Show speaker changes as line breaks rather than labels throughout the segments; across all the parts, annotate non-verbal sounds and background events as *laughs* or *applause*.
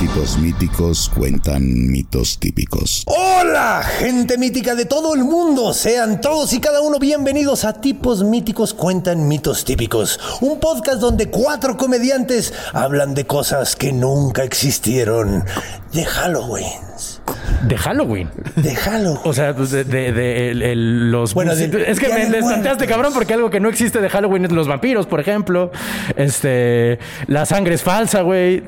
Tipos míticos cuentan mitos típicos.
Hola, gente mítica de todo el mundo. Sean todos y cada uno bienvenidos a Tipos Míticos Cuentan Mitos Típicos. Un podcast donde cuatro comediantes hablan de cosas que nunca existieron. De Halloween.
De Halloween.
*laughs*
De Halloween.
O sea, pues, de, de- de- el- el- los.
Bueno, de-
es que
Día
me
de
destanteaste,
Muertos.
cabrón, porque algo que no existe de Halloween es los vampiros, por ejemplo. Este. La sangre es falsa, güey.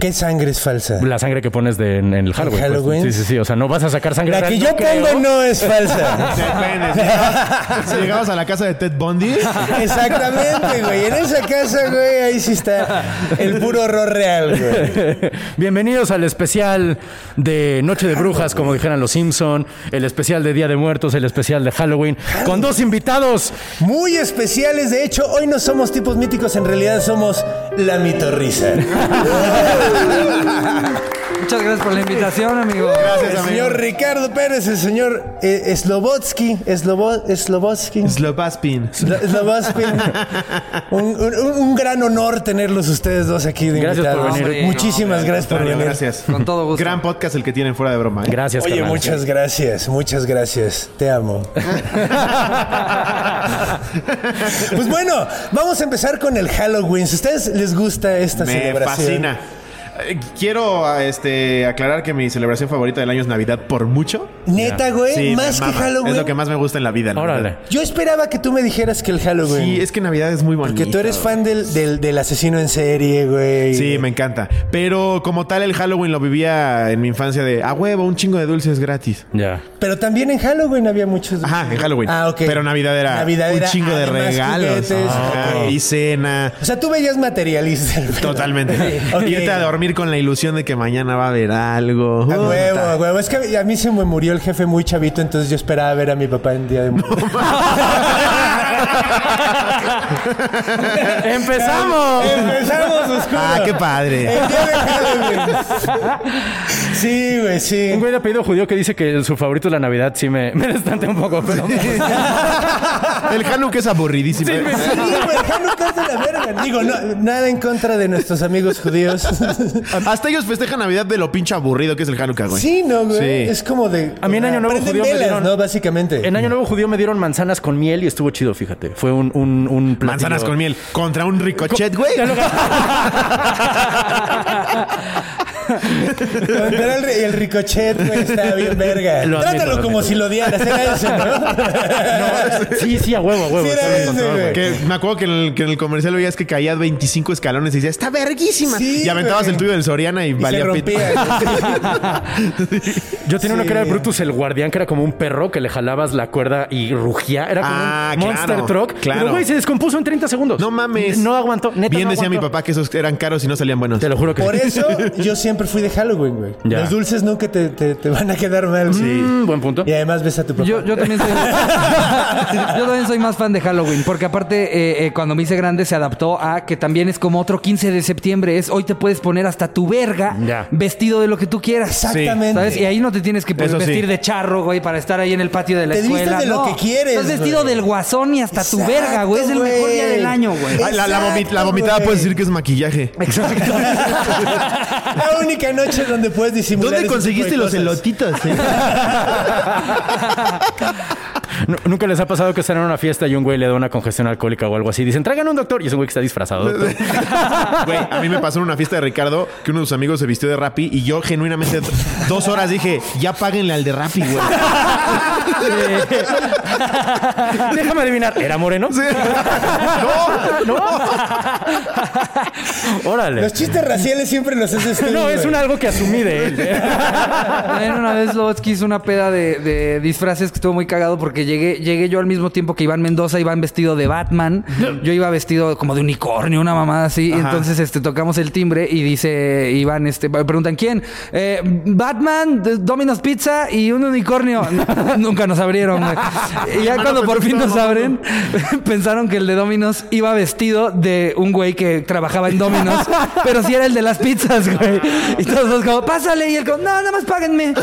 ¿Qué sangre es falsa?
La sangre que pones de- en, en el Halloween. pues.
Halloween?
Sí, sí, sí. O sea, no vas a sacar sangre
La
real,
que
no
yo
creo.
pongo no
*laughs*
es falsa.
Depende. Si llegabas,
*laughs*
si llegabas a la casa de Ted Bundy,
Exactamente, güey. En esa casa, güey, ahí sí está el puro horror real, güey.
*laughs* Bienvenidos al especial de Noche de Brujas, como dijeran los Simpson, el especial de Día de Muertos, el especial de Halloween, con dos invitados.
Muy especiales. De hecho, hoy no somos tipos míticos, en realidad somos
*laughs*
la mitorrisa.
Muchas gracias por la invitación, amigo.
El
gracias, amigo.
señor Ricardo Pérez, el señor eh, Slobotsky, Slobo, Slobotsky,
Slobaspin.
Slo-
*laughs*
Slobotsky. Un, un- un gran honor tenerlos ustedes dos aquí de
Gracias
invitados.
por venir.
Muchísimas
Al
gracias por
contrario,
venir.
Gracias.
Con todo gusto.
Gran podcast el que tienen fuera de broma. ¿eh? *laughs*
Gracias,
Oye,
carnal.
muchas gracias, muchas gracias. Te amo. pues bueno, vamos a empezar con el Halloween. Si a ustedes les gusta esta
Me
celebración.
fascina. Eh, Quiero este, aclarar que mi celebración favorita del año es Navidad por mucho.
Neta, güey,
Sí, me
Eh, más que
mama.
Halloween.
Es lo que más me gusta en la vida. la
Órale.
verdad.
Yo esperaba que tú me dijeras que el Halloween.
Sí, es que Navidad es muy bonito.
Porque tú eres fan del, del, del asesino en serie, güey.
Sí, me encanta. Pero como tal, el Halloween lo vivía en mi infancia de a huevo, un chingo de dulces gratis.
Ya.
Pero también en Halloween había muchos.
Ajá, en Halloween.
Ah, ok.
Pero Navidad era
Navidad
un
era,
chingo de
además,
regalos.
juguetes.
Ajá,
Ok.
Y cena.
O sea, tú veías materialista. *laughs* el pedo.
Totalmente.
Ok.
Irte a dormir con la ilusión de que mañana va a haber algo.
A
Puta.
Ah, huevo, a huevo. Es que a mí se me murió el jefe muy chavito, entonces yo esperaba ver a mi papá en día de muertos. *laughs*
¡Empezamos!
Empezamos, oscuro.
Ah, qué
*laughs*
padre.
El día de Halloween. Sí, güey, sí.
Un güey de apellido judío que dice que su favorito es la Navidad sí me, *laughs* me destante un poco, pero...
El Hanukkah es aburridísimo. ¿eh?
Sí, güey, Hanukkah es de la verga. Digo, no, nada en contra de nuestros amigos judíos.
Hasta ellos festejan Navidad de lo pinche aburrido que es el Hanukkah, güey.
Sí, no,
Pues,
güey.
Sí.
Es como de.
A mí en Año Nuevo
Prenden
judío me
velas,
dieron-
¿no? Básicamente.
En Año Nuevo Judío me dieron manzanas con miel y estuvo chido, fíjate. Fue un, un, un platillo-
Manzanas con miel contra un ricochet, güey.
Pero el, el ricochet, güey, está bien verga.
*laughs* Lo admito,
Trátalo
lo
como
admito.
si lo odiaras. Era eso,
*laughs*
¿no?
*laughs* Sí, sí, a huevo, a huevo.
Sí, era
Estaba
ese,
encontrado,
güey.
Que me acuerdo que en el, que en el comercial veías que caías 25 escalones y decías, está verguísima.
Sí,
y aventabas
güey.
el tuyo del Soriana y,
Y se
valía pito.
rompía.
Yo tenía uno que era
Sí.
Brutus el guardián, que era como un perro que le jalabas la cuerda y rugía. Era como
Ah,
un monster
claro,
truck.
claro.
Pero, güey, se descompuso en 30 segundos.
No mames.
No aguantó. Neta,
Bien
no
decía mi
aguantó.
papá que esos eran caros y no salían buenos.
Te lo juro que
Por
sí.
eso yo siempre fui de Halloween, güey.
Ya.
Los dulces nunca te, te- te van a quedar mal. Sí.
Mm, buen punto.
Y además ves a tu papá.
Yo, yo también soy, *laughs* yo también soy más fan de Halloween, porque aparte eh, eh, cuando me hice grande se adaptó a que también es como otro 15 de septiembre, es hoy te puedes poner hasta tu verga
Ya.
vestido de lo que tú quieras.
Exactamente.
¿Sabes? Y ahí no te tienes que pues,
Eso sí.
vestir de charro, güey, para estar ahí en el patio de la
Te vistes
escuela.
de lo
No,
que quieres,
Estás vestido
güey.
del guasón y hasta tu
Exacto,
verga, güey. Es el mejor día
güey. Eh,
del año, güey.
Ay,
Ah, la, la vomi-
Exacto,
la vomitada
güey.
puedes decir que es maquillaje.
Exacto.
*laughs* La única noche donde puedes disimular.
¿Dónde
ese tipo de
conseguiste los
cosas.
elotitos? eh?
Nu- ¿Nunca les ha pasado que están en una fiesta y un güey le da una congestión alcohólica o algo así? Dicen, traigan un doctor. Y es un güey que está disfrazado. de doctor.
*laughs* Güey, a mí me pasó en una fiesta de Ricardo que uno de sus amigos se vistió de Rappi y yo genuinamente dos horas dije, ya páguenle al de Rappi, güey.
Este, *laughs* Déjame adivinar. ¿Era moreno?
No, *laughs*
Órale.
Los chistes raciales siempre los haces tú,
*laughs* No, es
güey.
un algo que asumí de él.
*laughs* También una vez Lobotsky hizo una peda de, de disfraces que estuvo muy cagado porque llegué, llegué yo al mismo tiempo que Iván Mendoza, Iván vestido de Batman, yo iba vestido como de unicornio, una mamada así, y entonces este, tocamos el timbre y dice Iván, este, me preguntan quién, Eh, Batman, de- Domino's Pizza y un unicornio. *laughs* Nunca nos abrieron. güey. Y ya
Hermano,
cuando por
pensé
fin
que
nos
estaba
abren, *laughs* pensaron que el de Domino's iba vestido de un güey que trabajaba en
*laughs*
Domino's, pero sí era el de las pizzas, güey. Y todos los como, pásale. Y él como, no, nada más
*laughs*
páguenme.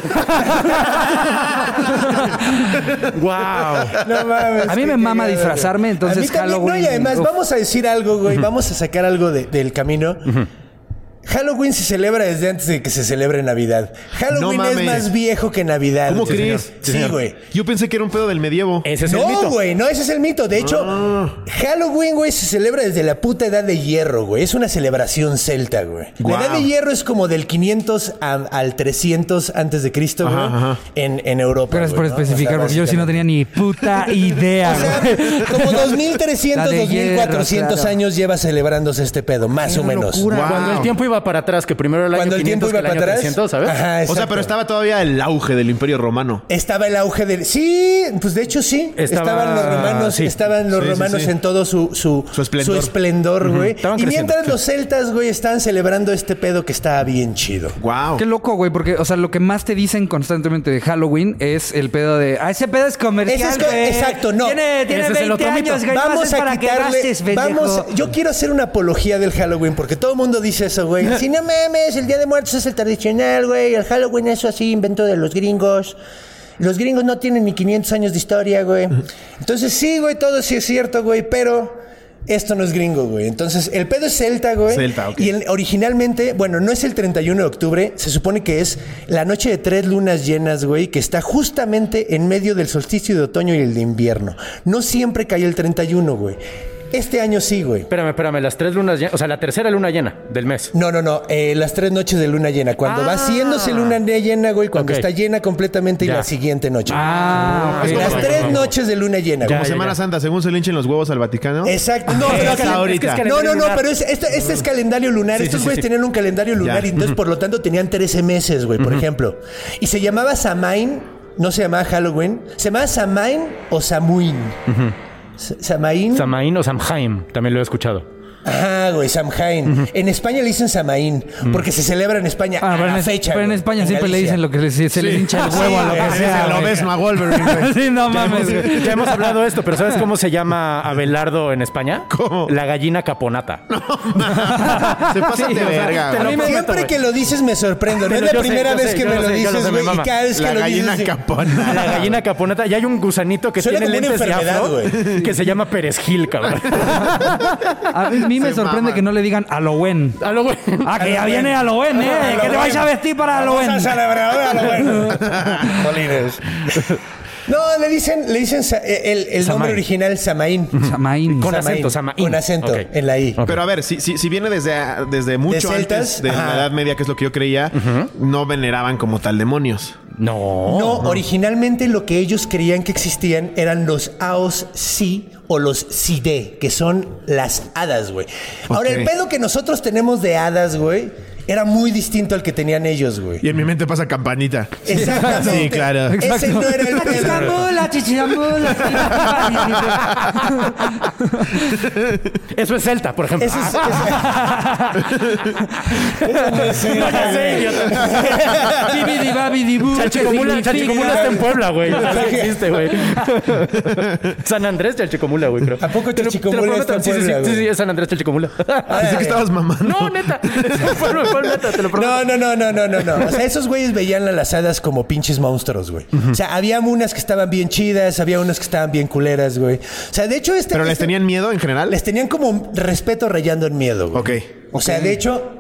wow.
No mames,
A mí
qué
me mama
cagado,
disfrazarme,
güey.
entonces
A mí también,
Halloween,
No, y además,
uf.
vamos a decir algo, güey. Vamos a sacar algo de- del camino. Halloween se celebra desde antes de que se celebre Navidad. Halloween
No
es
mames.
más viejo que Navidad.
¿Cómo
Sí,
crees?
señor.
Sí,
Sí,
señor.
güey.
Yo pensé que era un pedo del medievo.
Ese es el
No,
mito.
güey, no, ese es el mito. De hecho,
Ah.
Halloween, güey, se celebra desde la puta edad de hierro, güey. Es una celebración celta, güey.
Guau.
La edad de hierro es como del 500 a- al 300 antes de Cristo, güey, en, en Europa.
Gracias
güey,
por
¿no? O
especificar,
sea,
porque yo sí no tenía ni puta idea,
*laughs* O sea,
güey.
como
La
2300,
de hierro,
2400
claro.
años lleva celebrándose este pedo, más o menos.
Wow.
Cuando el tiempo iba para atrás, que primero era el
Cuando
año
el tiempo
500 que
iba
el año
para
300,
atrás.
¿sabes?
Ajá,
o sea,
exacto.
pero estaba todavía el auge del imperio romano.
Estaba el auge del. Sí, pues de hecho sí.
Estaba-
estaban los romanos,
sí.
estaban los
Sí, sí,
romanos
sí.
en todo su, su,
Su esplendor.
esplendor, güey.
Estaban
Y
creciendo,
mientras los celtas, güey, están celebrando este pedo que está bien chido.
Wow.
Qué loco, güey, porque, o sea, lo que más te dicen constantemente de Halloween es el pedo de, ah, ese pedo es comercial,
Ese es co-
güey.
exacto, no.
Tiene, tiene
Ese es el
20
otro mito.
años, güey, nomás
Vamos
es
a
para que
quitarle.
gastes, pendejo.
vamos, yo quiero hacer una apología del Halloween porque todo el mundo dice
*laughs*
eso, güey. Si no mames, el Día de Muertos es el tradicional, güey. El Halloween eso así invento de los gringos. Los gringos no tienen ni 500 años de historia, güey. Entonces sí, güey, todo sí es cierto, güey, pero esto no es gringo, güey. Entonces, el pedo es celta, güey.
Celta, ok.
Y el- originalmente, bueno, no es el 31 de octubre, se supone que es la noche de tres lunas llenas, güey, que está justamente en medio del solsticio de otoño y el de invierno. No siempre cae el 31, güey. Este año sí, güey.
Espérame, espérame, las tres lunas llenas, o sea, la tercera luna llena del mes.
No, no, no. eh, las tres noches de luna llena. Cuando va haciéndose luna llena, güey, cuando
Ok.
está llena completamente y
Ya.
la siguiente noche. Pues
Ah, ok.
Las tres noches de luna llena,
Ya,
Como
güey.
Semana
ya.
Santa, según se le hinchen los huevos al Vaticano.
Exacto. No, pero
es
aquí-
que ahorita.
es
No,
calendario
no, no,
lunar.
pero es- este, este es calendario lunar.
Sí,
Estos
sí,
güeyes
sí, sí.
tenían un calendario lunar
Ya.
y entonces, por lo tanto, tenían 13 meses, güey, por ejemplo. Y se llamaba Samain, no se llamaba Halloween, se llamaba Samain o Samuin. S- Samain.
Samaín o Samhain, también lo he escuchado.
Ajá, Ah, güey, Samhain. En España le dicen Samaín porque se celebra en España
Ah,
a
pero,
la
en,
fecha.
pero en
güey,
España
en
siempre le
Galicia.
dicen lo que le- se, le hincha el huevo a lo que
Ese es
sea,
el
güey.
obesno a Wolverine,
*laughs*
güey.
Sí, no mames, güey.
Ya hemos hablado de esto, pero ¿sabes cómo se llama Abelardo en España?
¿Cómo?
La gallina caponata. *laughs*
Se pasa
Sí,
de
o sea,
verga.
te
güey.
lo prometo,
Siempre
güey.
que lo dices me sorprendo. No
Pero
es la
yo sé,
primera
yo
vez
sé,
que
yo
me
lo
lo
sé, yo lo
dices,
sé, me
güey. Y
mama.
cada vez que
La
lo dices.
gallina
sí.
capona.
*laughs* La gallina caponata. Y hay un gusanito que
Suena
tiene
como una
lentes de
enfermedad,
afro
güey.
que se llama perezgil,
*laughs*
cabrón.
A mí me
Se
sorprende
maman.
que no le digan Halloween.
A lo güey.
Ah, que ya
Halloween.
viene Halloween, ¿eh? ¿Qué te vais a vestir para Halloween?
Vamos a celebrar ahora lo bueno. Jolines. No, le dicen, le dicen sa- eh, el, el nombre
Samaín.
original Samaín.
Samaín.
Con acento, Samaín.
Con acento
Ok.
en la I.
Ok.
Pero a ver, si, si, si viene desde, desde mucho
celtas?
antes de
Ajá.
la Edad Media, que es lo que yo creía, no veneraban como tal demonios.
No.
No, originalmente lo que ellos creían que existían eran los Aos Si o los Side, que son las hadas, güey. Ahora, el
Ok.
pedo que nosotros tenemos de hadas, güey, era muy distinto al que tenían ellos, güey.
Y en mi mente pasa campanita.
Exactamente.
Sí, claro.
Ese no era el pedo.
Chichambula, chichambula.
Eso es celta, por ejemplo.
Eso es,
*laughs*
es- Eso no es *laughs*
No, ya sé, idiota.
Bibidi babidi bu,
Chalchicomula,
¿qué significa?
Chalchicomula Ah, está en Puebla,
*laughs*
güey. Eso existe, güey. San Andrés Chalchicomula, güey, creo.
¿A poco
Te lo- te lo
Chalchicomula está en
prometo. Sí, sí,
Puebla,
sí, sí,
güey?
sí, es San Andrés
*laughs*
Chalchicomula.
Así Ah, que estabas mamando.
No, neta. *laughs* Es un pueblo de Puebla, neta, te lo prometo.
No, no, no, no, no, no, no. O sea, esos güeyes veían a las hadas como pinches monstruos, güey. O sea, había unas que estaban bien chidas, había unas que estaban bien culeras, güey. O sea, de hecho, este.
¿Pero les
este-
tenían miedo en general?
Les tenían como respeto rayando en miedo, güey.
Ok.
O sea, de hecho.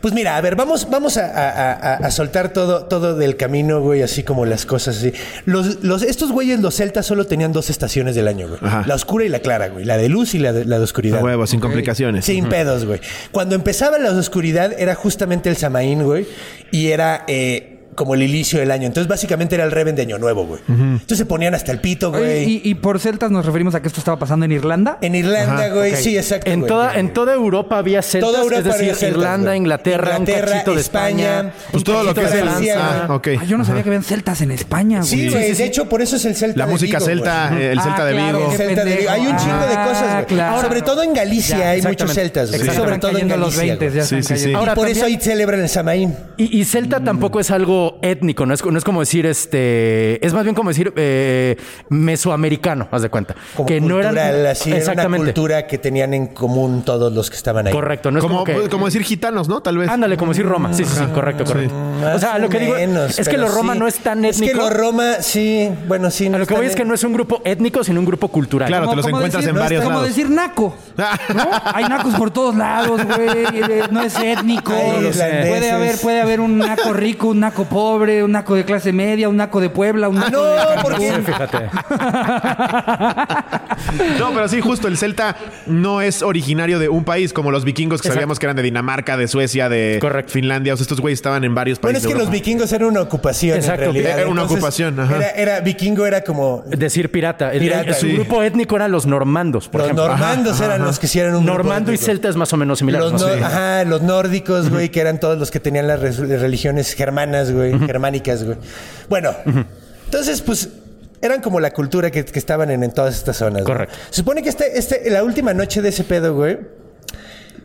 Pues mira, a ver, vamos, vamos a, a- a- a- a soltar todo, todo del camino, güey, así como las cosas así. Los, los, estos güeyes, los celtas, solo tenían dos estaciones del año, güey.
Ajá.
La oscura y la clara, güey. La de luz y la de, la de oscuridad.
A huevo, sin complicaciones.
Sin pedos, güey. Cuando empezaba la oscuridad era justamente el Samaín, güey. Y era eh, como el inicio del año. Entonces básicamente era el Reven de Año Nuevo, güey. Entonces se ponían hasta el pito,
Oye,
güey.
y, y por celtas nos referimos a que esto estaba pasando en Irlanda.
En Irlanda, güey. Sí, exacto.
En
güey.
toda, en toda Europa había celtas,
Toda Europa
es decir,
había celtas,
Irlanda,
güey.
Inglaterra, un
Inglaterra,
cachito de
España,
España.
Pues
un
todo lo que es
cachito de
el.
Francia,
Ah,
güey.
ok.
Ay, yo no sabía que habían celtas en
Ah,
España,
Sí,
güey.
güey. De hecho, por eso es el celta
La
de
música
Vigo, güey.
celta, eh, el
Ah,
celta de
claro,
Vigo.
qué
Celta de Vigo. Hay un chingo de cosas, güey.
Ah, claro.
Sobre todo en Galicia
Ya,
hay
exactamente.
muchos celtas, güey.
Exacto.
Sobre
Están
todo en
cayendo los
Galicia.
20,
güey.
ya están
Sí, sí, sí.
cayendo.
y
Ahora
por eso ahí
también-
celebran el Samaín.
Y, y
Mm.
celta tampoco es algo étnico, no es, no es como decir este, es más bien como decir eh, mesoamericano, haz de cuenta.
Como
que no eran
cultural, así, era una
exactamente.
cultura que tenían en común todos los que estaban ahí.
Correcto, no es
como,
como, que-
como decir gitanos, ¿no? Tal vez.
Ándale, como decir Roma. Sí, sí, sí, correcto, correcto.
Más
O sea, a lo que digo
menos,
es que
pero
lo Roma
sí.
no es tan étnico.
Es que lo Roma, sí, bueno, sí.
a lo que voy
tan-
es que no es un grupo étnico, sino un grupo cultural.
Claro,
Como-
te los
como
encuentras
decir-
en varios
Como
lados.
decir
*laughs*
naco. ¿no? Hay nacos por todos lados, güey. eh, No es étnico.
Hay
No lo sé.
irlandeses.
Puede haber, puede haber un naco rico, un naco pobre, un naco de clase media, un naco de Puebla, un naco de
Ah,
Cancún.
No, porque *laughs*
Fíjate.
No, pero sí, justo el celta no es originario de un país, como los vikingos que sabíamos que eran de Dinamarca, de Suecia, de
Correcto.
Finlandia. O sea, estos güeyes estaban en varios
Bueno,
países.
es que
de
los
Europa.
vikingos eran una ocupación. en
Exacto.
realidad.
Era una ocupación, ajá.
Era, era- vikingo era como.
Decir pirata. El-
Pirata,
el- su
sí.
grupo étnico eran los normandos, por
Los
ejemplo.
normandos eran los que hicieron un. grupo
Normando y
étnico.
celta es más o menos similar.
Los
¿no?
nor-
Sí.
Ajá, los nórdicos, güey, que eran todos los que tenían las res- religiones germanas, güey, germánicas, güey. Bueno, entonces, pues, eran como la cultura que, que estaban en, en todas estas zonas. güey.
Correcto.
Se supone que este, este, la última noche de ese pedo, güey,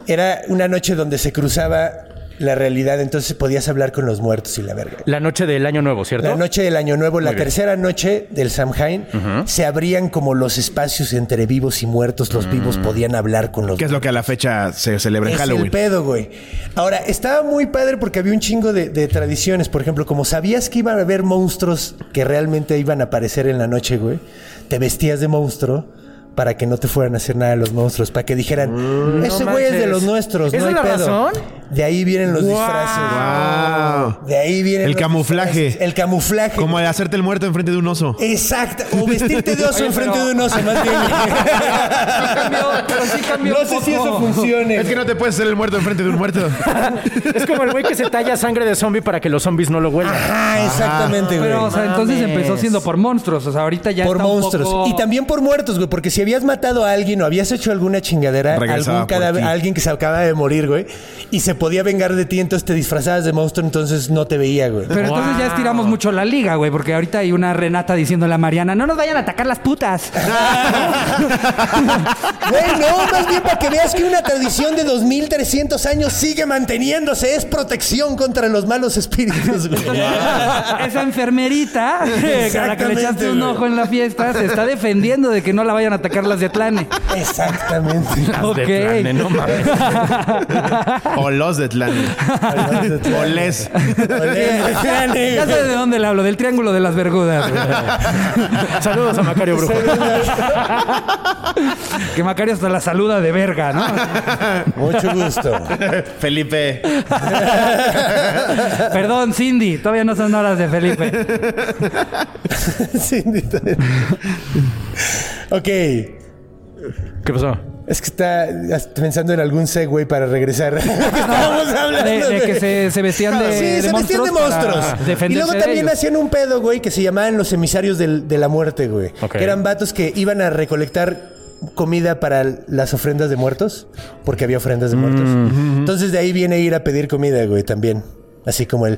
era una noche donde se cruzaba la realidad, entonces podías hablar con los muertos y la verga.
La noche del año nuevo, ¿cierto?
La noche del Año Nuevo, la tercera noche del Samhain, se abrían como los espacios entre vivos y muertos.
Mm.
Los vivos podían hablar con los
Que es lo que a la fecha se celebra en
es el
Halloween.
pedo, güey. Ahora, estaba muy padre porque había un chingo de, de tradiciones. Por ejemplo, como sabías que iban a haber monstruos que realmente iban a aparecer en la noche, güey, te vestías de monstruo para que no te fueran a hacer nada los monstruos, para que
Mm,
dijeran, ese
no
güey es de
manches.
los nuestros,
¿Esa
no
es
hay
la
pedo".
razón?
De ahí vienen los disfraces.
Wow.
güey. De ahí vienen
El
los
camuflaje.
disfraces. El camuflaje.
Ah, Como de hacerte el muerto enfrente de un oso.
Exacto. O vestirte de oso
Oye,
enfrente
pero-
de un oso,
*laughs*
más bien.
cambió, pero sí cambió
No
un
sé si
poco.
eso funcione.
Es que no te puedes hacer el muerto enfrente de un
*laughs*
muerto.
Es como el güey que se talla sangre de zombie para que los zombies no lo huelan.
Ah, exactamente, güey.
Pero, o sea, entonces
Mames.
empezó siendo por monstruos. O sea, ahorita ya
por
está un
monstruos.
poco-
Y también por muertos, güey. Porque si habías matado a alguien o habías hecho alguna chingadera,
Regresaba
algún
por
cadáver,
ti.
alguien que se acaba de morir, güey, y se podía vengar de ti, entonces te disfrazabas de monstruo, entonces no te veía, güey.
Pero entonces ya
Wow.
estiramos mucho la liga, güey, porque ahorita hay una Renata diciéndole a Mariana, no nos vayan a atacar las
*laughs*
putas.
Güey, no, más bien para que veas que una tradición de 2300 años sigue manteniéndose. Es protección contra los malos espíritus, güey.
*laughs* Esa enfermerita *laughs* a la que le
Exactamente,
echaste un
güey.
ojo en la fiesta se está defendiendo de que no la vayan a atacar las de Atlane.
Exactamente.
*laughs*
De
Ok.
plane, no mames.
O los de Tlán.
*laughs*
O les.
*laughs*
*laughs*
Ya sé de dónde le hablo, del triángulo de las vergudas. güey.
*laughs* Saludos a Macario Brujo.
*laughs* Que Macario hasta la saluda de verga, ¿no?
Mucho gusto.
*laughs*
Felipe.
Perdón, Cindy, todavía no son horas de Felipe.
Sí, neta. ok.
¿Qué pasó?
Es que está pensando en algún segue para regresar. *laughs* Estábamos hablando Ah,
De, de que se, se vestían de,
Sí,
de
se vestían
monstruos.
de monstruos.
para
Y
defenderse
luego
de
también
ellos.
hacían un pedo, güey, que se llamaban los emisarios del- de la muerte, güey.
Ok.
Que eran vatos que iban a recolectar comida para l- las ofrendas de muertos, porque había ofrendas de muertos. Entonces de ahí viene ir a pedir comida, güey, también. Así como el,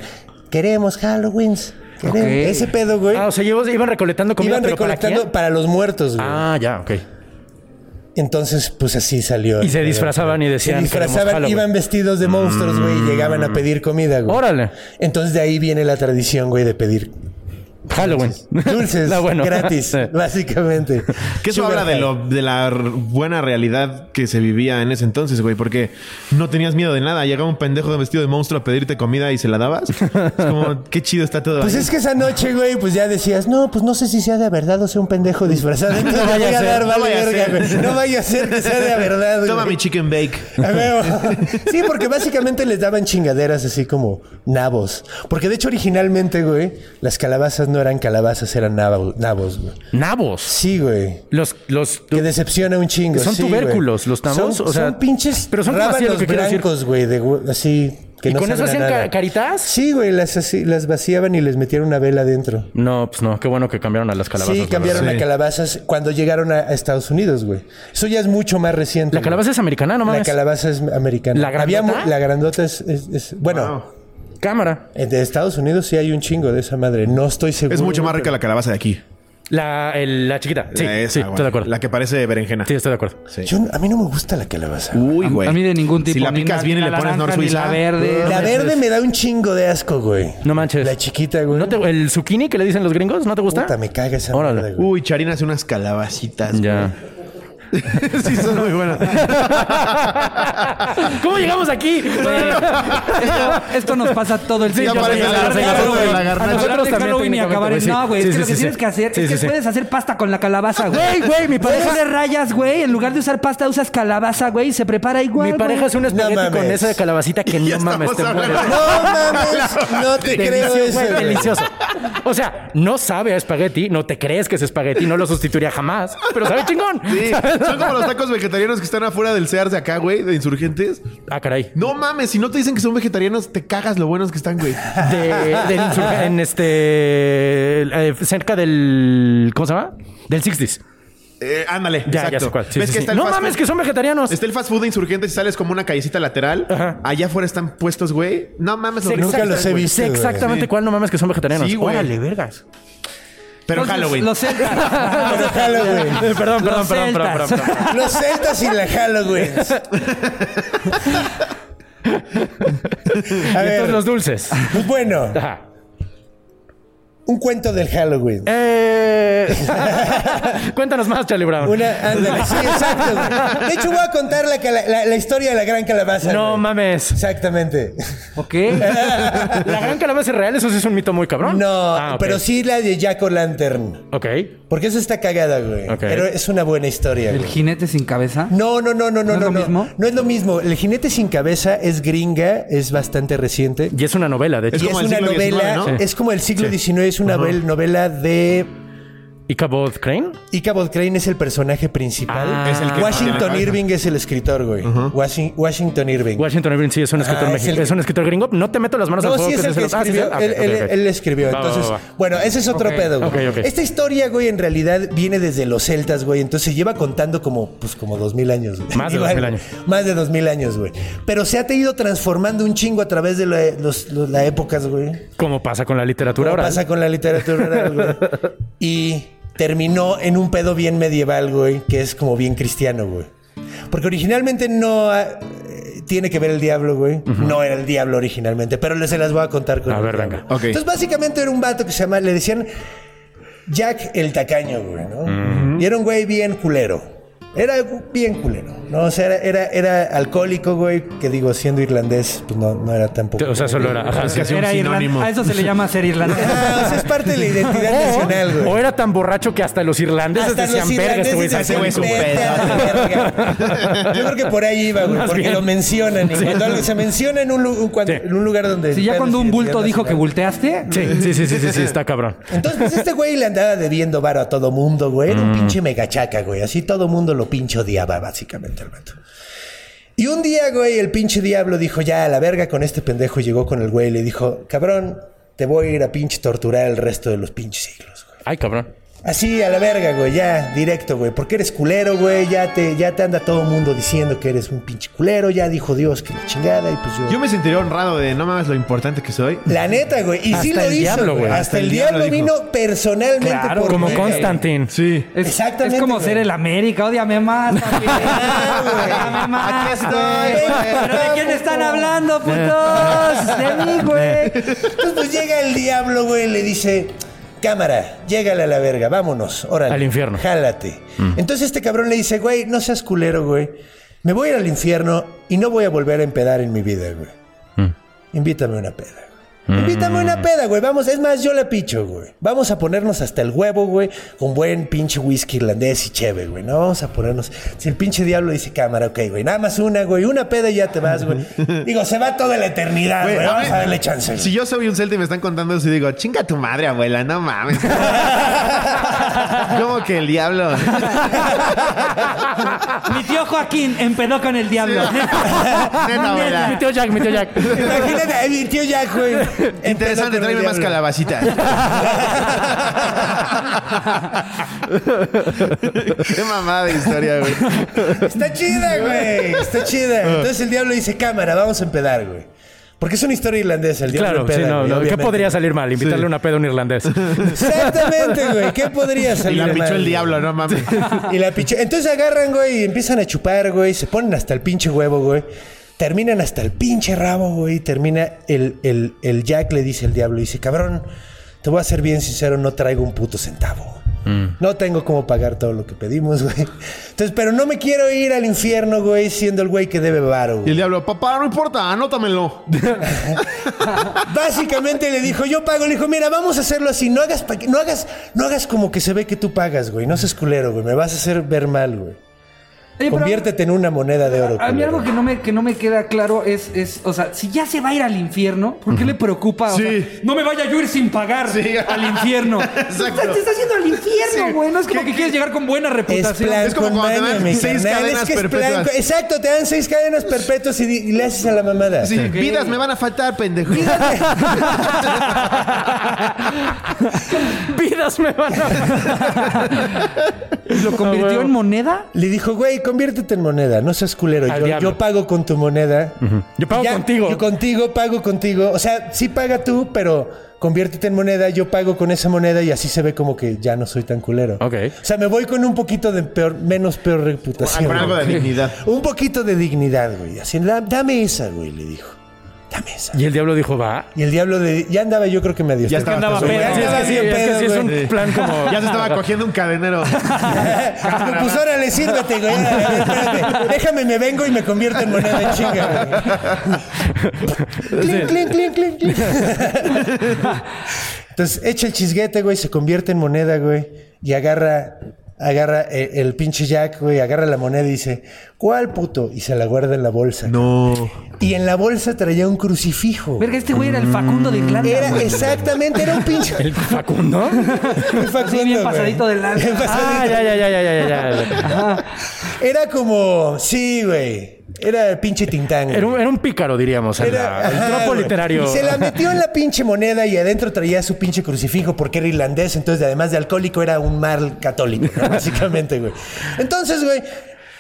queremos Halloweens. queremos".
Ok.
Ese pedo, güey.
Ah, o sea, llevos- iban recolectando comida,
iban
pero ¿para
recolectando para,
quién?
los muertos, güey.
Ah, ya, ok.
Entonces, pues así salió.
Y se disfrazaban y decían,
Se
"Queremos
disfrazaban,
Halloween".
iban vestidos de
Mm.
monstruos, güey, y llegaban a pedir comida, güey.
Órale.
Entonces de ahí viene la tradición, güey, de pedir
Halloween. *laughs*
Dulces
Está bueno.
gratis,
Sí.
básicamente.
Que eso
Sugar
habla de,
high.
lo, de la r- buena realidad que se vivía en ese entonces, güey. Porque no tenías miedo de nada. Llegaba un pendejo de vestido de monstruo a pedirte comida y se la dabas. Es como, qué chido está todo.
Pues
ahí.
es que esa noche, güey, pues ya decías, no, pues no sé si sea de verdad o sea un
*laughs*
pendejo disfrazado. Entonces
No
le
vaya
voy
a
a
ser,
dar,
no
vale
vaya a
verga,
ser.
güey. No vaya a ser que sea de verdad, güey.
Toma mi chicken bake.
*laughs* A huevo. Sí, porque básicamente les daban chingaderas así como nabos. Porque de hecho, originalmente, güey, las calabazas no eran calabazas, eran nabo- nabos, güey.
Nabos.
Sí, güey.
Los, los,
Que decepciona un chingo.
Son
sí,
tubérculos,
güey.
los nabos,
Son,
o sea,
son pinches
pero
pero
son
son
como así, lo
rábanos
que quiero decir.
blancos, güey, de hue- así. Que
¿Y
no
con eso
saben a
hacían
nada.
ca- caritas?
Sí, güey, las, así- las vaciaban y les metían una vela adentro.
No, pues no, qué bueno que cambiaron a las calabazas.
sí,
la
cambiaron
verdad.
a calabazas cuando llegaron a, a Estados Unidos, güey. Eso ya es mucho más reciente.
La
güey.
calabaza es americana, no
La
mames.
calabaza es americana.
¿La
Había
grandota?
mu- la grandota es... es- es- bueno,
Cámara.
en de Estados Unidos sí hay un chingo de esa madre. No estoy seguro.
Es mucho más rica la calabaza de aquí.
La, el- la chiquita. Sí,
La esa,
sí,
güey.
estoy de acuerdo.
La que parece berenjena.
Sí, estoy de acuerdo.
Yo- a mí no me gusta la calabaza.
Uy,
A- A mí de ningún tipo.
Ah, Si la
ni
picas
na-
bien y
ni
le
la
pones North
naranja, ni
Suiza.
La verde.
la verde me da un chingo de asco, güey.
No manches.
La chiquita, güey.
¿No te- ¿El zucchini que le dicen los gringos? ¿No te gusta?
Puta, me caga esa
Órale.
madre, güey.
Uy, Charina hace unas calabacitas.
Ya. *laughs*
güey. sí, son muy
*laughs*
buenas.
¿Cómo llegamos aquí?
esto, esto nos pasa todo el
Sí,
ya
tiempo.
parece
güey.
la garnacha,
Claro,
güey,
güey.
la garnacha.
A nosotros
Nosotros
también
también,
Halloween y acabar en-
técnicamente,
No, güey.
sí,
es que
sí,
lo que
sí,
tienes
sí.
que hacer
Sí,
es
sí,
que
sí.
puedes hacer pasta con la calabaza, güey.
Güey, güey, mi
Puedes
pareja-
hacer rayas, güey. En lugar de usar pasta, usas calabaza, güey. Y se prepara igual.
Mi pareja
güey.
hace un
No
espagueti
mames.
con esa de calabacita que no mames, te
hablando.
mueres.
No
*laughs*
mames, no te creo
Delicioso,
eso.
güey,
güey.
delicioso. O sea, no sabe a espagueti, no te crees que es espagueti, no lo sustituiría jamás, pero sabe chingón.
Sí, son como los tacos vegetarianos que están afuera del Sears de acá, güey, de insurgentes.
*laughs* Ah, caray.
No mames, si no te dicen que son vegetarianos, te cagas lo buenos que están, güey.
De, del insurg- en este. eh, cerca del. ¿Cómo se llama? Del 60s.
Eh, ándale,
Ya, ya
exacto.
sé cuál. Sí,
¿Ves
sí,
que
sí.
está el
No
fast
mames,
food? Este
que son vegetarianos.
Está el fast food de insurgentes y sales como una callecita lateral.
Ajá.
Allá afuera están puestos, güey. No mames, los
Sé
ricos
Nunca
están,
los he
güey.
visto.
Sé
güey.
exactamente cuál, no mames, que son vegetarianos.
Sí, güey.
Órale, vergas.
Pero
Entonces,
Halloween.
Los
*laughs*
celtas.
Los Halloween.
Eh, *laughs* Perdón, perdón,
Los
perdón,
celtas.
perdón, perdón, perdón.
Los celtas y
*laughs*
la Halloween. A ver,
Entonces, los dulces. *laughs*
pues bueno,
Ajá.
un cuento del Halloween.
Eh... *laughs* Cuéntanos más, Charlie Brown.
*laughs* Una, ándale, sí, exacto. güey. De hecho, voy a contar la, cala- la- la historia de la gran calabaza.
No
güey.
mames.
Exactamente.
ok.
¿La gran calabaza es real? Eso sí es un mito muy cabrón.
No,
Ah, ok.
pero sí la de Jack O'Lantern.
Ok.
Porque eso está cagada, güey.
Ok.
Pero es una buena historia.
El
güey.
jinete sin cabeza.
No, no, no, no, no,
¿No es
no.
lo
no.
mismo?
No es lo mismo. El jinete sin cabeza es gringa, es bastante reciente.
Y es una novela, de hecho.
Es
y es
como el
una
siglo XIX,
novela,
¿no?
es como el siglo XIX, es una novel- novela de
Ichabod Crane.
Ichabod Crane es el personaje principal.
Ah. Es el que
tiene
Washington
cabeza.
Irving es el escritor, güey. Washing- Washington Irving.
Washington Irving sí es un escritor
Ah, es
mexicano. Es,
el-
un escritor gringo. No te meto las manos al
no,
fuego.
sí es
que
el que
de los- ah, sí,
escribió.
ah, ok,
él,
ok,
él-
ok.
él escribió.
Va, va,
Entonces,
va, va.
bueno, ese es otro
Ok,
pedo, güey.
ok, ok.
Esta historia, güey, en realidad viene desde los celtas, güey. Entonces se lleva contando como, pues, como dos mil años. güey.
Más de
Igual,
2000 años.
Más de dos mil años, güey. Pero se ha ido transformando un chingo a través de la- los- los- las épocas, güey.
Como pasa con la literatura
Como
ahora.
pasa con la literatura oral, güey. Y terminó en un pedo bien medieval, güey, que es como bien cristiano, güey. Porque originalmente no ah, eh, tiene que ver el diablo, güey. No era el diablo originalmente, pero les se las voy a contar con
A
el
ver,
diablo.
venga.
Ok.
Entonces, básicamente era un vato que se llama, le decían Jack el tacaño, güey, ¿no? Y era un güey bien culero. Era bien culero, ¿no? O sea, era, era, era alcohólico, güey, que digo, siendo irlandés, pues no, no era tampoco.
O sea, solo era. ajá, sí.
casi un
Era
sinónimo.
irlandés. A eso
*laughs*
se le llama ser irlandés.
Ah, o sea, es parte de la identidad nacional, güey.
O era tan borracho que hasta los irlandeses
Hasta
decían,
los
verga, este güey
irlandeses
es
ese güey es un
dicen, "Vete a la verga". Yo creo que por ahí iba, güey,
Más
porque
bien.
lo mencionan. y
Sí.
cuando algo se menciona en un, lu- un- cuando-
Sí.
en un lugar donde...
Si ya cuando un bulto dijo que volteaste,
Sí, sí, sí, sí, sí, sí, está cabrón.
Entonces, pues este güey le andaba debiendo varo a todo mundo, güey. Era un
Mm.
pinche megachaca, güey. Así todo mundo lo pinche odiaba, básicamente, el vato. Y un día, güey, el pinche diablo dijo, ya, a la verga con este pendejo. y Llegó con el güey y le dijo, cabrón, te voy a ir a pinche torturar el resto de los pinches siglos, güey.
Ay, cabrón.
Así a la verga, güey, ya, directo, güey. Porque eres culero, güey. Ya te, ya te anda todo el mundo diciendo que eres un pinche culero. Ya dijo Dios que la chingada. Y pues yo.
Yo me sentiría honrado de no mames lo importante que soy.
La neta, güey. Y sí
Hasta
lo
el
hizo.
diablo,
güey.
güey.
Hasta, el, diablo,
dijo.
vino personalmente por
Como
mí, güey.
Constantine.
Sí.
es,
Exactamente,
es como
güey.
ser el América. Ódiame
*laughs*
más, papi. Ódiame
Aquí
más, güey.
estoy,
güey.
¿Pero de quién están hablando,
*laughs*
putos? De mí, güey.
Eh.
Entonces, pues llega el diablo, güey, y le dice. cámara, llégale a la verga, vámonos, órale.
Al infierno.
Jálate.
Mm.
Entonces este cabrón le dice, güey, no seas culero, güey. Me voy a ir al infierno y no voy a volver a empedar en mi vida, güey.
Mm.
Invítame a una peda, güey. Invítame a una peda, güey. Vamos, es más, yo la picho, güey. Vamos a ponernos hasta el huevo, güey, con buen pinche whisky irlandés y chévere, güey. No vamos a ponernos. Si el pinche diablo dice cámara, ok, güey. Nada más una, güey. Una peda y ya te vas, güey. Digo, se va toda la eternidad,
Güey,
güey.
a
Vamos
ver,
a darle chance, güey.
Si yo soy un celta y me están contando eso y digo, chinga tu madre, abuela, no
*laughs*
mames. Como que el diablo.
Mi tío Joaquín empedó con el diablo.
*laughs*
Neta,
Mi
abuela.
tío Jack, mi tío Jack.
Imagínate, ay, mi tío Jack,
*laughs*
güey.
Interesante,
Empezó con el
tráeme más
diablo.
calabacitas. *laughs* Qué mamada de historia,
*laughs*
güey.
Está chida, güey. Está chida.
Ah.
Entonces el diablo dice, cámara, vamos a empedar, güey. Porque es una historia irlandesa, el diablo
Claro,
empeda,
sí, no,
güey,
no, ¿Qué
obviamente.
podría salir mal? Invitarle una peda a un irlandés.
Exactamente, güey. ¿Qué podría
Y
salir
la pichó
mal,
el
güey?
diablo, no mames.
Y la pichó. Entonces agarran, güey, y empiezan a chupar, güey. Se ponen hasta el pinche huevo, güey. Terminan hasta el pinche rabo, güey. Termina el, el, el Jack, le dice el diablo. Dice, cabrón, te voy a ser bien sincero, no traigo un puto centavo. No tengo cómo pagar todo lo que pedimos, güey. Entonces, pero no me quiero ir al infierno, güey, siendo el güey que debe varo,
Y el
güey.
diablo, papá, no importa, anótamelo.
Básicamente le dijo, yo pago. Le dijo, mira, vamos a hacerlo así. No hagas, pa- no hagas, no hagas como que se ve que tú pagas, güey. No seas culero, güey. Me vas a hacer ver mal, güey.
Oye, pero-
Conviértete en una moneda de oro.
A mí
culero.
algo que no me, que no me queda claro es, es, o sea, si ya se va a ir al infierno, ¿por qué le preocupa? O
Sí.
sea, no me vaya yo a ir sin pagar
Sí.
al
*laughs*
infierno.
Exacto.
Te estás yendo al infierno,
Sí.
güey. No es como
¿Qué-
que quieres llegar con buena
Es
reputación.
plan
Es como
con
cuando te
maña,
dan
mi
seis
carnal.
cadenas
es que es
perpetuas.
plan con- Exacto, te dan seis cadenas perpetuas y, di- y le haces a la mamada.
Sí, vidas me van a faltar, pendejo.
*laughs* Vidas me van a...
¿Lo
Ah,
convirtió
huevo.
en moneda?
Le dijo, güey, conviértete en moneda, no seas culero.
Al
Yo,
diablo.
yo pago con tu moneda.
Yo pago
Ya,
contigo.
Yo contigo, pago contigo. O sea, sí paga tú, pero conviértete en moneda, yo pago con esa moneda y así se ve como que ya no soy tan culero.
Ok.
O sea, me voy con un poquito de peor, menos peor reputación.
Con algo de
güey.
dignidad.
Un poquito de dignidad, güey. Así, "Da- dame esa, güey, le dijo. Dame esa.
Y el diablo dijo, va.
Y el diablo de, ya andaba, yo creo que medio.
Ya
estaba-
estaba hasta su
Sí,
pedo,
madre.
es que sí,
bien
es que
pedo,
sí es
güey.
un plan como...
*laughs* Ya se estaba cogiendo un cadenero.
Pues, pues órale, sírvete, güey. Órale, espérate. Déjame, me vengo y me convierto en moneda en chinga, güey. Clink, clink, clink, clink, clink. Entonces echa el chisguete, güey, se convierte en moneda, güey, y agarra, agarra el, el pinche Jack, güey, agarra la moneda y dice, ¿cuál puto? Y se la guarda en la bolsa.
No.
Y en la bolsa traía un crucifijo.
Verga, este güey era el Facundo de Irlanda.
Era
güey.
exactamente, era
*laughs*
un pinche.
¿El Facundo?
un Facundo,
bien
güey.
pasadito de lanza.
Bien pasadito.
Ah, ya, ya, ya, ya, ya, ya.
Era como, sí, güey. Era el pinche tintán. güey.
Era un, era un pícaro, diríamos. en la- el
ajá,
tropo
güey.
literario.
Y se la metió en la pinche moneda y adentro traía su pinche crucifijo porque era irlandés. Entonces, además de alcohólico, era un mal católico,
*laughs*
¿no? básicamente, güey. Entonces, güey.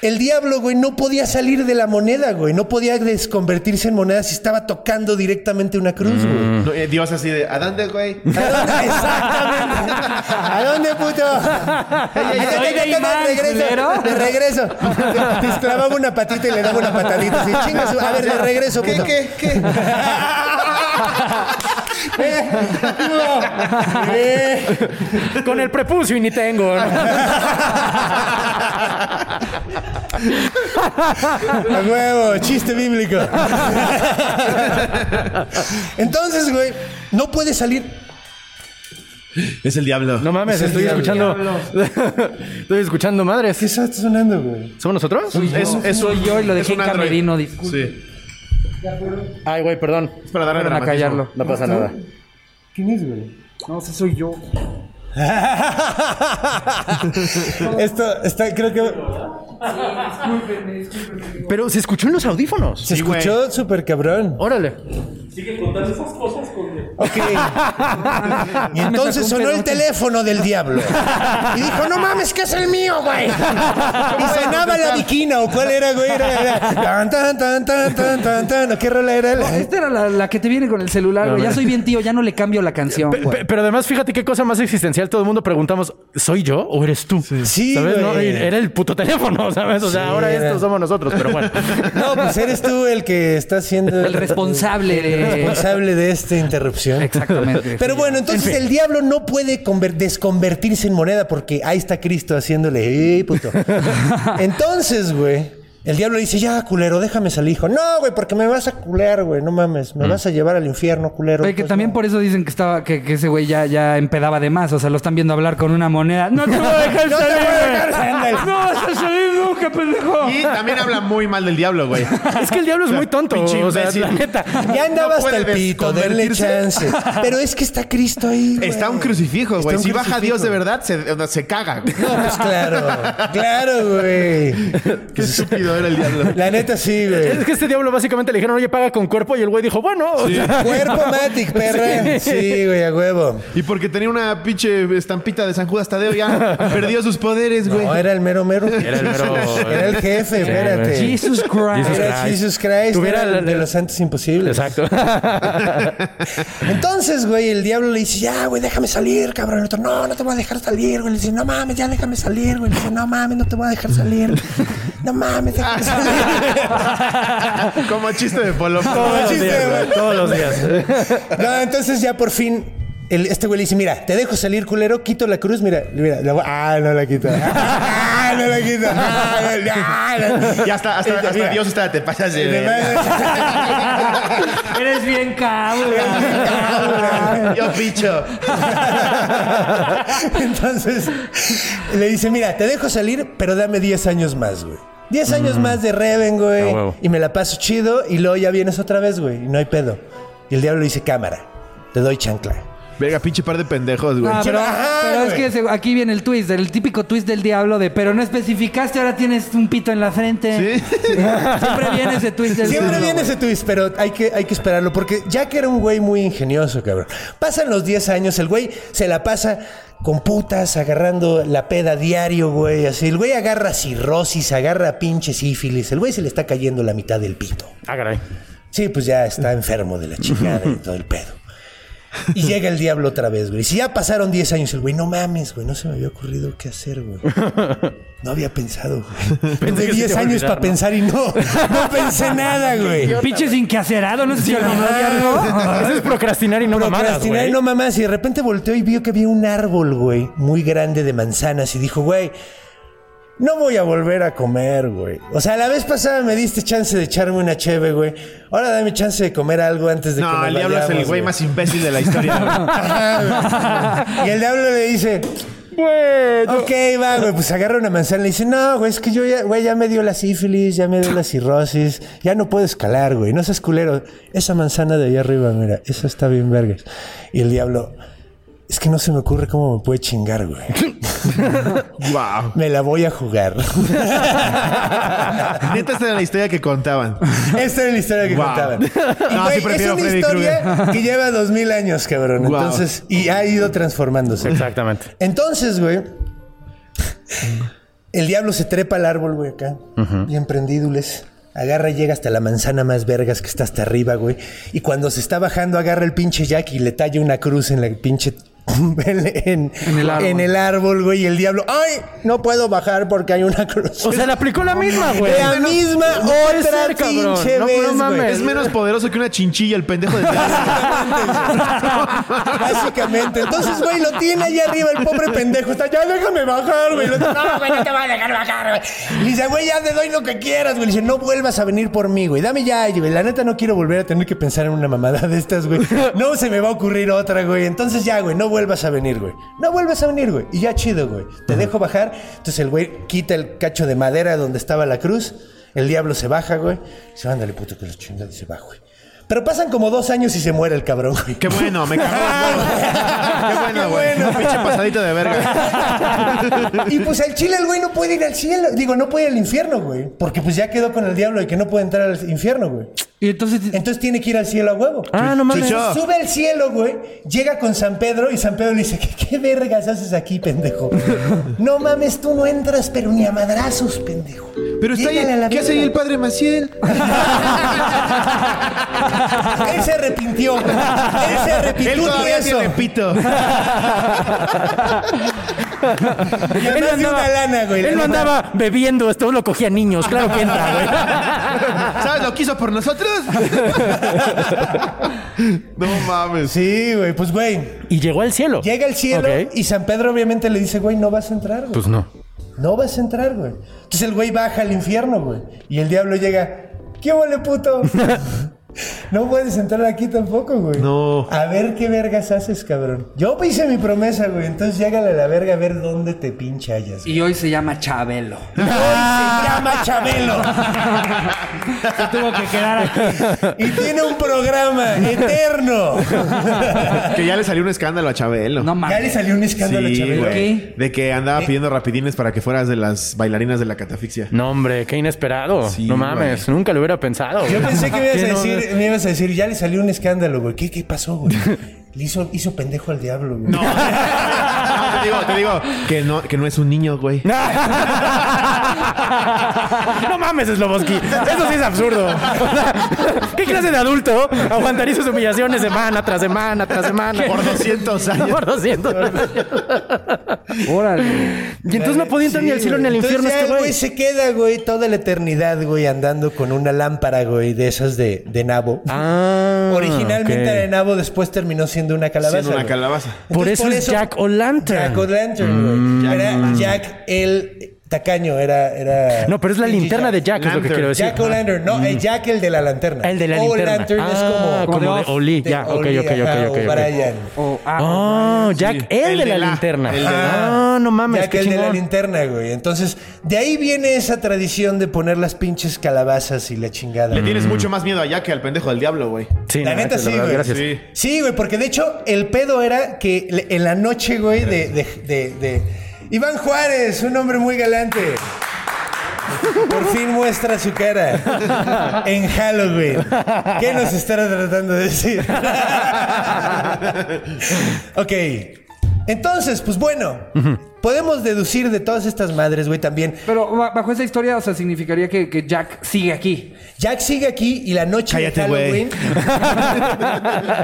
El diablo, güey, no podía salir de la moneda, güey. No podía desconvertirse en moneda si estaba tocando directamente una cruz, güey.
No, eh, Dios así de, ¿a dónde, güey?
¿A dónde? Exactamente. ¿A dónde, puto?
soy de imán, culero.
de regreso. Te esclavaba una patita y le daba una patadita. Así, chinga su- A ver, de regreso, puto.
¿Qué, qué, qué?
Eh, no. Eh.
*laughs* Con el prepucio y ni tengo.
A huevo, chiste bíblico. Entonces, güey, no puede salir.
Es el diablo.
No mames,
Es el
estoy
diablo.
escuchando. *laughs* estoy escuchando madres.
¿Qué está sonando, güey?
¿Somos nosotros?
es, es
Soy
un-
yo y lo
es
dejé
un
en
android.
camerino, disculpe.
Sí.
Ay, güey, perdón.
Es para darle
Fueron a
dramatismo.
callarlo.
No pasa nada.
¿Quién es, güey?
No, sí soy yo.
Esto está, creo que
Pero se escuchó en los audífonos.
se
Sí, güey.
escuchó súper cabrón.
Órale.
*laughs* Ok. Y entonces sonó el teléfono del diablo. Y dijo, no mames, que es el mío, *laughs* güey. Y sonaba la viquina, o cuál era, güey. Era, era, tan, tan, tan, tan, tan, tan, tan. ¿O ¿Qué rola era?
Esta era la, la que te viene con el celular, güey. Ya soy bien tío, ya no le cambio la canción,
Pe-
güey.
pe- Pero además, fíjate qué cosa más existencial. Todo el mundo preguntamos, ¿soy yo o eres tú?
Sí,
¿Sabes? No,
güey.
era el puto teléfono, ¿sabes? O sea, ahora
era.
estos somos nosotros, pero bueno.
No, pues eres tú el que está haciendo...
El responsable de
responsable de esta interrupción.
Exactamente.
*laughs* Pero bueno, entonces el diablo no puede conver- desconvertirse en moneda porque ahí está Cristo haciéndole, "Ey, puto". Entonces, güey, el diablo le dice, ya, culero, déjame salir, hijo. No, güey, porque me vas a culear, güey, no mames, me vas a llevar al infierno, culero.
Oye, que
Pues,
también
no.
por eso dicen que estaba que, que ese güey ya, ya empedaba de más. O sea, lo están viendo hablar con una moneda. ¡No te voy a dejar
*laughs* No te voy a dejar
salir!
salir.
güey! ¡No vas a salir nunca, pendejo!
Y también habla muy mal del diablo, güey.
Es que el diablo es muy tonto.
Pinche
O sea,
imbécil.
la neta.
Ya andaba
No
hasta
puede
el pito, denle
desconvertirse.
chance. Pero es que está Cristo ahí. güey.
Está un crucifijo,
Está
güey.
un
Si baja
crucifijo.
Dios de verdad, se, o sea, se caga. güey.
No, pues claro, claro, güey.
Qué estúpido era el diablo.
La neta sí, güey.
Es que este diablo básicamente le dijeron, oye, paga con cuerpo. Y el güey dijo, bueno. o sea,
Cuerpo Matic, perra. Sí, güey, a huevo.
Y porque tenía una pinche estampita de San Judas Tadeo, ya perdió sus poderes, güey.
No, era el mero mero. Era
el mero-
Era el jefe, espérate.
¡Jesus Christ!
Era
Christ.
Jesus Christ.
Tuviera
era
la-
el de
la-
los santos imposibles.
*laughs* Exacto.
Entonces, güey, el diablo le dice, ya, güey, déjame salir, cabrón. El otro, no, no te voy a dejar salir, güey. Le dice, no mames, ya déjame salir, güey. Le dice, no mames, no te voy a dejar salir. No mames, déjame salir.
Como chiste de polo.
Como
Todos los
chiste,
días,
güey.
güey, todos los días.
No, entonces ya por fin. el- este güey le dice, mira, te dejo salir, culero, quito la cruz, mira, mira, la voy- ah, no la quita. Ah, no la quita. Ah, no, ah, no.
Ya hasta, hasta, hasta
Mira.
Dios está, te pasas de.
Eres bien cabrón.
Yo bicho.
*laughs* Entonces le dice, mira, te dejo salir, pero dame 10 años más, güey. 10 años más de Reven, güey.
A huevo.
Y me la paso chido y luego ya vienes otra vez, güey. Y no hay pedo. Y el diablo le dice, cámara, te doy chancla.
Venga, pinche par de pendejos, güey.
No, pero,
Ajá,
pero es
güey.
que se- aquí viene el twist, el típico twist del diablo de pero no especificaste, ahora tienes un pito en la frente.
¿Sí?
Siempre viene ese twist del
Siempre
diablo,
viene ese twist, pero hay que, hay que esperarlo. Porque ya que era un güey muy ingenioso, cabrón. Pasan los 10 años, el güey se la pasa con putas, agarrando la peda diario, güey. Así, el güey agarra cirrosis, agarra pinche sífilis. El güey se le está cayendo la mitad del pito.
Ah, caray.
Sí, pues ya está enfermo de la chingada y todo el pedo. Y llega el diablo otra vez, güey. Si ya pasaron 10 años, el güey, no mames, güey, no se me había ocurrido qué hacer, güey. No había pensado, güey.
*laughs*
Tuve
que sí
10
te iba a
años
olvidar,
para
¿no?
pensar y no, no pensé nada, güey.
Pinche sin que hacerado, no sé si lo
*laughs*
Eso es procrastinar y no mamadas,
Procrastinar
güey.
y no mamás. Y de repente volteó y vio que había un árbol, güey, muy grande de manzanas. Y dijo, güey, no voy a volver a comer, güey. O sea, la vez pasada me diste chance de echarme una cheve, güey. Ahora dame chance de comer algo antes de que
No,
nos
el diablo es el
vayamos,
güey más imbécil de la historia. güey.
Ajá, güey. y el diablo le dice,
Bueno.
ok, va, güey, pues agarra una manzana. Le dice, no, güey, es que yo ya, güey, ya me dio la sífilis, ya me dio la cirrosis, ya no puedo escalar, güey, no seas culero. Esa manzana de allá arriba, mira, esa está bien vergas. Y el diablo, es que no se me ocurre cómo me puede chingar, güey.
Wow.
Me la voy a jugar.
Neta, esta era la historia que contaban.
*laughs* Esta era la historia que
Wow.
contaban. Y,
No,
güey,
sí prefiero
es una
Freddy
historia
*laughs*
que lleva dos mil años, cabrón.
Wow.
Entonces, y ha ido transformándose.
Exactamente.
Entonces, güey, el diablo se trepa al árbol, güey, acá, bien prendídules. Agarra y llega hasta la manzana más vergas que está hasta arriba, güey. Y cuando se está bajando, agarra el pinche Jack y le talla una cruz en la pinche. En, en-
En el árbol.
en el árbol, güey. Y el diablo, ¡ay! No puedo bajar porque hay una cruz.
O sea, le aplicó la misma, güey.
la misma
puede
otra
ser, cabrón.
pinche
No,
vez,
no
güey.
mames.
Es menos poderoso que una chinchilla, el pendejo de *laughs*
Básicamente. Entonces, güey, lo tiene allá arriba el pobre pendejo. Está, ya déjame bajar, güey. Lo- No, güey, no te voy a dejar bajar, güey. Y dice, güey, ya te doy lo que quieras, güey. Le dice, no vuelvas a venir por mí, güey. Dame ya, güey. La neta no quiero volver a tener que pensar en una mamada de estas, güey. No se me va a ocurrir otra, güey. Entonces ya, güey, no vuelvas a venir, güey. No vuelvas a venir, güey. Y ya chido, güey. Te dejo bajar. Entonces el güey quita el cacho de madera donde estaba la cruz. El diablo se baja, güey. Dice, ándale, puto, que los chingados se va, güey. Pero pasan como dos años y se muere el cabrón, güey.
Qué bueno, me cagó. Qué bueno, güey. Pinche pasadita de verga.
Y pues al chile el güey no puede ir al cielo. Digo, no puede ir al infierno, güey. Porque pues ya quedó con el diablo de que no puede entrar al infierno, güey.
Y entonces
Entonces tiene que ir al cielo a huevo.
Ah, no mames.
Chucho.
Sube al cielo, güey. Llega con San Pedro y San Pedro le dice, ¿qué, qué vergas haces aquí, pendejo? No mames, tú no entras, pero ni a madrazos, pendejo.
Pero está
Llégale a la
ahí. ¿Qué hace ahí el
verga.
padre
*laughs*
Maciel?
Él se arrepintió, güey. Él se arrepintió
Él *laughs*
de
todavía
eso.
tiene pito.
Él no andaba,
una lana, güey, la
él no
neta.
andaba bebiendo esto, lo cogía niños, claro que entra,
*laughs*
güey.
¿Sabes lo que hizo por nosotros? *laughs* no mames.
Sí, güey, pues güey.
Y llegó al cielo.
Llega al cielo
Ok.
y San Pedro obviamente le dice, güey, no vas a entrar, güey.
Pues no.
No vas a entrar, güey. Entonces el güey baja al infierno, güey. Y el diablo llega, ¿qué
*laughs*
huele, puto? no puedes entrar aquí tampoco, güey.
No.
A ver qué vergas haces, cabrón. Yo hice mi promesa, güey. Entonces llégale a la verga a ver dónde te pinche hallas, güey.
Y hoy se llama
*laughs*
Chabelo.
Se llama
*laughs*
Chabelo
Tuvo que quedar aquí.
y tiene un programa *laughs* eterno.
Que ya le salió un escándalo a Chabelo.
No
ya le
mames.
salió un escándalo
Sí,
a Chabelo. Eh.
güey.
¿Qué?
De que andaba pidiendo rapidines para que fueras de las bailarinas de la catafixia. *laughs*
No, hombre, qué inesperado.
Sí,
no mames, nunca lo hubiera pensado.
Yo
güey.
pensé que me
*laughs*
ibas,
¿Qué
a
no?
decir, me ibas a decir, ya le salió un escándalo, güey. ¿Qué, qué pasó, güey? Le hizo, hizo pendejo al diablo, güey. No.
te digo, te digo. Que no, que no es un niño, güey.
*laughs* No mames, Sloboski. Eso sí es absurdo. *laughs* O sea, ¿Qué clase de adulto aguantaría sus humillaciones semana tras semana tras semana?
Por 200 años.
Por *laughs* 200.
Órale.
Y entonces no podía entrar ni al cielo ni al infierno
Entonces,
este
ya el
güey.
güey se queda, güey, toda la eternidad, güey, andando con una lámpara, güey, de esas de, de nabo.
Ah,
Originalmente
ok.
era de nabo, después terminó siendo una calabaza.
Siendo una
güey.
calabaza. Mm,
Por eso es Jack O'Lantern.
Jack O'Lantern, güey. era Jack el tacaño, era... era
No, pero es la
Pinche
linterna de Jack, pues es lo que
Lantern.
quiero decir.
Jack O'Lantern, no, el Jack el de la lanterna.
Mm. El de la linterna.
O'Lantern es
Ah,
como...
como de Oli, ya, ok,
Oli,
ok, ok,
ajá,
ok,
o
ok.
Brian.
O- ah,
Oh, Jack, el,
El
de
de
la,
la-
linterna.
el de
la-
Ah, no mames,
ya que
qué
el de la
chingón.
linterna, güey. Entonces, de ahí viene esa tradición de poner las pinches calabazas y la chingada.
Le
güey.
tienes mucho más miedo allá que al pendejo del diablo, güey.
Sí,
La
no,
neta
es
sí,
verdad,
güey.
Gracias.
Sí.
Sí, güey, porque de hecho el pedo era que le- en la noche, güey, de, de, de- de- Iván Juárez, un hombre muy galante. Por fin muestra su cara en Halloween. ¿Qué nos estará tratando de decir? *laughs* ok. Entonces, pues bueno, podemos deducir de todas estas madres, güey, también.
Pero ba- bajo esa historia, o sea, significaría que, que Jack sigue aquí.
Jack sigue aquí y la noche de
Cállate,
Halloween. *laughs*
güey.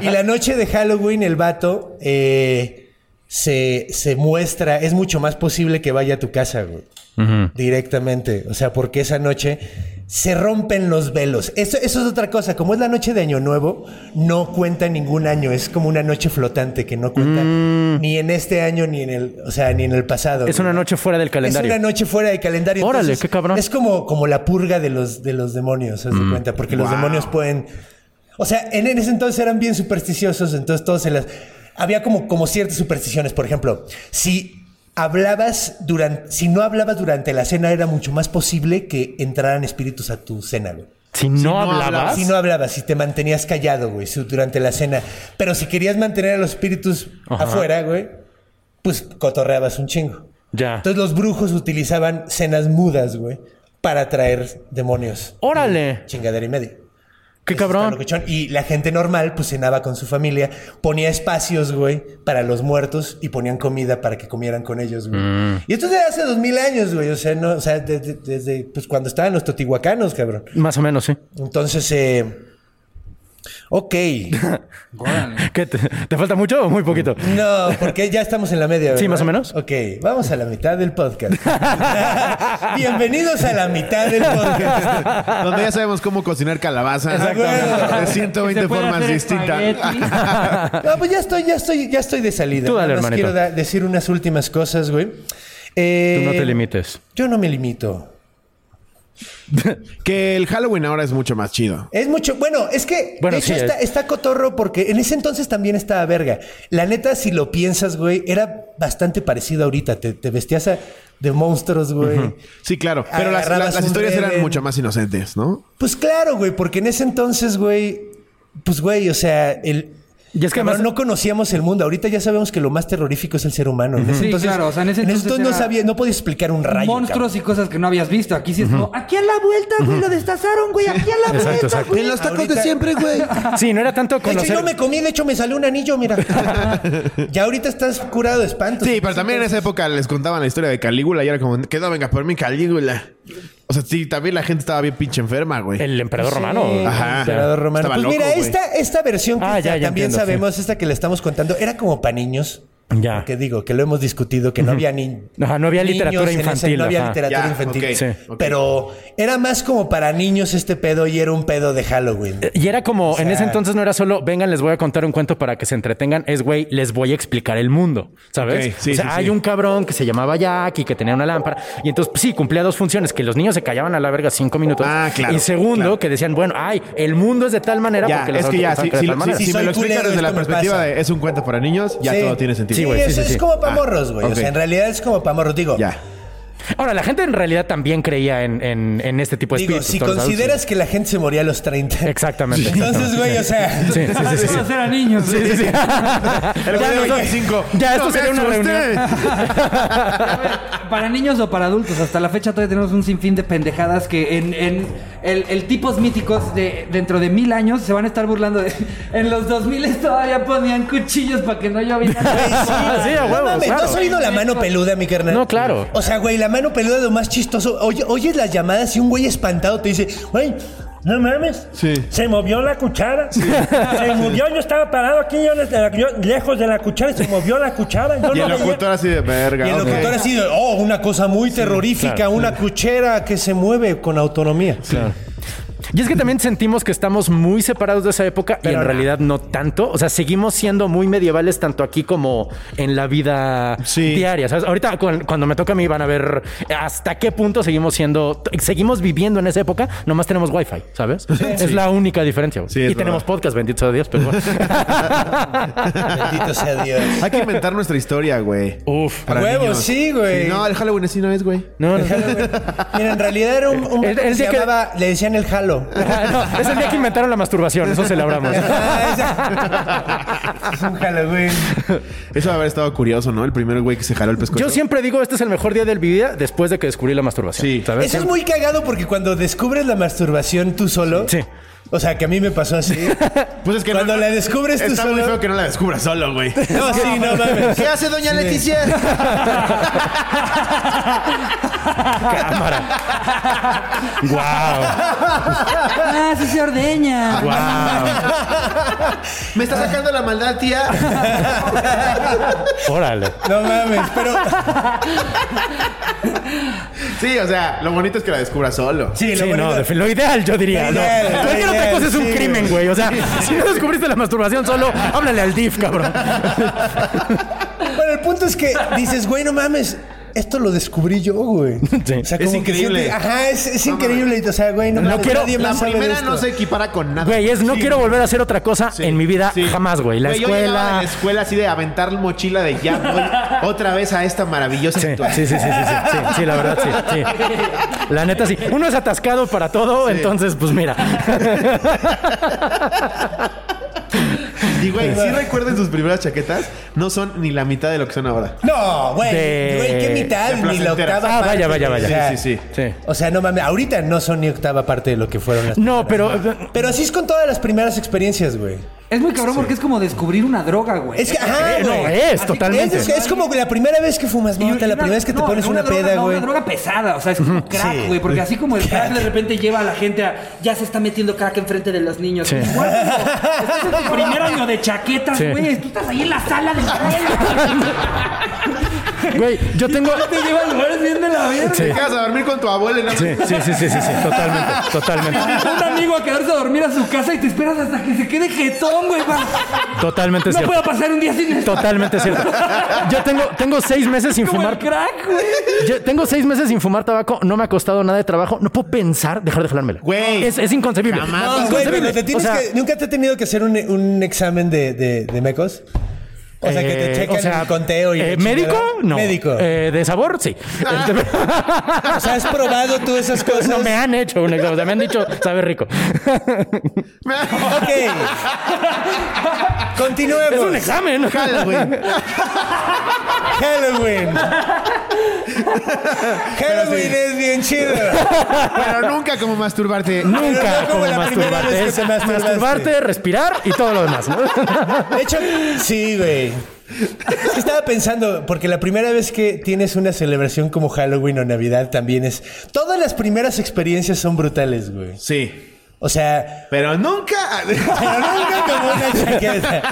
y la noche de Halloween, el vato eh, se, se muestra. Es mucho más posible que vaya a tu casa, güey. Directamente. O sea, porque esa noche se rompen los velos. Eso, eso es otra cosa. Como es la noche de Año Nuevo, no cuenta ningún año. Es como una noche flotante que no cuenta ni en este año ni en el, o sea, ni en el pasado.
Mm. Es
güey.
una noche fuera del calendario.
Es una noche fuera de calendario.
Órale, qué cabrón.
Es como, como la purga de los, de los demonios, haz de cuenta, porque los demonios pueden. O sea, en en ese entonces eran bien supersticiosos, entonces todos se las. Había como, como ciertas supersticiones. Por ejemplo, si hablabas durante. Si no hablabas durante la cena, era mucho más posible que entraran espíritus a tu cena, güey.
Si no, hablabas,
Si no hablabas, si te mantenías callado, güey, si- durante la cena. Pero si querías mantener a los espíritus afuera, güey, pues cotorreabas un chingo.
ya.
Entonces los brujos utilizaban cenas mudas, güey, para traer demonios.
Órale,
Chingadera y media.
qué
Eso está
cabrón.
locochón. Y la gente normal, pues cenaba con su familia, ponía espacios, güey, para los muertos y ponían comida para que comieran con ellos, güey.
Mm.
Y esto es de hace dos mil años, güey. O sea, no, o sea, de- de- desde pues, cuando estaban los totihuacanos, cabrón.
Más o menos, sí.
Entonces, eh. Ok.
Órale.
¿Qué te, te falta mucho o muy poquito?
No, porque ya estamos en la media. ¿verdad?
Sí, más o menos.
Ok, vamos a la mitad del podcast. *laughs* Bienvenidos a la mitad del podcast.
*laughs* Donde ya sabemos cómo cocinar calabaza.
Exacto.
De
Que
120
se puede
formas
hacer
distintas.
*laughs*
espagueti.
No, pues ya estoy, ya estoy, ya estoy de salida.
Tú dale,
Nada más
hermanito.
quiero da- decir unas últimas cosas, güey. Eh,
Tú no te limites.
Yo no me limito.
Que el Halloween ahora es mucho más chido.
Es mucho. Bueno, es que
Bueno,
de hecho
sí, eh.
está,
es-
está cotorro porque en ese entonces también estaba verga. La neta, si lo piensas, güey, era bastante parecido ahorita. Te, te vestías a- de monstruos, güey.
Sí, claro. Pero las,
Agarrabas
las- las
un
historias eran
Reven.
mucho más inocentes, ¿no?
Pues claro, güey, porque en ese entonces, güey, pues güey, o sea, el
Y es que
cabrón,
además-
no conocíamos el mundo. Ahorita ya sabemos que lo más terrorífico es el ser humano. En ese
Sí,
entonces,
claro, o sea, en ese entonces
entonces no
era-
sabía, no podía explicar un rayo.
Monstruos y cosas que no habías visto. Aquí sí es como, aquí a la vuelta, güey, lo destazaron, güey, aquí a la
Exacto,
vuelta.
exacto.
güey.
los tacos de siempre, güey.
Sí, no era tanto
De hecho,
conocer.
yo me comí, de hecho, me salió un anillo,
*laughs*
mira. ya ahorita estás curado de espanto.
Sí, pero también en esa época les contaban la historia de Calígula y era como, que no venga por mi Calígula. O sea, sí, también la gente estaba bien pinche enferma, güey.
El emperador romano.
Ajá.
Emperador romano.
Estaba
Pues
loco,
mira,
güey.
esta, esta versión que
Ah, ya, ya
también
entiendo,
sabemos, esta que le estamos contando, era como para niños.
Ya.
Porque digo, que lo hemos discutido, que no había ni.
Ajá, no había
niños
literatura
en ese-
infantil,
no había
ajá.
literatura
Ya,
infantil.
ok,
Sí.
ok.
Pero era más como para niños este pedo y era un pedo de Halloween.
Y era como, en ese entonces no era solo, vengan, les voy a contar un cuento para que se entretengan, es, güey, les voy a explicar el mundo, ¿sabes?
Ok, sí,
o sea,
sí,
hay
sí.
un cabrón que se llamaba Jack y que tenía una lámpara. Y entonces, pues, sí, cumplía dos funciones, que los niños se callaban a la verga cinco minutos.
Ah, claro,
Y segundo,
claro.
que decían, bueno, ay, el mundo es de tal manera
Ya,
porque los
es que ya,
adultos
si,
saben que
si-
es de tal
si-
manera.
si
Si
me
soy
lo explicas
culero,
desde la
esto me
perspectiva
pasa.
de es un cuento para niños, ya
Sí.
todo tiene sentido.
Sí,
güey, sí,
es,
sí,
es
sí.
como para
Ah,
morros, güey. O
ok.
sea, en realidad es como para morros. Digo,
Ya.
Ahora, la gente en realidad también creía en, en- en este tipo de
digo
espíritus.
si
todos los adultos.
consideras que la gente se moría a los 30.
Exactamente.
*laughs* Entonces, güey, o sea.
Sí, sí, sí, sí.
Esos eran niños.
Sí, sí, sí. Ya,
güey de
no son-
25.
Ya,
¡No
esto
me
sería una
asusté!
reunión.
Para niños o para adultos, hasta la fecha todavía tenemos un sinfín de pendejadas que en, en el, el tipos míticos de dentro de mil años se van a estar burlando de... *laughs* En los 2000 todavía ponían cuchillos para que no
*laughs*
lloviera.
Ah, Sí, a
No
huevo,
mames, ¿no
claro.
has oído la mano peluda, mi carnal?
No, claro.
O sea, güey, la mano peluda es lo más chistoso. Oye, oyes las llamadas y un güey espantado te dice, güey, no mames.
Sí.
Se movió la cuchara.
Se movió, yo estaba parado aquí, yo, les- yo lejos de la cuchara, y se movió la cuchara. Yo
Y
no
el
veía.
locutor así de verga.
Y el
ok.
locutor así de, oh, una cosa muy terrorífica, una cuchera que se mueve con autonomía.
Y es que también sentimos que estamos muy separados de esa época y en realidad no tanto. O sea, seguimos siendo muy medievales tanto aquí como en la vida
Sí.
diaria. ¿sabes? Ahorita cu- cuando me toca a mí van a ver hasta qué punto seguimos siendo, t- seguimos viviendo en esa época. Nomás tenemos wifi, ¿sabes? Es la única diferencia. güey.
Sí,
y
es
tenemos
verdad.
podcast, bendito sea Dios,
*laughs*
pero bueno.
Bendito sea Dios.
Hay que inventar nuestra historia, güey.
Uf.
Para
Huevo,
niños.
sí, güey.
no, el Halloween así no es, güey.
No, no.
Mira, en realidad era un, un
El-
que
el
se
día que-
llamaba, le decían el jalo.
Ah, no, es el día que inventaron la masturbación, eso celebramos.
Ah, esa- es un Halloween.
Eso va a haber estado curioso, ¿no? El primer güey que se jaló el pescuezo.
Yo siempre digo, este es el mejor día de mi vida después de que descubrí la masturbación.
Sí.
¿sabes?
Eso es muy cagado porque cuando descubres la masturbación tú solo.
Sí.
O sea, que a mí me pasó así.
Pues es que
Cuando la descubres tú
Está muy
solo.
feo que no la descubras solo, güey.
No, sí, no mames.
¿Qué hace doña Leticia?
Wow,
ah, sí se ordeña.
wow.
Me está sacando la maldad, tía.
Órale.
No mames, pero
Sí, o sea, lo bonito es que la descubras solo.
sí, lo
Sí,
bonito-
no, defi- lo ideal, yo diría.
Lo
¿no?
ideal, lo
Cualquier otra
ideal,
cosa es un
sí,
crimen, güey. O sea, *laughs* si no descubriste la masturbación solo, háblale al DIF, cabrón. *laughs*
Bueno, el punto es que dices, güey, no mames. Esto lo descubrí yo, güey.
Sí.
O sea,
Es
como que
increíble.
siente- ajá, es, es increíble. O sea, güey, no,
No
mames,
quiero-
nadie
La
más sabe de
primera
esto.
no se equipara con nada.
Güey, es no
Sí.
quiero volver a hacer otra cosa
Sí.
en mi vida
Sí.
jamás, güey. La
Yo llegaba
escuela.
de la escuela así de aventar mochila de ya
*laughs*
voy otra vez a esta maravillosa
Sí,
situación.
sí, sí, sí, sí, sí, sí, sí, la verdad, sí, sí. La neta, sí. Uno es atascado para todo, entonces, pues mira. *laughs*
Y güey, si recuerden sus primeras chaquetas, no son ni la mitad de lo que son ahora.
No, güey.
De-
Güey, qué mitad,
de
ni la
placentera.
octava
Ah,
parte,
vaya, vaya,
güey,
vaya.
o sea,
Sí, sí, sí.
Sí.
O sea, no mames, ahorita no son ni octava parte de lo que fueron las.
No, pero.
Pero así es con todas las primeras experiencias, güey.
Es muy cabrón porque es como descubrir una droga, güey.
Es que, ajá,
eh, no,
güey.
es, totalmente.
Es, es como la primera vez que fumas
Y- y
mota, la
una-
primera vez que te
no,
pones una,
droga-
peda,
no,
güey.
Una droga pesada, o sea, es como
*laughs* Sí.
crack, güey. Porque así como el crack de repente lleva a la gente a. Ya se está metiendo crack enfrente de los niños.
Sí.
Igual, güey, estás en tu primer año de chaquetas,
Sí.
güey. Tú estás ahí en la sala
*laughs*
de
Güey, yo tengo.
Te llevan lugares bien de la verga.
Te quedas a dormir con tu abuela y nada más.
Sí, sí, sí, sí, sí, sí, totalmente, totalmente.
Un amigo a quedarse a dormir a su casa y te esperas hasta que se quede jetón, güey. pa-
Totalmente
No
cierto.
puedo pasar un día sin esto.
Totalmente cierto. Yo tengo, tengo seis meses sin
Como el
fumar.
crack, güey.
Yo tengo seis meses sin fumar tabaco, no me ha costado nada de trabajo, no puedo pensar dejar de jalármela.
Güey.
Es, es inconcebible.
Jamás.
No, Ah, güey,
Inconcebible.
pero te tienes
O sea,
que- ¿Nunca te ha tenido que hacer un, un examen de, de- de mecos? O sea, que
eh,
te checan
o sea,
el conteo y... la
eh, ¿Médico?
chingada.
No.
Médico. Ah.
Eh, ¿De sabor? Sí.
O sea, ¿has probado tú esas cosas?
no me han hecho un examen, o sea, me han dicho, sabe rico.
Ok. Continuemos.
es un examen.
Halloween.
*laughs*
Halloween. Halloween es bien chido.
Pero nunca como masturbarte.
Pero
Nunca
no como
como
la primera
masturbarte.
vez que
Es
te masturbaste.
masturbarte, respirar y todo lo demás. ¿no?
De hecho, sí, güey. Es que Estaba pensando, porque la primera vez que tienes una celebración como Halloween o Navidad también es... Todas las primeras experiencias son brutales, güey.
Sí.
O sea,
Pero
*laughs*
nunca.
pero nunca como una chaqueta.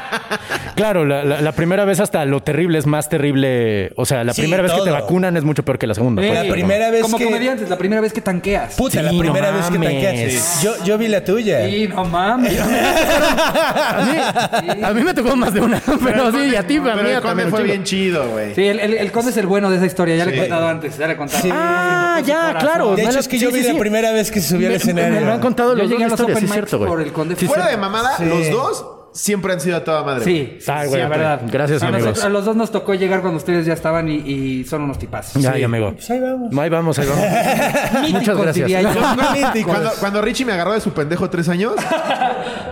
Claro, la, la- la primera vez hasta lo terrible es más terrible. O sea, la
Sí,
primera vez que te
todo.
vacunan es mucho peor que la segunda. pues,
La
pero-
primera vez
Como
que...
comediantes, la primera vez que tanqueas.
Puta,
Sí,
la
no
primera vez que
mames.
tanqueas. Yo, yo vi la tuya.
Sí, no mames.
A mí, a mí me tocó más de una, pero sí, y a ti, a
Pero
mí
el conde
también.
fue
un chingo.
bien chido, güey.
Sí, el, el, el conde es el bueno de esa historia. Ya le he contado antes. Ya le he contado.
Sí.
Ah, ya, claro.
De
me
hecho,
la-
es que yo
sí,
vi
sí,
la
sí.
primera vez que se subió al
Me- me-
escenario.
Me lo han contado
Yo
los dos
llegué a
la
los
historia, sí,
open
es
mics
cierto, güey.
por el conde.
Sí,
Fuera
sí.
de mamada, los dos siempre han sido a toda madre.
Sí,
Ah,
sí,
güey,
la
aparte.
verdad.
Gracias,
a
amigos.
nosotros- a los dos nos tocó llegar cuando ustedes ya estaban y, y son unos tipazos.
Ya, ya, amigo.
Pues ahí vamos.
Ahí vamos, ahí *laughs* vamos. Muchas
Míticos, diría
gracias.
*laughs*
yo.
Y cuando, cuando Richie me agarró de su pendejo tres
*laughs*
años,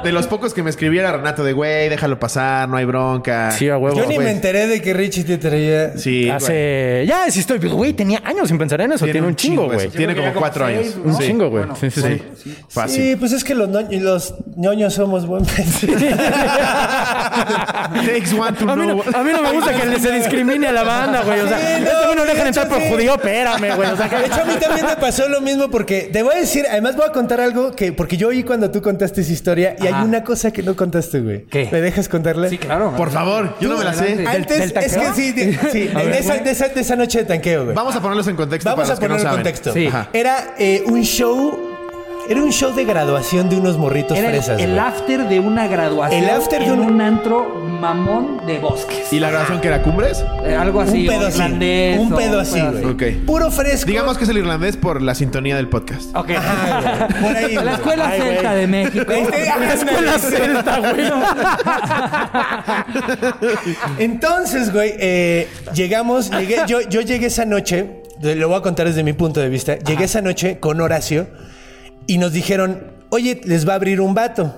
de los pocos que me escribiera Renato de güey, déjalo pasar, no hay bronca.
Sí, a huevo.
Yo ni
güey.
me enteré de que Richie te traía.
Sí, güey.
Hace. Ya, sí estoy. pues, Güey, tenía años sin pensar en eso. Tiene, un chingo, güey.
eso. Tiene como cuatro años.
Un
Sí.
chingo, güey. sí, sí, *laughs* sí.
Fácil.
Sí, pues es que los, no- los ñoños
*laughs*
somos buen
Takes one to
A mí,
know.
no, a mí no me gusta que se discrimine a la banda, güey. O sea,
Sí, no,
este güey no
de
dejan
hecho,
entrar por
sí.
judío, espérame, güey. Eh, O sea,
De hecho, a mí también me pasó lo mismo porque te voy a decir, además voy a contar algo que, porque yo oí cuando tú contaste esa historia y hay una cosa que no contaste, güey.
¿Qué?
¿Me dejas contarla?
Sí, claro.
Por favor, yo no me la sé.
Adelante.
Antes,
¿Del- del
es que
tanqueo?
sí, de, sí, de, esa, de esa- de esa noche de tanqueo, güey.
Vamos a ponerlos en contexto. para
Vamos a
los que no
ponerlo en
saben.
contexto.
Sí.
Ajá.
Era eh, un show, era un show de graduación de unos morritos
Era el-
fresas.
el,
güey.
after de una graduación.
El after de
en
un-
un antro mamón de bosques.
¿Y la grabación que era Cumbres?
Eh, algo así.
un
o
pedo así.
irlandés,
un
o
pedo así, güey.
Ok.
Puro fresco.
Digamos que es el irlandés por la sintonía del podcast.
Ok. *laughs*
Ajá, güey. Por ahí,
la
güey.
escuela
Ay, güey.
celta de México.
Este, ándale. Entonces, güey, eh, llegamos, llegué, yo, yo llegué esa noche, de- lo voy a contar desde mi punto de vista, llegué esa noche con Horacio y nos dijeron, oye, les va a abrir un vato.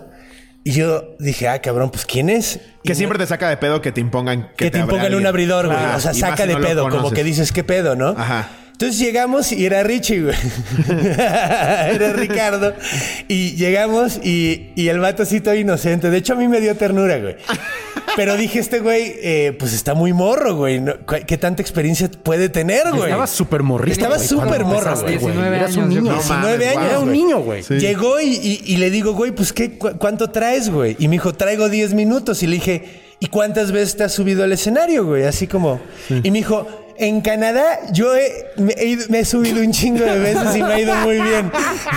Y yo dije, ah, cabrón, pues ¿quién es? Y
Que siempre te saca de pedo que te impongan
que, te,
abra
impongan un
alguien.
abridor, güey.
Ajá.
O sea,
Y más
saca
si
de
no lo
pedo, como
conoces.
que dices, ¿qué pedo, no?
Ajá.
Entonces llegamos y era Richie, güey. *laughs* era Ricardo. Y llegamos y, y el vato así todo inocente. De hecho, a mí me dio ternura, güey. Pero dije, este güey, eh, pues está muy morro, güey. ¿no? ¿Cu- ¿Qué tanta experiencia puede tener, güey?
Estaba súper morrito.
Estaba
güey, cuando
súper morro,
empezaste,
güey.
güey.
19
Eras un
años, yo
niño.
creo.
No
Nueve
mames,
años,
Era
guau,
un
güey.
niño, güey.
Llegó y, y- y le digo, güey, pues ¿qué, cu- ¿cuánto traes, güey? Y me dijo, traigo 10 minutos. Y le dije, ¿y cuántas veces te has subido al escenario, güey? Así como... Y me dijo, en Canadá yo he- me, he ido- me he subido un chingo de veces y me ha ido muy bien.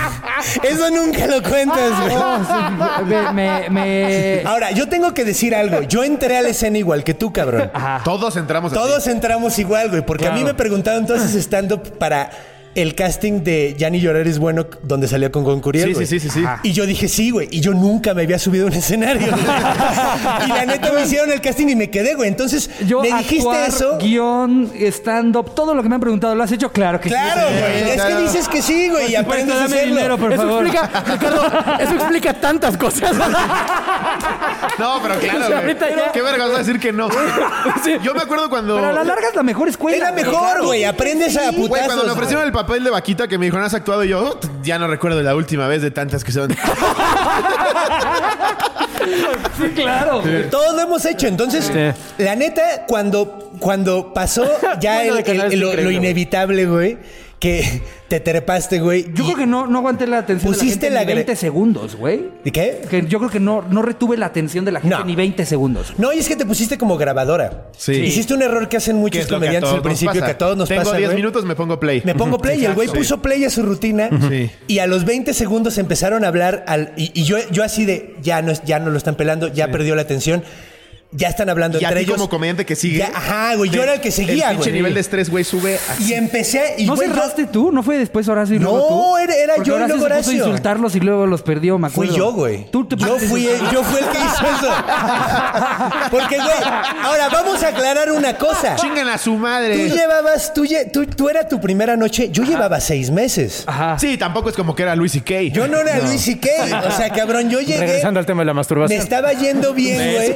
*laughs* Eso nunca lo
Ah,
cuentas,
*laughs*
güey.
Oh, sí, me, me, me-
Ahora, yo tengo que decir algo. Yo entré a la escena igual que tú, cabrón.
Todos entramos así.
Todos entramos igual, güey, porque a mí me preguntaron entonces estando para el casting de Yanni Llorar es bueno, donde salió con Goncuriel.
Sí, sí,
güey.
sí, sí, sí.
Y yo dije, sí, güey. Y yo nunca me había subido a un escenario. güey. y la neta me hicieron el casting y me quedé, güey. Entonces,
Yo
me dijiste
actuar,
eso.
guión, stand-up, todo lo que me han preguntado, ¿lo has hecho? Claro que sí.
Claro, güey. es
claro.
que dices que sí, güey. Y
Pues,
aprendes a
dame
hacerlo.
dinero, por
Eso
favor.
explica,
*laughs*
Ricardo, eso explica tantas cosas.
No,
*laughs*
pero claro,
O sea, ahorita
güey.
ya-
Qué verga vas a decir que no. Yo me acuerdo cuando.
Pero a la larga es la mejor escuela.
Es la
güey.
mejor, güey. Aprendes a
Güey, cuando
putazos.
me ofrecieron el papel de vaquita que me dijeron, has actuado y yo, "Oh, ya no recuerdo la última vez de tantas que
*laughs*
son.
Sí, claro. güey.
Todos lo hemos hecho. Entonces, la neta, cuando,
*laughs*
cuando pasó ya
Bueno,
el-
de que no
el-
es
lo, lo
increíble, güey.
inevitable, güey, que *laughs* te trepaste, güey.
Yo
y-
creo que no, no aguanté la atención
Pusiste
de la gente
la
ni
gre-
20 segundos, güey.
¿De qué?
Que yo creo que no, no retuve la atención de la gente
No.
ni 20 segundos.
No, y es que te pusiste como grabadora.
Sí.
Hiciste un error que hacen
Que
muchos
es lo que a
comediantes
todos
al
nos
principio,
pasa.
que a todos nos
Tengo
pasa,
10
güey.
minutos, me pongo play.
Me pongo play y el güey
Exacto.
puso play a su rutina.
Sí.
Y a los 20 segundos empezaron a hablar al. Y, y yo, yo así de ya no, es- ya no lo están pelando, ya perdió la atención. Ya están
*laughs*
hablando
Y a
entre
ti
ellos.
como comediante que sigue.
Ya, ajá, güey. Yo
te-
era el que seguía,
El pinche
güey.
nivel de estrés, güey, sube así.
Y empecé. a- Y
¿No
güey, yo-
cerraste tú? ¿No fue después Horacio y
No,
luego tú?
era- era
Porque
yo y luego
se puso a
Horacio.
insultarlos y luego los perdió, me
Fui
acuerdo.
yo, güey.
Tú te
Yo fui,
participaste.
yo fui el que hizo eso. Porque, güey, ahora vamos a aclarar una
*laughs*
cosa.
Chingan a su
Tú
madre.
llevabas, tú, lle- tú, tú era tu primera noche, yo llevaba seis meses.
Ajá.
Sí, tampoco es como que era Luis y Kay. *laughs*
Yo no era Luis y O sea, cabrón, yo llegué.
Regresando al tema de la
Me
masturbación.
estaba yendo bien, güey.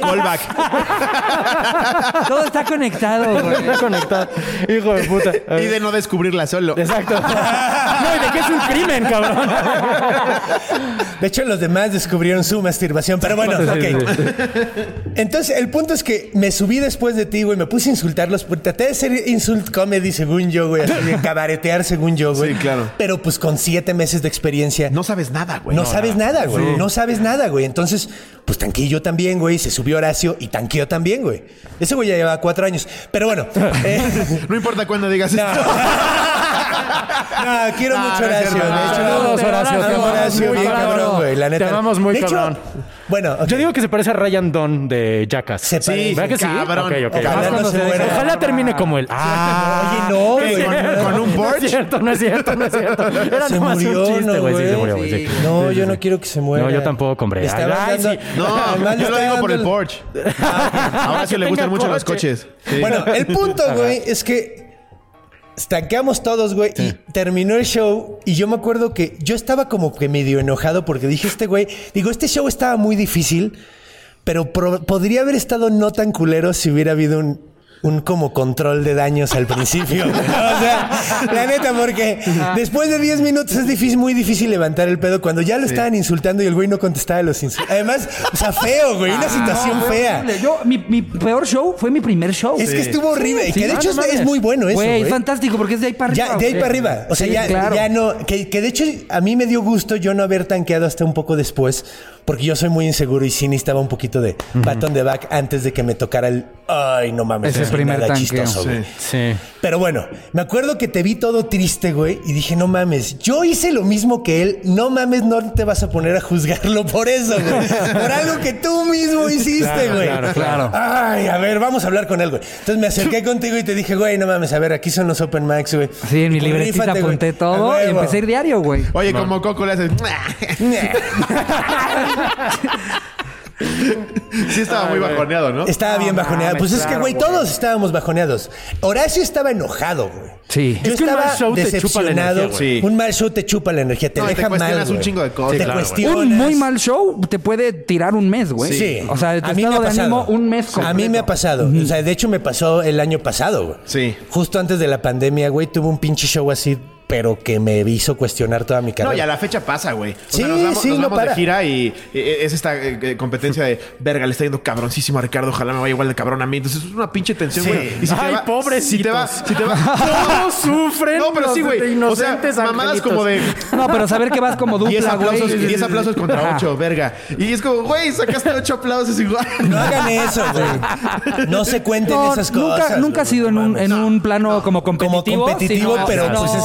*laughs*
Callback.
*laughs*
Todo está
*laughs*
conectado, güey.
Está conectado. Hijo de puta. A
Y
ver.
de no descubrirla solo. *laughs*
Exacto. No, y de que es un crimen, cabrón.
De hecho, los demás descubrieron su masturbación, pero bueno, ok. Entonces, el punto es que me subí después de ti, güey, me puse a insultarlos. pues, Traté de ser insult comedy según yo, güey, así de
*laughs*
cabaretear según yo, güey.
Sí, claro.
Pero pues con siete meses de experiencia.
No sabes nada, güey.
No sabes nada, güey. No sabes nada, güey. Entonces, pues tanqué yo también, güey. Se subió Horacio y tanqueó también, güey. Ese güey ya llevaba cuatro años.
*laughs*
Pero bueno. eh,
No importa cuándo digas
no. *laughs*
esto.
No, quiero
No,
mucho
no es
Horacio.
cierto,
de
no,
hecho,
no,
no,
no,
te
Horacio,
amamos,
te amamos
Horacio,
muy
bien
cabrón.
cabrón, güey. La neta.
Te amamos muy
De hecho,
cabrón.
Bueno, ok.
Yo digo que se parece a Ryan Don de Jackass.
Se parece.
¿Verdad que sí?
Cabrón.
Ok, ok.
Ojalá
Más
no
cuando
se
se-
muera.
Ojalá termine como él. Ah,
Oye, no,
¿qué?
güey.
Con un
*laughs* No
Porsche.
es cierto, no es cierto, no es cierto. Era
Se
nomás
murió,
un chiste,
¿no,
güey. Sí, se
güey?
murió, güey. sí.
No, yo no quiero que se muera.
No, yo tampoco, hombre.
Le estaban
Ay,
dando-
sí.
*laughs* Además,
*laughs* No,
le
yo lo
estaban
digo por el
dando- *laughs*
Porsche. A Horacio le
tenga
gustan mucho los
coche.
coches. Sí.
Bueno,
*laughs*
el punto, güey, es que estanqueamos todos, güey, y terminó el show. Y yo me acuerdo que yo estaba como que medio enojado porque dije, este güey, digo, este show estaba muy difícil, pero pro- podría haber estado no tan culero si hubiera habido un. Un como control de daños al
*laughs*
principio. güey. O sea, la neta, porque después de 10 minutos es difícil, muy difícil levantar el pedo cuando ya lo estaban insultando y el güey no contestaba los insultos. Además, o sea, feo, güey, una situación
Ah, No, fue
fea.
horrible. Yo, mi, mi peor show fue mi primer show.
Es que estuvo horrible.
Sí,
que de
sí,
hecho
no
es- es
mames.
muy bueno eso.
Güey,
güey.
fantástico, porque es de ahí para arriba.
Ya, de ahí
güey.
para arriba. O sea,
Sí,
ya,
claro.
ya no. Que, que de hecho a mí me dio gusto yo no haber tanqueado hasta un poco después, porque yo soy muy inseguro y sí necesitaba un poquito de batón de back antes de que me tocara el. Ay, no mames.
Ese
no soy
primer
nada
tanqueo.
chistoso, güey".
Sí.
Pero bueno, me acuerdo que te vi todo triste, güey, y dije, no mames, yo hice lo mismo que él, no mames, no te vas a poner a juzgarlo por eso, güey. Por algo que tú mismo hiciste,
Claro,
güey.
claro, claro.
Ay, a ver, vamos a hablar con él, güey. Entonces me acerqué contigo y te dije, güey, no mames, a ver, aquí son los Open Max, güey.
Sí, en mi libretita
Rífate, güey.
apunté todo
A
y empecé a ir
huevo.
diario, güey.
Oye, como Coco le haces. Sí, estaba muy bajoneado,
Oh,
¿no?
Estaba bien bajoneado. Pues es que, güey, todos estábamos bajoneados. Horacio estaba enojado, güey.
Sí.
Yo
Es que un
estaba
mal show te chupa la
decepcionado.
energía,
güey. Sí.
Un mal show te chupa la energía, te
No, y te
deja mal.
cuestionas un
güey.
chingo de cosas,
Te
claro, güey.
cuestionas.
Un muy mal show te puede tirar un mes, güey.
Sí.
O sea, tu
a mí me ha
estado de
pasado.
ánimo un mes
A mí
completo.
me ha pasado. O sea, de hecho me pasó el año pasado, güey.
Sí.
Justo antes de la pandemia, güey, tuve un pinche show así, pero que me hizo cuestionar toda mi
No,
carrera.
y a la fecha pasa, güey. O
Sí,
sea, nos vamos,
sí,
nos
no
vamos
para.
de gira y eh, es esta eh, eh, competencia de verga, le está yendo cabroncísimo a Ricardo, ojalá me vaya igual de cabrón a mí. Entonces es una pinche tensión,
Sí.
güey. Y si te
Ay,
va-
pobrecitos.
Si te va, si te va. *laughs*
*laughs* Todos sufren
No, pero sí,
los
güey. O sea,
inocentes
mamadas
angelitos.
como de
No, pero saber que vas como
*laughs* 10
dupla, güey.
aplausos, 10 aplausos contra
Ajá.
8, verga. Y es como, güey, sacaste 8 aplausos
*laughs*
igual.
No hagan eso, güey. No se cuenten
No,
esas
nunca,
cosas.
nunca ha
güey,
sido en
no
un,
mames.
en un plano como
como
competitivo.
competitivo,
sino-
pero
no.
pues es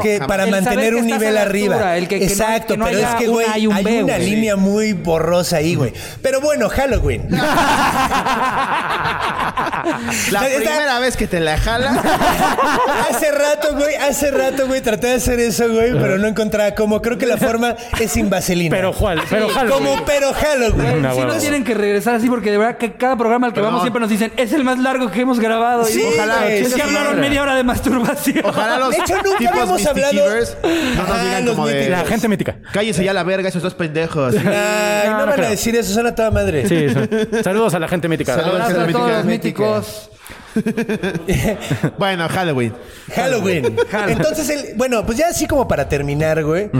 que para
El saber
mantener
que
un
estás
nivel
a la altura,
arriba.
el que- que no-
Exacto,
que no
pero
haya
es que,
un
güey,
A
hay
y un
una,
B, güey.
línea muy borrosa ahí, güey. Pero bueno, Halloween.
*laughs*
La
Está-
primera vez que te la jala.
Hace rato, güey, hace rato, güey, traté de hacer eso, güey, pero no encontraba cómo. Creo que la forma es sin vaselina.
Pero Juan, pero Hal.
Como pero Halloween.
Una
Sí,
hueva.
no tienen que regresar así porque de verdad que cada programa al que
Perdón.
vamos siempre nos dicen es el más largo que hemos grabado.
Sí,
y ojalá.
güey,
es
sí,
que hablaron
madre.
media hora de masturbación.
Ojalá los
De hecho, nunca
tipos
habíamos hablado-
Mysticivers No nos
Ajá,
digan
los
como de.
La gente mítica.
Cállese ya la verga, esos dos pendejos.
Ay, no,
No, no
van a
creo.
decir eso, suena toda madre.
Sí, sí. Saludos a la gente mítica.
Saludos.
Abrazos a todos los
Mítica.
míticos.
*laughs* Bueno, Halloween.
Halloween. Entonces, el- bueno, pues ya así como para terminar, güey.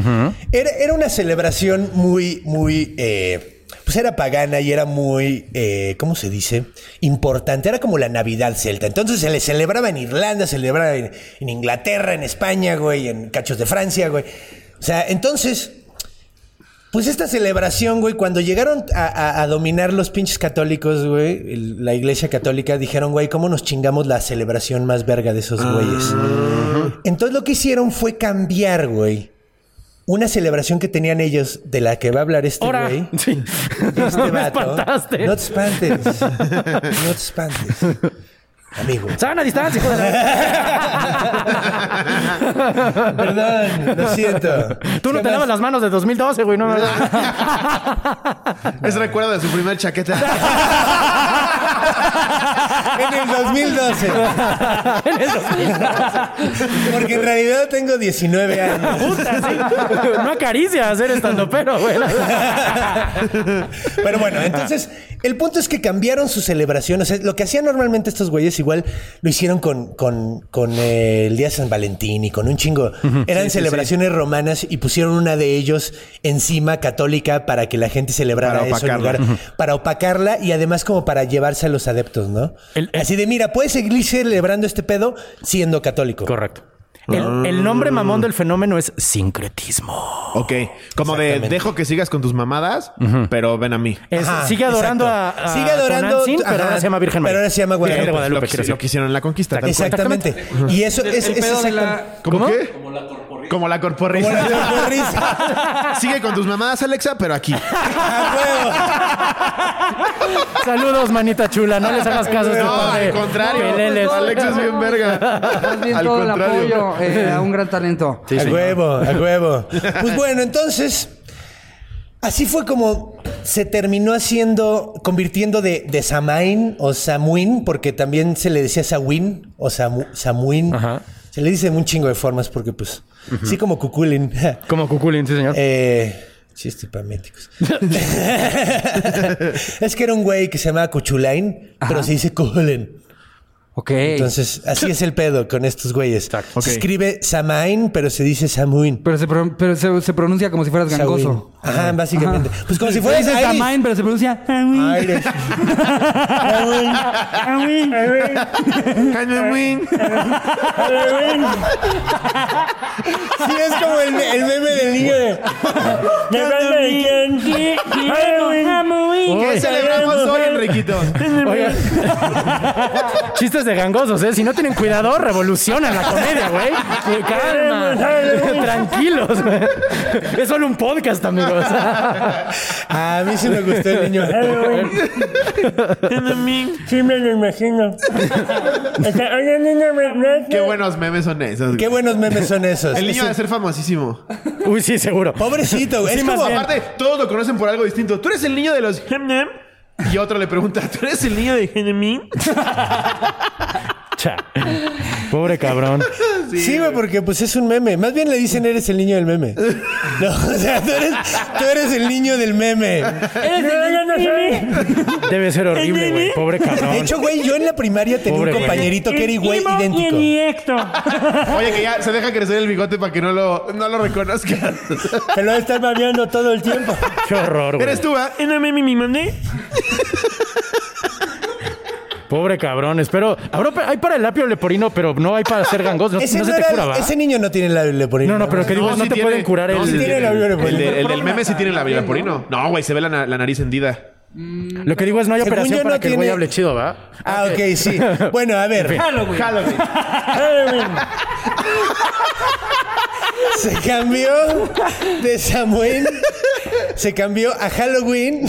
era, era una celebración muy, muy... eh, pues era pagana y era muy, eh, ¿cómo se dice? Importante. Era como la Navidad celta. Entonces se le celebraba en Irlanda, se celebraba en, en Inglaterra, en España, güey, en cachos de Francia, güey. O sea, entonces... Pues esta celebración, güey, cuando llegaron a, a- a dominar los pinches católicos, güey, el- la iglesia católica, dijeron, güey, ¿cómo nos chingamos la celebración más verga de esos güeyes? Entonces lo que hicieron fue cambiar, güey, una celebración que tenían ellos de la que va a hablar este
Ahora.
güey.
Sí.
y Este
*laughs* No me
vato.
espantaste.
No te espantes. No te espantes.
*laughs*
Amigo.
Sana distancia, hijo de la-
Perdón, lo siento.
Tú no te
Es que
lavas
además-
las manos de 2012, güey. No,
Es recuerdo de su primer chaqueta.
En el 2012.
*laughs* En el
2012. Porque en realidad tengo 19 años.
Puta, sí. no acaricia hacer estando pero, güey.
*laughs* Pero bueno, entonces el punto es que cambiaron su celebración. O sea, lo que hacían normalmente estos güeyes, igual lo hicieron con, con, con, eh, el Día de San Valentín y con un chingo. Eran
Sí, sí,
celebraciones romanas y pusieron una de ellos encima católica para que la gente celebrara
Para
eso en
opacarla.
lugar- para opacarla y además como para llevarse a los adeptos, ¿no? Así de mira, puedes seguir celebrando este pedo siendo católico.
Correcto. El, el nombre mamón del fenómeno es sincretismo.
ok. Como de
Exactamente.
dejo que sigas con tus mamadas, pero ven a mí.
Es-
Ajá,
sigue adorando
exacto.
a, a
Sigue adorando-
Tonantzin, pero
ajá,
ahora se llama Virgen María.
pero ahora se llama
Virgen de
Guadalupe.
Guadalupe.
Lo que,
quiero decir.
lo que hicieron en la conquista. tal cual.
Exactamente. Y eso
El-
es,
el
es
pedo de la-
exactamente-
¿Cómo qué? Como la corporrisa. Como la *laughs* corporrisa.
Como la corporrisa. *laughs*
Sigue con tus mamadas, Alexa, pero aquí.
Saludos, manita chula. No les hagas caso a este
No,
par de
al contrario. pues,
peleles.
Alexa es bien verga.
Más bien
Al
todo el
contrario.
apoyo eh, a un gran talento.
a huevo, a huevo. Pues bueno, entonces, así fue como se terminó haciendo, convirtiendo de, de Samain o Samuin, porque también se le decía Sawin o Samu- Samuin.
Ajá.
Se le dice un chingo de formas porque, pues, sí como Cuculin.
Como Cuculín, sí, señor.
eh, chistes paméticos. *laughs* es que era un güey que se llamaba Cuchulain, pero se dice Cuchulain.
Ok.
Entonces, así es el pedo con estos güeyes.
Exacto.
Se
Ok.
escribe Samain, pero se dice Samuin.
pero se, pro- pero se, se pronuncia como si fueras gangoso.
Sawin. Ajá, básicamente.
Ajá.
Pues como si
Se
fueras
dice
Irish.
Tamain, pero se pronuncia.
Irish. Sawin.
Halloween.
Sí, es como el, el meme del niño de...
¿De dónde de quién?
¿Qué celebramos hoy, Enriquito?
Oigan. *laughs* Chistes de gangosos, ¿eh? Si no tienen cuidado, revolucionan la comedia, güey. Eh, Calma. *laughs* Tranquilos. Es solo un podcast, amigos. *laughs*
"Ah, A mí sí me gustó el niño.
Sí, me lo imagino. Está- Oye, niño, me- me-
Qué buenos memes son esos. güey.
Qué buenos memes son esos.
El niño va a
Ese-
ser famosísimo.
Uy, sí, seguro.
Pobrecito, güey.
Sí,
Es
más
como-
bien.
Aparte, todos lo conocen por algo distinto. Tú eres el niño de los hem nem? Y otro le pregunta, ¿tú eres el niño de Henemín?
Cha. Pobre cabrón.
Sí, güey, porque pues es un meme. Más bien le dicen eres el niño del meme. No, o sea, tú eres, tú eres el niño del meme.
No, yo no soy.
Debe ser horrible, güey. Pobre
De
cabrón.
hecho, güey, yo en la primaria tenía
Pobre
un
güey.
compañerito que era igual
Imo y
idéntico. Ah,
indirecto.
Oye, que ya se deja crecer el bigote para que no lo, no lo reconozcan.
Te lo estás babeando todo el tiempo.
Qué horror, güey.
Eres tú, ¿ah?
¿Y no me mi mi mandé?
Pobre cabrón. Espero. Ahora pa- hay para el lapio leporino, pero no hay para hacer gangosos. No,
Ese,
no
no
se te
era-
cura, ¿va?
ese niño no tiene labio leporino.
No, no, pero que digo, no,
sí
te
tiene-
pueden curar
no,
el.
sí tiene
el labio leporino.
El, de- el del meme sí tiene el labio leporino. No, güey, se ve la, na- la nariz hendida.
Lo que digo es no hay
Según
operación
yo,
para
no
que el güey
tiene-
hable chido, ¿va? Eh,
Ah,
*laughs*
ok, sí. Bueno, a ver.
Halloween. Halloween. Halloween.
*laughs* Se cambió de Samuel. Se cambió a Halloween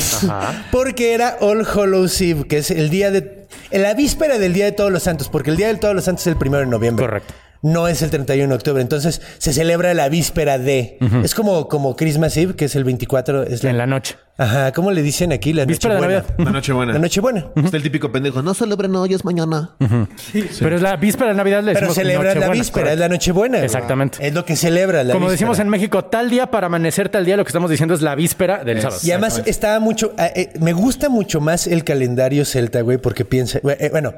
porque era All Hallows Eve, que es el día de. en La víspera del Día de Todos los Santos, porque el Día de Todos los Santos es el primero de noviembre.
Correcto.
No es el 31 de octubre. Entonces se celebra la víspera de. Es como, como Christmas Eve, que es el 24. Es la-
En la noche.
Ajá, ¿cómo le dicen aquí? La
Víspera de
Nochebuena.
Navidad.
La Nochebuena. *laughs*
La Nochebuena.
Está el típico pendejo. Pues No celebren hoy, es mañana.
Pero es la víspera de Navidad. Le
Pero
decimos
celebra la
Nochebuena,
víspera,
correcto.
es la Nochebuena. güey.
Exactamente.
Es lo que celebra la
Como decimos
víspera.
en México, tal día para amanecer, tal día, lo que estamos diciendo es la víspera del sábado.
Y además estaba mucho, ah, eh, me gusta mucho más el calendario celta, güey, porque piensa, güey, eh, bueno,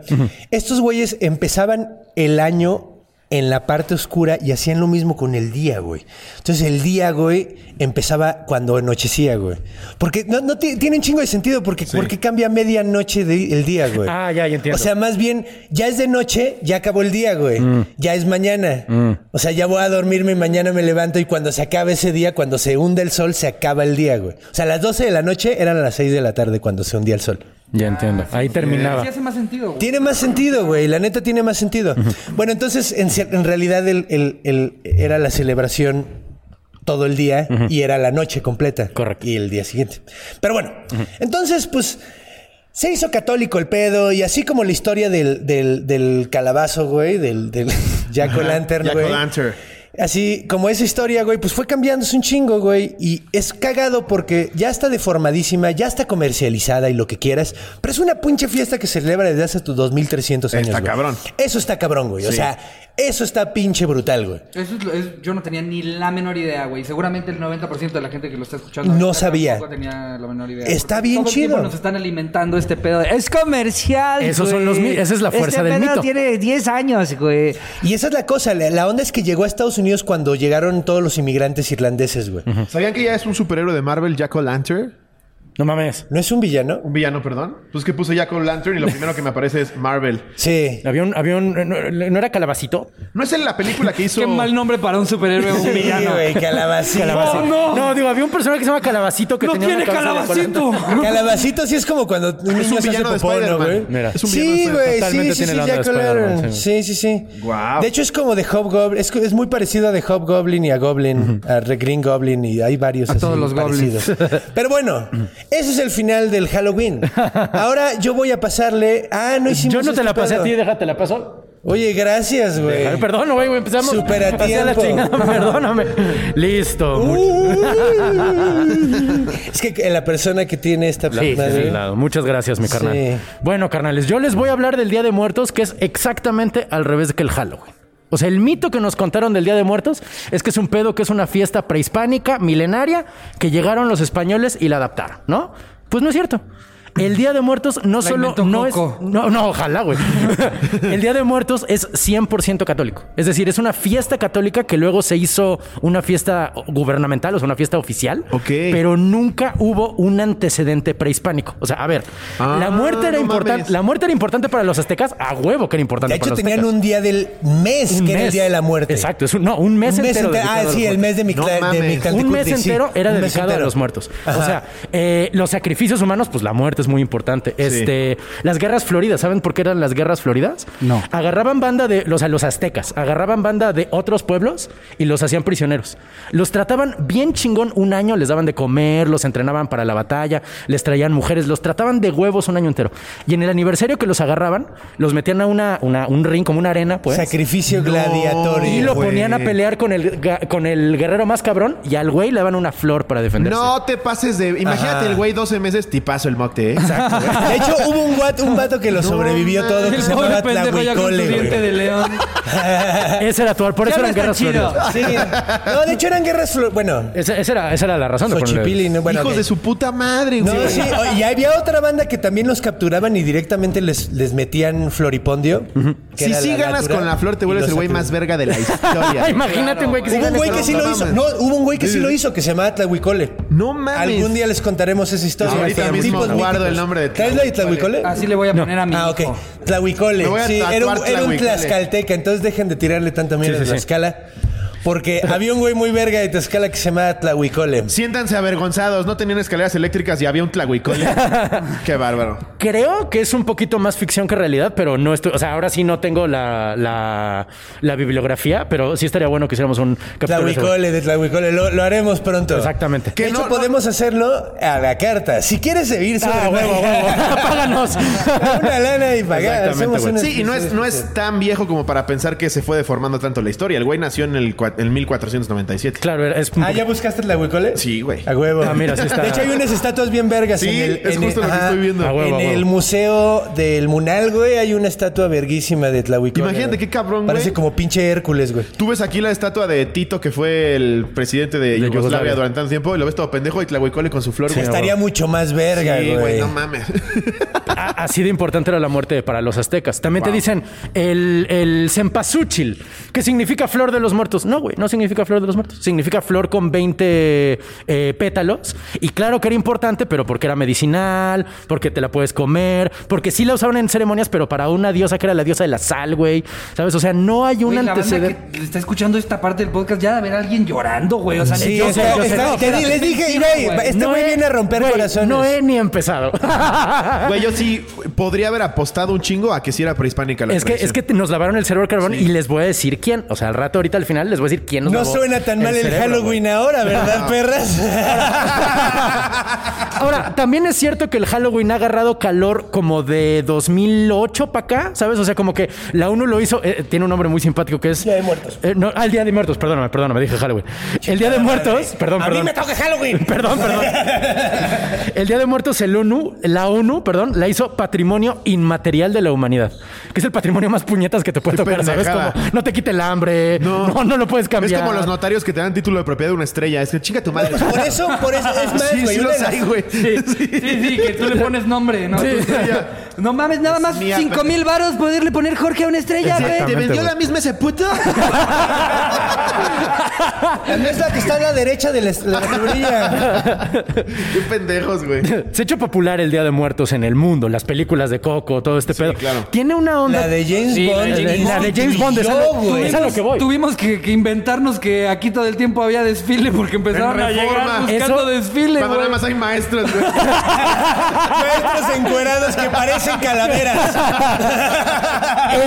estos güeyes empezaban el año en la parte oscura y hacían lo mismo con el día, güey. Entonces el día, güey, empezaba cuando anochecía, güey. Porque no, no ti- tiene un chingo de sentido, porque ¿por qué cambia medianoche de- el día, güey?
Ah, ya, ya entiendo.
O sea, más bien, ya es de noche, ya acabó el día, güey. Ya es mañana. O sea, ya voy a dormirme y mañana me levanto y cuando se acabe ese día, cuando se hunde el sol, se acaba el día, güey. O sea, las 12 de la noche eran las 6 de la tarde cuando se hundía el sol.
Ya entiendo. Ahí terminaba.
Sí hace más sentido. güey.
Tiene más sentido, güey. La neta tiene más sentido. Bueno, entonces, en, cier- en realidad, el- el- el- era la celebración todo el día y era la noche completa. Correcto. Y el día siguiente. Pero bueno, entonces, pues se hizo católico el pedo y así como la historia del, del, del calabazo, güey, del, *laughs* del Jack
Ajá,
O'Lantern, güey.
Jack-o'-lantern.
Así como esa historia, güey, pues fue cambiándose un chingo, güey. Y es cagado porque ya está deformadísima, ya está comercializada y lo que quieras. Pero es una pinche fiesta que se celebra desde hace tus 2300 años.
Está
güey.
cabrón.
Eso está cabrón, güey. O
Sí.
sea, eso está pinche brutal, güey.
Eso es lo- es- yo no tenía ni la menor idea, güey. Seguramente el 90% de la gente que lo está escuchando
No
ahorita
sabía.
tampoco tenía la menor idea.
Está
Porque
bien
todo el tiempo
chido.
Nos están alimentando este pedo. de, es comercial.
Esos son
güey.
los mi- esa es la fuerza
este
del
pedo
mito".
tiene 10 años, güey.
Y esa es la cosa, la, la onda es que llegó a Estados Unidos cuando llegaron todos los inmigrantes irlandeses, güey.
¿Sabían que ya es un superhéroe de Marvel, Jack O'Lantern?
No mames.
¿No es un villano?
Un villano, perdón. Pues que puse Jack O'Lantern y lo primero que me aparece es Marvel.
Sí.
Había un, había un- no, no era calabacito?
¿No es en la *laughs* película que hizo...?
Qué mal nombre para un superhéroe, un
Sí,
villano.
güey, calabacito.
Calabacito.
no.
No, digo, había un personaje que se llama Calabacito que
¡No
tenía
tiene
una cabeza de
calabacito!
colanta.
Calabacito sí es como cuando un
Es
niño
un
se hace
villano de
popó, ¿no, güey?
Spider-man.
Mira.
Es un villano de
Sí,
Spider-Man.
güey, sí,
Totalmente
sí,
tiene
sí,
la onda
Jack
de Spider-Man,
O'Lantern. Sí, sí, sí.
Guau.
De hecho, es como de Hobgoblin. Es, es muy parecida de Hobgoblin y a Goblin, a Re- Green Goblin y hay varios
A todos los
parecidos.
*laughs*
Pero bueno, ese es el final del Halloween. Ahora yo voy a pasarle... Ah, no
*laughs*
hicimos
Yo no te
este
la pasé a
pedo.
ti, déjate la paso.
Oye, gracias, güey.
Ay, Perdón, güey, güey, empezamos.
Súper a
Pasé la
tiempo.
chingada, *laughs*
*laughs*
perdóname. Listo. Muchas-
Uy. *laughs* es que la persona que tiene esta
Sí,
pluma,
sí, sí,
güey,
claro. este Muchas gracias, mi carnal.
Sí.
Bueno, carnales, yo les voy a hablar del Día de Muertos, que es exactamente al revés que el Halloween. O sea, el mito que nos contaron del Día de Muertos es que es un pedo que es una fiesta prehispánica, milenaria, que llegaron los españoles y la adaptaron, ¿no? Pues no es cierto. El Día de Muertos no solo
inventó
no es
Coco.
no, no, ojalá, güey. *laughs* El Día de Muertos es 100% católico. Es decir, es una fiesta católica que luego se hizo una fiesta gubernamental, o sea, una fiesta oficial.
Ok.
Pero nunca hubo un antecedente prehispánico. O sea, a ver,
Ah,
la muerte era
no
importante.
mames.
La muerte era importante para los aztecas. A huevo que era importante
De
para
hecho,
los
tenían
aztecas.
un día del mes, que era el
mes.
día de la muerte.
Exacto, es un, no, un mes
Un mes
entero.
entero.
dedicado
Ah,
a los
sí, el
muertos.
mes de mi
No
cla- de
mames. Cante
mi
Un mes
Cantecutli, sí.
entero era
Un mes
dedicado
entero.
a los muertos. O
Ajá.
sea, eh, los sacrificios humanos, pues la muerte es muy importante. Este, las guerras floridas, ¿saben por qué eran las guerras floridas?
No.
Agarraban banda de los, a los aztecas, agarraban banda de otros pueblos y los hacían prisioneros. Los trataban bien chingón un año, les daban de comer, los entrenaban para la batalla, les traían mujeres, los trataban de huevos un año entero. Y en el aniversario que los agarraban, los metían a una, una- un ring, como una arena, pues.
Sacrificio
No,
gladiatorio.
Y lo
güey.
ponían a pelear con el, ga- con el guerrero más cabrón y al güey le daban una flor para defenderse.
No te pases de... Imagínate el güey 12 meses, tipazo el mocte, ¿eh?
De hecho, hubo un, guat, un
*laughs*
vato que lo sobrevivió todo, que
El
se
pobre
llamaba
pendejo ya con su
Tlahuicole,
diente
güey.
de león.
Ese era tu por
Ya
eso
no
eran
está
guerras
chido.
floridas.
Sí. No, de hecho eran guerras... flo- Bueno,
Esa, esa era, esa era la razón de ponerle-
Xochipilli, no, bueno,
Hijos
ok.
de su puta madre, güey.
No, sí. oye, Y había otra banda que también los capturaban y directamente les, les metían floripondio. que
Si
era
sí
la
ganas
natura,
con la flor, te
y
vuelves
los
el güey
sacrifican.
más verga de la historia. güey.
Imagínate un güey que se
Hubo un
gane
güey que
con-
sí
No
lo hizo.
mames.
No, hubo un güey que sí lo hizo, que se llamaba Tlahuicole.
No mames.
Algún día les contaremos esa historia.
Ahorita
Tipos
mismo
míticos.
guardo el nombre de
¿Traes la de Tlahuicole?
Así le voy a poner a mi
Ah, ok.
hijo.
Tlahuicole.
Me voy a
Sí,
tatuar
era un, era un
Tlahuicole.
tlaxcalteca, entonces dejen de tirarle tanta mierda a Tlaxcala. Porque había un güey muy verga de Tlaxcala que se llamaba Tlahuicole.
Siéntanse avergonzados, no tenían escaleras eléctricas y había un tlahuicole. Qué bárbaro.
Creo que es un poquito más ficción que realidad, pero no estoy. O sea, ahora sí no tengo la, la, la bibliografía, pero sí estaría bueno que hiciéramos un capítulo. de eso, güey.
Tlahuicole, de Tlahuicole. Lo, lo haremos pronto.
Exactamente.
De
Que
hecho,
no-
podemos hacerlo a la carta. Si quieres seguir sobre
Ah, huevo, huevo.
*laughs*
Páganos.
*laughs* una lana y pagar.
Exactamente,
Hacemos
güey.
una-
Sí, y no es, no es tan viejo como para pensar que se fue deformando tanto la historia. El güey nació en el cua- en 1497.
Claro, era- es un
Ah,
poco-
¿ya buscaste Tlahuicole?
Sí, güey.
A huevo.
Ah, mira, sí está.
De hecho, hay unas estatuas bien vergas.
Sí,
en el,
es
en
justo
el-
lo que
ajá,
estoy viendo.
A huevo, a
en
huevo.
el museo del Munal, güey, hay una estatua verguísima de Tlahuicole.
Imagínate
güey.
qué cabrón,
Parece
güey.
como pinche Hércules, güey.
Tú ves aquí la estatua de Tito, que fue el presidente de, Yugoslavia,
Yugoslavia.
durante tanto tiempo, y lo ves todo pendejo y tlahuicole con su flor, güey.
Estaría mucho más verga,
Sí,
güey.
güey, no mames. *laughs*
A- Así de importante era la muerte para los aztecas. También te dicen el, el cempasúchil, que significa flor de los muertos. No, güey, no significa flor de los muertos. Significa flor con 20 eh, pétalos. Y claro que era importante, pero porque era medicinal, porque te la puedes comer, porque sí la usaban en ceremonias, pero para una diosa que era la diosa de la sal, güey. ¿Sabes? O sea, no hay un
Güey, la banda
antecedente.
que está escuchando esta parte del podcast ya de ver a alguien llorando, güey. O sea,
Sí,
ni
o
yo,
sea,
güey, o sea,
está-
no,
te di-
espérate.
les dije, güey, este güey
he-
viene a romper
güey, *laughs*
corazones.
No he ni empezado.
Güey, yo sí, podría haber apostado un chingo a que sí era prehispánica la
Es que, es
tradición.
que te- nos lavaron el cerebro carbón y les voy a decir quién. O sea, al rato, ahorita al final, les voy a decir quién nos
No
lavó
suena tan mal el
cerebro,
Halloween
güey.
*laughs*
ahora, ¿verdad, perras?
Ahora, también es cierto que el Halloween ha agarrado calor como de 2008 para acá, ¿sabes? O sea, como que la ONU lo hizo, eh, tiene un nombre muy simpático que es... Día de Muertos. no, ah, el Día de Muertos, perdóname, perdóname, dije Halloween. El Día de Muertos, perdón,
A
perdón.
mí me toca Halloween.
*laughs* Perdón, perdón. El Día de Muertos, el ONU, la ONU, perdón, la hizo patrimonio inmaterial de la humanidad, que es el patrimonio más puñetas que te puede
Qué
tocar, ¿sabes?
pendejada.
Como, no te quite el hambre, no, no, lo puedes cambiar.
Es como los notarios que te dan título de propiedad de una estrella. Es que chinga tu
*laughs*
madre.
*laughs* Pues por eso, por eso es más,
Sí,
güey.
sí
una de
los
las-
hay, güey. *laughs*
Sí, sí, que tú *laughs* le pones nombre, ¿no?
Sí.
*laughs* No mames, nada más
mía,
5
pero-
mil varos poderle poner Jorge a una estrella,
Sí,
güey.
¿Te vendió la misma ese puto?
No es la que está a la derecha de la, de la librilla.
Qué pendejos, güey.
Se ha hecho popular el Día de Muertos en el mundo, las películas de Coco, todo este pedo.
claro.
Tiene una onda.
La de James
Sí,
Bond.
la de- la de James Bond,
Yo,
esa no-
güey.
esa Es a lo que voy.
Tuvimos que, que inventarnos que aquí todo el tiempo había desfile porque empezaron a
Reforma.
llegar buscando
Eso-
desfile,
Cuando
güey.
nada más hay maestros, güey.
Maestros encuerados que parecen calaveras.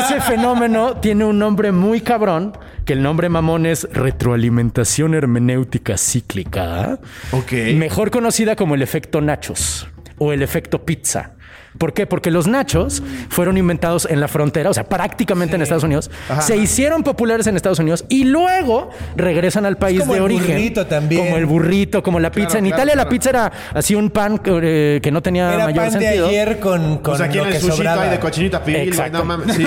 Ese fenómeno tiene un nombre muy cabrón, que el nombre mamón es retroalimentación hermenéutica cíclica. ¿ah?
Ok.
Mejor conocida como el efecto nachos o el efecto pizza. ¿Por qué? Porque los nachos fueron inventados en la frontera, o sea, prácticamente en Estados Unidos. Se hicieron populares en Estados Unidos y luego regresan al país
como
de
el
origen.
burrito también.
Como el burrito, como la pizza. en
claro,
Italia la
claro.
pizza era así un pan eh, que no tenía
Era
mayor
pan
sentido.
de ayer con, con
Pues aquí
lo
en el
que
sushito
sobraba.
hay de cochinita pibil, güey.
Exacto.
No mames. Sí.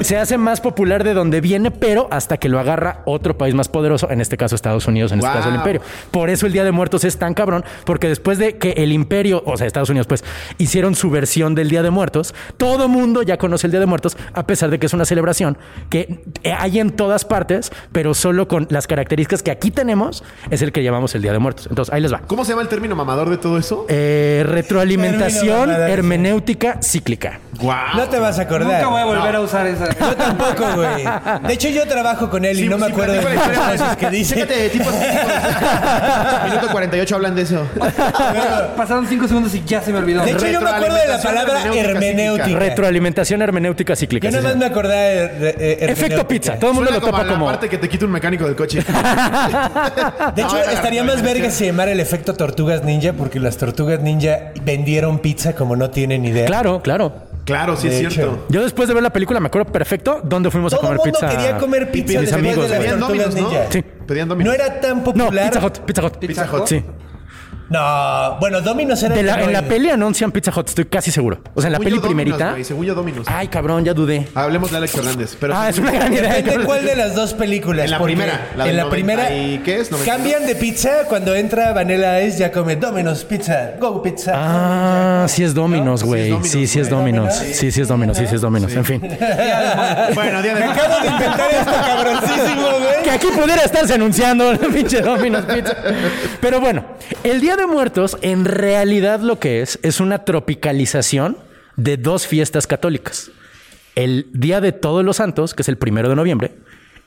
se hace más popular de donde viene, pero hasta que lo agarra otro país más poderoso, en este caso Estados Unidos, en este
Wow.
caso el imperio. Por eso el Día de Muertos es tan cabrón, porque después de que el imperio, o sea, Estados Unidos, pues, hicieron su versión del Día de Muertos, todo mundo ya conoce el Día de Muertos, a pesar de que es una celebración que hay en todas partes, pero solo con las características que aquí tenemos, es el que llamamos el Día de Muertos. Entonces, ahí les va.
¿Cómo se llama el término mamador de todo eso?
Eh, retroalimentación
Termino,
hermenéutica cíclica.
Guau.
No te vas a acordar.
Nunca voy a volver a usar
*laughs*
esa.
Yo tampoco, güey. De hecho, yo trabajo con él y
Sí,
no me
sí,
acuerdo de
platico la
muchas
historia, güey.
cosas que dice.
Chécate de tipos.
*laughs*
tipos. Minuto 48 hablan de eso.
Pasaron 5 segundos y ya se me olvidó.
De hecho, yo me acuerdo de la palabra
Retroalimentación
hermenéutica.
Retroalimentación hermenéutica cíclica.
Yo
sí,
nada más
señor.
me acordaba de, de- de- hermenéutica.
Efecto pizza. Todo el mundo
Suena
lo
como a
topa
la
como.
parte que te quita un mecánico del coche.
De hecho,
No, era
estaría más verga si se llamara el efecto tortugas ninja, porque las tortugas ninja vendieron pizza como no tienen idea.
Claro, claro.
Claro, sí es
De hecho.
cierto.
Yo después de ver la película me acuerdo perfecto dónde fuimos a
Todo el
comer
mundo
pizza.
quería comer pizza
mis
después
amigos,
de
güey.
las
Pedían
tortugas
Domino's, ¿no?
ninja.
Sí.
Pedían
No
Domino's.
era tan
No,
popular.
Pizza Hut, Pizza Hut.
Pizza Hut.
Sí.
No, bueno, Domino's era
De
el
la-
que no
en la
hay.
peli anuncian Pizza Hut, estoy casi seguro. O sea, en la
Según
peli
yo, Domino's,
primerita.
güey, Según yo, Dominos.
Ay, cabrón, ya dudé.
Hablemos de Alex Hernández. Pero
Ah, es una gran idea.
Depende cuál de las dos películas.
En la
porque
primera, la
en
del
la primera.
90 y- ¿qué es? 92.
Cambian de pizza cuando entra Vanilla Ice, ya come Domino's Pizza, Go Pizza.
Ah, sí es Dominos, güey.
Domino's,
sí, sí es
güey.
Dominos. Sí, sí es Dominos. Sí, sí es Dominos. En fin.
Bueno,
*laughs*
día de
Me acabo de inventar esto cabroncísimo,
Que
güey.
aquí pudiera estarse anunciando *laughs* la pinche Domino's Pizza. Pero bueno, el Día de Muertos en realidad lo que es es una tropicalización de dos fiestas católicas. El Día de Todos los Santos, que es el primero de noviembre,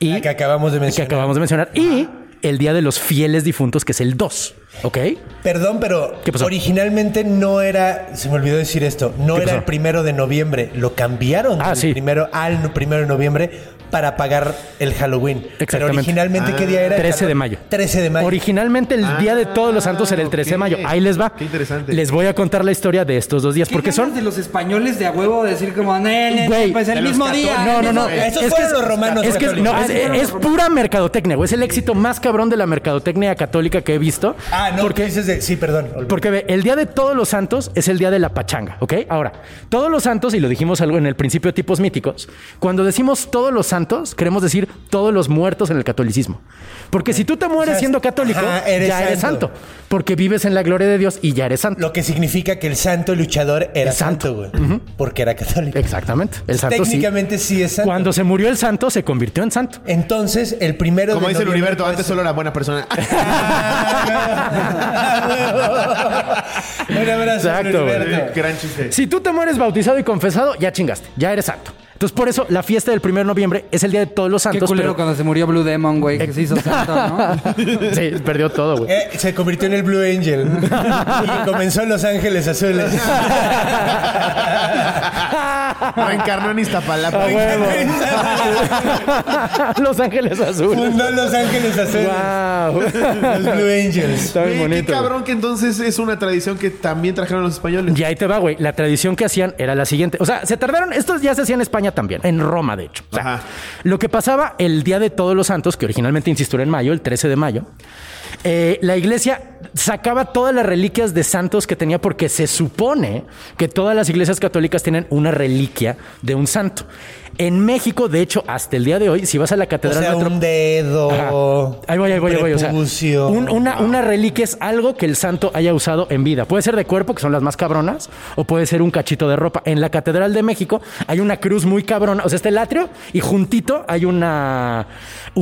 y
La que acabamos de
que
mencionar.
acabamos de mencionar, y el Día de los Fieles Difuntos, que es el 2, ¿ok?
Perdón, pero
¿Qué pasó?
originalmente no era, se me olvidó decir esto, no
¿Qué
era
pasó?
el primero de noviembre, lo cambiaron
Ah,
del
sí.
primero al no- primero de noviembre para pagar el Halloween. Pero
Exactamente.
originalmente, ¿qué día era?
13 de mayo.
13 de mayo.
Originalmente el Día de Todos los Santos era el 13 de mayo.
ok.
Ahí les va.
Qué interesante.
Les voy a contar la historia de estos dos días, porque
Porque
son...
son de los españoles de a huevo decir como, "Ne, ne,
Güey,
pues
de
el
los
mismo día.
católicos,
el
No, no, no.
mismo-
Esos fueron los romanos
Es que es-
católicos.
no,
Ah,
es,
esos fueron los
es
romanos.
pura mercadotecnia, güey. Es el éxito más cabrón de la mercadotecnia católica que he visto.
Ah, no,
Porque,
tú dices de- sí, perdón. olvidé.
porque ve, el día de todos los santos es el día de la pachanga, ¿ok? Ahora, todos los santos, y lo dijimos algo en el principio, tipos míticos. Cuando decimos todos los santos, queremos decir todos los muertos en el catolicismo. Porque si tú te mueres
O sea,
siendo católico,
ajá, eres
ya eres
santo.
santo. Porque vives en la gloria de Dios y ya eres santo.
Lo que significa que el santo luchador era
Es santo.
santo, güey. Porque era católico.
Exactamente. El santo sí.
Técnicamente sí es santo.
Cuando se murió el santo, se convirtió en santo.
Entonces, el primero
Como
de
dice el
noviembre- pues,
Uniberto,
*laughs*
antes solo era buena
*laughs*
persona.
Un abrazo,
Exacto, güey.
Ah, Heriberto.
Gran chiste.
Si tú te mueres bautizado y confesado, ya chingaste, ya eres santo. Entonces, por eso la fiesta del 1 de noviembre es el día de todos los santos.
Qué culero cuando se murió Blue Demon, güey, que se
*laughs*
hizo santo, ¿no?
sí, perdió
*laughs*
todo, güey. *laughs*
Eh, se convirtió en el Blue Angel. y comenzó en Los
*laughs*
Ángeles Azules.
*laughs*
Ah,
Reencarnó en Iztapalapa.
Los Ángeles Azules.
*laughs* Fundó Los Ángeles Azules.
Wow.
Los Blue Angels.
Está bien
Güey,
bonito.
Qué
güey.
cabrón que entonces es una tradición que también trajeron los españoles.
Y ahí te va, güey. La tradición que hacían era la siguiente. O sea, se tardaron, esto ya se hacía en España también, en Roma, de hecho. O sea,
Ajá.
lo que pasaba el día de todos los santos, que originalmente insisto era en mayo, el 13 de mayo, eh, la iglesia sacaba todas las reliquias de santos que tenía porque se supone que todas las iglesias católicas tienen una reliquia de un santo. En México, de hecho, hasta el día de hoy, si vas a la
O
catedral
sea,
metropolitana,
un dedo.
Ahí voy, ahí voy, ahí voy. O sea,
prepucio.
un- una, una reliquia es algo que el santo haya usado en vida. Puede ser de cuerpo, que son las más cabronas, o puede ser un cachito de ropa. En la Catedral de México hay una cruz muy cabrona. O sea, está el atrio y juntito hay una,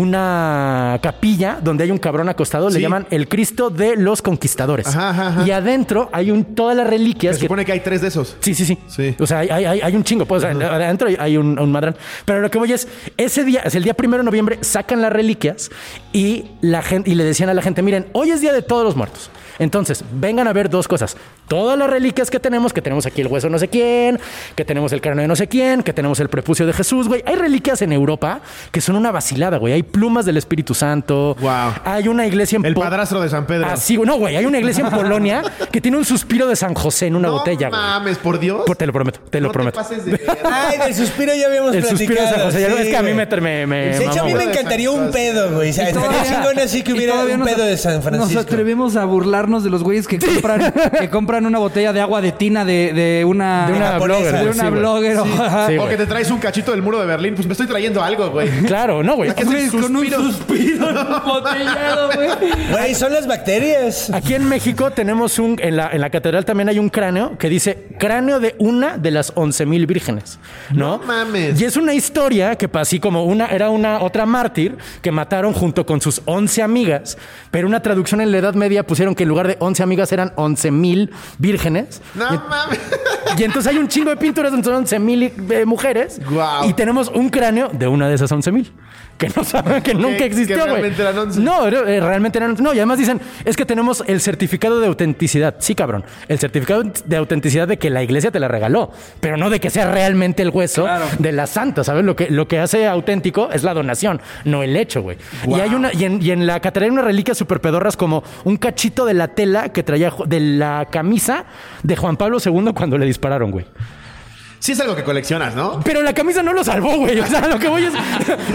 una capilla donde hay un cabrón acostado. Le
Sí.
llaman el Cristo de los Conquistadores.
Ajá, ajá, ajá.
Y adentro hay un, todas las reliquias
Se
que
supone que hay tres de esos.
Sí, sí, sí.
Sí.
O sea, hay, hay- hay un chingo. Pues, o sea, adentro hay- hay un, un madrán. Pero lo que voy es, ese día, es el día primero de noviembre, sacan las reliquias y, la gente, y le decían a la gente, miren, hoy es día de todos los muertos. Entonces, vengan a ver dos cosas. Todas las reliquias que tenemos, que tenemos aquí el hueso de no sé quién, que tenemos el cráneo de no sé quién, que tenemos el prepucio de Jesús, güey. Hay reliquias en Europa que son una vacilada, güey. Hay plumas del Espíritu Santo.
Guau.
Hay una iglesia en...
El
Po-
padrastro de San Pedro.
Así, güey. no, güey. Hay una
*laughs*
iglesia en Polonia que tiene un suspiro de San José en una
no
botella, güey.
mames, por Dios.
Por- te lo prometo, te lo
no
prometo.
Te pases de verga.
Ay, del suspiro ya habíamos
El
platicado.
suspiro de San José. ya lo-
sí,
es que a mí me...
güey.
me, me
De hecho, a
mamó,
mí me
güey.
encantaría un pedo, güey. O sea, estaría chingón así que
y
hubiera
todavía
un
nos-
pedo de San Francisco.
Nos atrevemos a burlarnos de los güeyes que,
*laughs*
compran, que compran una botella de agua de tina de, de una...
De una
japonesa.
blogger.
de
güey,
una
sí, güey.
blogger. o- ajá.
*laughs* Sí,
o
güey.
que te traes un cachito del muro de Berlín. Pues me estoy trayendo algo,
*laughs*
güey.
Claro, no, güey.
Güey, con un suspiro en un botellado, güey.
Güey, son las bacterias.
Aquí en México tenemos un... En la, en la catedral también hay un cráneo que dice cráneo de una de las 11.000 vírgenes, ¿no?
No mames.
Y es una historia que pa- así como una... Era una otra mártir que mataron junto con sus 11 amigas, pero una traducción en la Edad Media pusieron que en lugar de 11 amigas eran 11.000 vírgenes.
No mames.
Y entonces hay un chingo de pinturas donde son 11 mil eh, mujeres.
Guau.
Y tenemos un cráneo de una de esas 11 mil. Que no saben, que nunca
que
existió, güey.
realmente eran 11.
No, era- eh, realmente eran 11. No, y además dicen, es que tenemos el certificado de autenticidad. Sí, cabrón. El certificado de autenticidad de que la iglesia te la regaló, pero no de que sea realmente el hueso de la santa, ¿sabes? Lo que, lo que hace auténtico es la donación, no el hecho, güey. Y hay una, y en, y en la catedral hay unas reliquias super pedorras como un cachito de la tela que traía Ju- de la camisa de Juan Pablo II cuando le dispararon, güey.
Sí es algo que coleccionas, ¿no?
Pero la camisa no lo salvó, güey. O sea, lo que voy es. *laughs* Le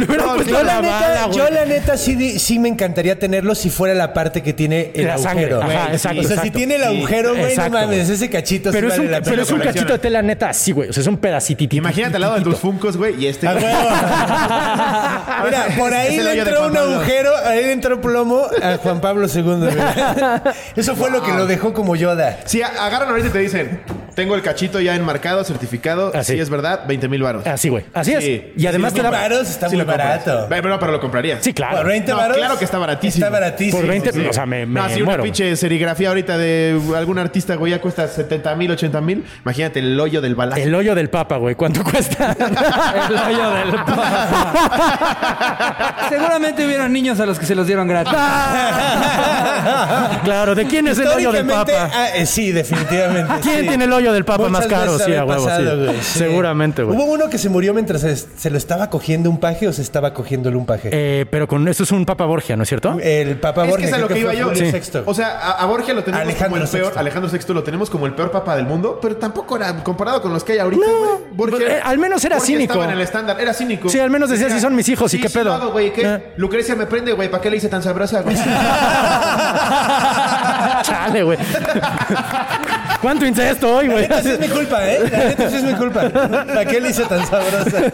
hubieran
No,
puesto
pues, Yo
la
la, neta,
bala, güey.
yo la neta sí, di- sí me encantaría tenerlo si fuera la parte que tiene el
La sangre,
agujero.
ajá,
güey.
exacto,
o sea, si
exacto.
tiene el agujero, güey, no
Exacto,
mames,
güey.
ese cachito sí
Pero es,
vale
un,
la
pero
pena
es un
coleccionar.
cachito de tela neta así, güey. O sea, es un pedacitito.
Imagínate al lado de tus funcos, güey, y
Ah,
este.
*laughs*
Mira, por ahí
Es el
le
hoyo de
entró
Juan
un
Pablo.
agujero, ahí le entró plomo a Juan Pablo II. güey.
*laughs*
Eso fue lo que lo dejó como Yoda.
Si a- agarran ahorita y te dicen, tengo el cachito ya enmarcado, certificado,
Ah, sí.
si es verdad, 20 mil baros.
Así, güey. Así
Sí.
es. Y además
Sí,
te
mil
da.
varos está muy barato.
Pero, pero lo comprarías.
Sí, claro.
Por 20
No,
varos,
claro que está baratísimo.
Está baratísimo.
Por 20,
sí.
o sea, me, me
no, si una
muero.
pinche serigrafía ahorita de algún artista, güey, ya cuesta 70 mil, 80 mil. Imagínate el hoyo del balazo.
El hoyo del papa, güey. ¿Cuánto cuesta? El hoyo del papa.
Seguramente hubieron niños a los que se los dieron gratis.
Ah. claro, ¿de quién es el hoyo del
Históricamente,
papa?
ah, eh, sí, definitivamente.
*laughs* ¿Quién
sí.
tiene el hoyo del papa más
Muchas
caro?
veces
Sí, a
había
huevo, sí.
pasado, güey,
Seguramente, güey.
Hubo uno que se murió mientras se, se lo estaba cogiendo un paje o se estaba cogiéndole un paje.
Eh, pero con eso es un papa Borgia, ¿no es cierto?
el Papa
Es
Borgia.
que es a lo que
creo
iba
fue
yo.
Julio
Sí.
VI.
O sea, a, a Borgia lo tenemos
Alejandro
como el peor.
VI.
Alejandro VI lo tenemos como el peor papa del mundo, pero tampoco era comparado con los que hay ahorita. güey.
pero, eh, al menos era
Borgia
cínico.
Estaba en el estándar, era cínico.
Sí, al menos decía, "Sí son mis hijos, ¿y
sí,
qué
sí
pedo?"
lo hago, güey, ¿qué?
Eh.
Lucrecia me prende, güey, ¿para qué le hice tan sabrosa?
*laughs*
güey?
Chale, güey. ¿Cuánto incesto hoy, güey?
La neta sí es mi culpa, ¿eh? La neta sí es mi culpa. ¿Para qué le hice tan sabrosa?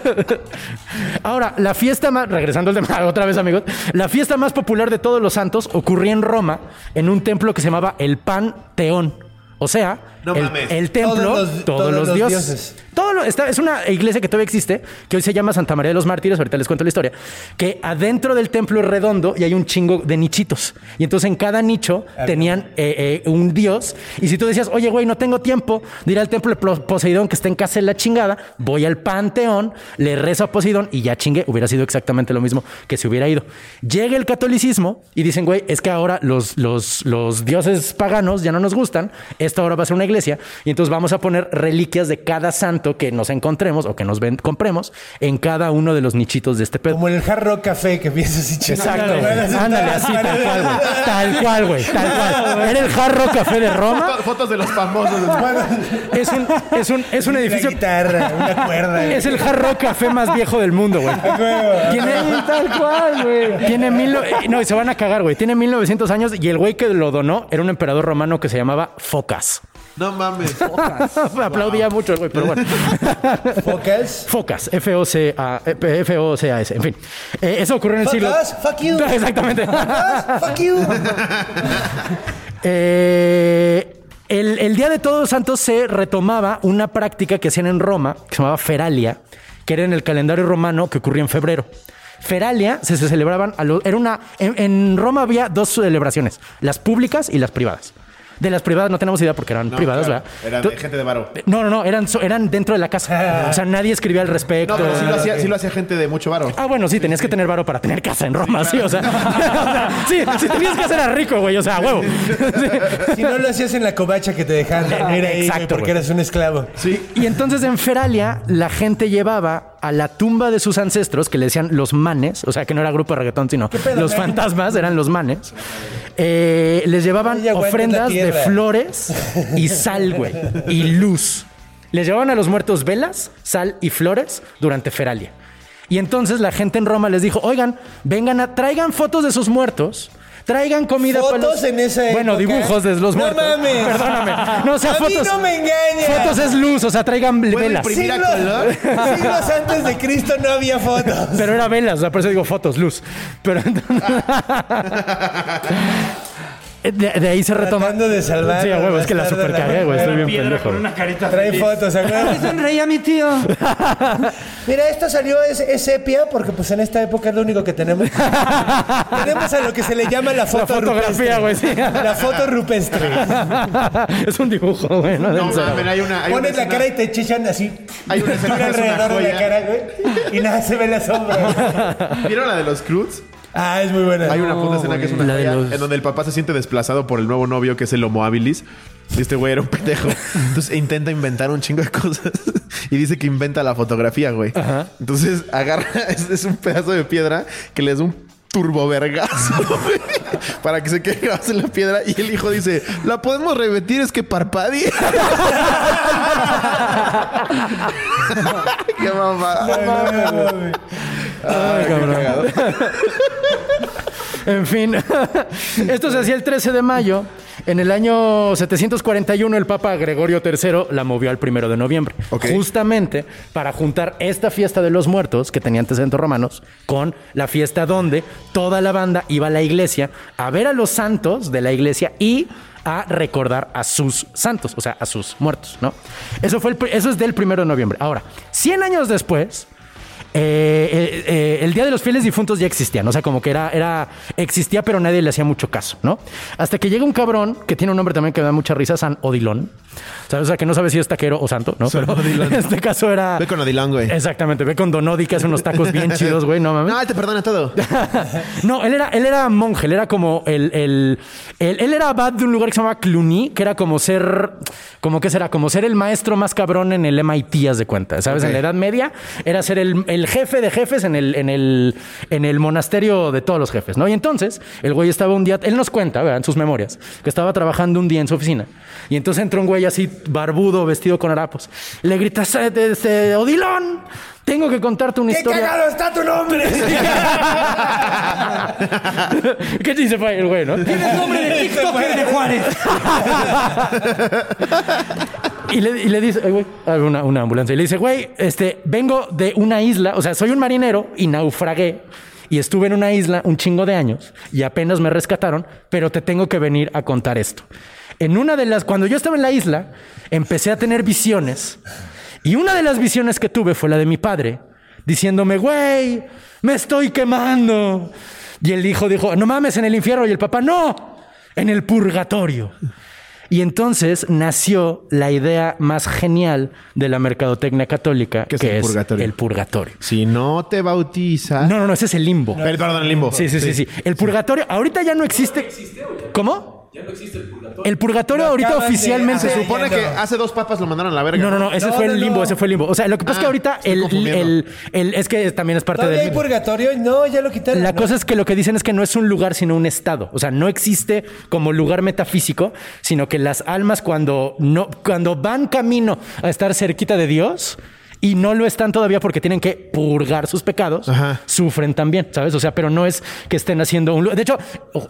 Ahora, la fiesta más, regresando al tema *laughs* otra vez, amigos, la fiesta más popular de todos los santos ocurría en Roma, en un templo que se llamaba el Panteón. O sea,
No
el,
mames.
el templo, todos los, dioses. Todo lo- está- es una iglesia que todavía existe, que hoy se llama Santa María de los Mártires, ahorita les cuento la historia, que adentro del templo es redondo y hay un chingo de nichitos. Y entonces en cada nicho tenían eh, eh, un dios. Y si tú decías, oye, güey, no tengo tiempo de ir al templo de Plo- Poseidón que está en casa de la chingada, voy al panteón, le rezo a Poseidón y ya chingue, hubiera sido exactamente lo mismo que si hubiera ido. Llega el catolicismo y dicen, güey, es que ahora los, los, los dioses paganos ya no nos gustan, esta ahora va a ser una iglesia y entonces vamos a poner reliquias de cada santo que nos encontremos o que nos ven, compremos en cada uno de los nichitos de este pedo. Como
en el Hard Rock Café que empieza así chingón.
Exacto.
Claro, claro.
Ándale, así, tal cual, güey. Tal cual, güey. Tal cual. Era el jarro café de Roma.
Foto- Fotos de los famosos.
*laughs* Es un, es un, es un edificio.
guitarra, una
*laughs*
cuerda.
Es el jarro café más viejo del mundo, güey. Tiene,
tal cual, güey.
tiene mil... no- eh, No, y se van a cagar, güey. Tiene 1900 años y el güey que lo donó era un emperador romano que se llamaba Focas. *laughs*
No mames.
Aplaudía mucho, güey, pero bueno. *laughs*
¿Focas?
Focas, F-O-C-A, eh, P- F-O-C-A-S, en fin. Eh, eso ocurrió en el siglo...
Fuck us, fuck you.
*laughs* Exactamente.
Fuck us, fuck you.
Eh, el, el Día de Todos los Santos se retomaba una práctica que hacían en Roma, que se llamaba Feralia, que era en el calendario romano que ocurría en febrero. Feralia se, se celebraban, a lo- era una, en, en Roma había dos celebraciones, las públicas y las privadas. De las privadas no tenemos idea porque eran
No,
privadas,
claro.
¿verdad?
Eran
Tú- Eh,
de gente de varo.
No, no, no, eran, so- eran dentro de la casa. O sea, nadie escribía al
No,
respecto.
pero sí lo hacía, sí lo hacía gente de mucho varo.
eh, Ah, bueno, sí, tenías que tener varo para tener casa en Roma, sí, o sea. o sea, *laughs* sí, si tenías casa era rico, güey, o sea, a huevo. *laughs*
Si no lo hacías en la covacha que te dejaban dormir ahí, güey,
Exacto,
porque
güey.
eras un esclavo.
Sí.
Y entonces en Feralia la gente llevaba a la tumba de sus ancestros, que le decían los manes, o sea que no era grupo de reggaetón, sino
pedo,
los
güey?
fantasmas, eran los manes, eh, les llevaban
Ay, aguante
ofrendas
la
de
tierra.
flores y sal, güey, y luz. Les llevaban a los muertos velas, sal y flores durante Feralia. Y entonces la gente en Roma les dijo, oigan, vengan a, traigan fotos de sus muertos. Traigan comida para
Fotos
los-
en esa
Bueno,
época.
dibujos de los
No
muertos.
mames.
Perdóname. No, o sea,
A mí
fotos.
no me engañas.
Fotos es luz, o sea, traigan velas.
imprimir a color?
Siglos, siglos antes de Cristo no había fotos.
Pero era velas, o sea, por eso digo fotos, luz. Pero *laughs* entonces- de, de ahí se retoma.
Tratando de salvar.
Sí, a huevo, es que la super cagué, güey. Estoy bien
Piedra
pendejo.
con una carita
Trae
feliz.
fotos, a huevo.
Sonreía mi tío.
Mira, esta salió es, es sepia porque pues en esta época es lo único
*laughs*
que tenemos. tenemos a lo que se le llama la foto
fotografía,
rupestre.
güey, sí.
La foto rupestre.
*laughs* es un dibujo, güey. No,
No
deben ser,
mames,
güey.
hay una. Hay
Pones
una
la
escena-
cara y te chichan así.
Hay una escena que
pintura
es una
alrededor de la
joya.
cara, güey. Y nada, se ve la sombra.
¿Vieron la de los Cruz?
ah, es muy buena.
Hay una puta escena que es una
La de
joya
los-
en donde el papá se siente desplazado por el nuevo novio que es el Homo habilis. Y este güey era un
*laughs*
pendejo. Entonces e intenta inventar un chingo de cosas. *laughs* Y dice que inventa la fotografía, güey. Entonces agarra, *laughs* es, es un pedazo de piedra que le da un turbovergazo, *laughs* güey, para que se quede grabado en la piedra. Y el hijo dice: La podemos repetir, es que parpadee. *laughs* Qué mamada.
Ah,
Ay, qué cagado.
En fin, *laughs* esto se hacía el 13 de mayo. En el año 741 el Papa Gregorio III la movió al primero de noviembre,
Ok.
justamente para juntar esta fiesta de los muertos que tenía antecedentes romanos con la fiesta donde toda la banda iba a la iglesia a ver a los santos de la iglesia y a recordar a sus santos, o sea, a sus muertos, ¿no? Eso, fue el pri- eso es del primero de noviembre. Ahora, 100 años después, eh, eh, eh, el Día de los Fieles Difuntos ya existía, ¿no? o sea, como que era, era, existía, pero nadie le hacía mucho caso, ¿no? Hasta que llega un cabrón que tiene un nombre también que me da mucha risa, San Odilón. ¿Sabes? O sea, que no sabe si es taquero o santo, ¿no?
San
Pero
Odilon.
*laughs* En este caso era.
Ve con Odilon, güey.
Exactamente, ve con Donodi que hace unos
*laughs*
tacos bien chidos, güey, no mames.
No, él te perdona
*laughs*
todo.
No, él era, él era monje, él era como el, el, el- Él era abad de un lugar que se llama Cluny, que era como ser. como que será? Como ser el maestro más cabrón en el MIT, haz de cuenta. ¿Sabes? En la Edad Media era ser el, el jefe de jefes en el, en, el, en el monasterio de todos los jefes, ¿no? Y entonces, el güey estaba un día. Él nos cuenta, ¿verdad? En sus memorias, que estaba trabajando un día en su oficina. Y entonces entró un güey así, barbudo, vestido con harapos. Le grita: "Este, este, Odilon, tengo que contarte una
¡Qué
historia.
cagado está tu nombre!
*laughs* ¿Qué dice el güey, no?
Tienes nombre de TikToker de Juárez.
Y le, y le dice, eh, güey, ah, una, una ambulancia. Y le dice, güey, este, vengo de una isla, o sea, soy un marinero y naufragué. Y estuve en una isla un chingo de años y apenas me rescataron, pero te tengo que venir a contar esto. En una de las, cuando yo estaba en la isla, empecé a tener visiones. Y una de las visiones que tuve fue la de mi padre, diciéndome, güey, me estoy quemando. Y el hijo dijo, no mames, en el infierno. Y el papá, no, en el purgatorio. Y entonces nació la idea más genial de la mercadotecnia católica, que es, el, purgatorio?
Si no te bautizas.
No, no, no, ese es el limbo.
Pero, perdón, el limbo.
Sí, sí, sí, sí. El purgatorio ahorita ya no existe. ¿Cómo?
Ya no existe el purgatorio.
El purgatorio
Lo
ahorita
acaban de
oficialmente
Se supone que hace dos papas lo mandaron a la verga.
No, no, no, ese fue el limbo, ese fue el limbo. O sea, lo que pasa es que
Ah,
ahorita
estoy
el,
confundiendo.
el- el- es que también es parte
¿Todavía
del
hay
limbo.
purgatorio? No, ya lo quitaron.
La
No.
cosa es que lo que dicen es que no es un lugar, sino un estado. O sea, no existe como lugar metafísico, sino que las almas cuando no, cuando van camino a estar cerquita de Dios y no lo están todavía porque tienen que purgar sus pecados, sufren también, ¿sabes? O sea, pero no es que estén haciendo un lu- De hecho,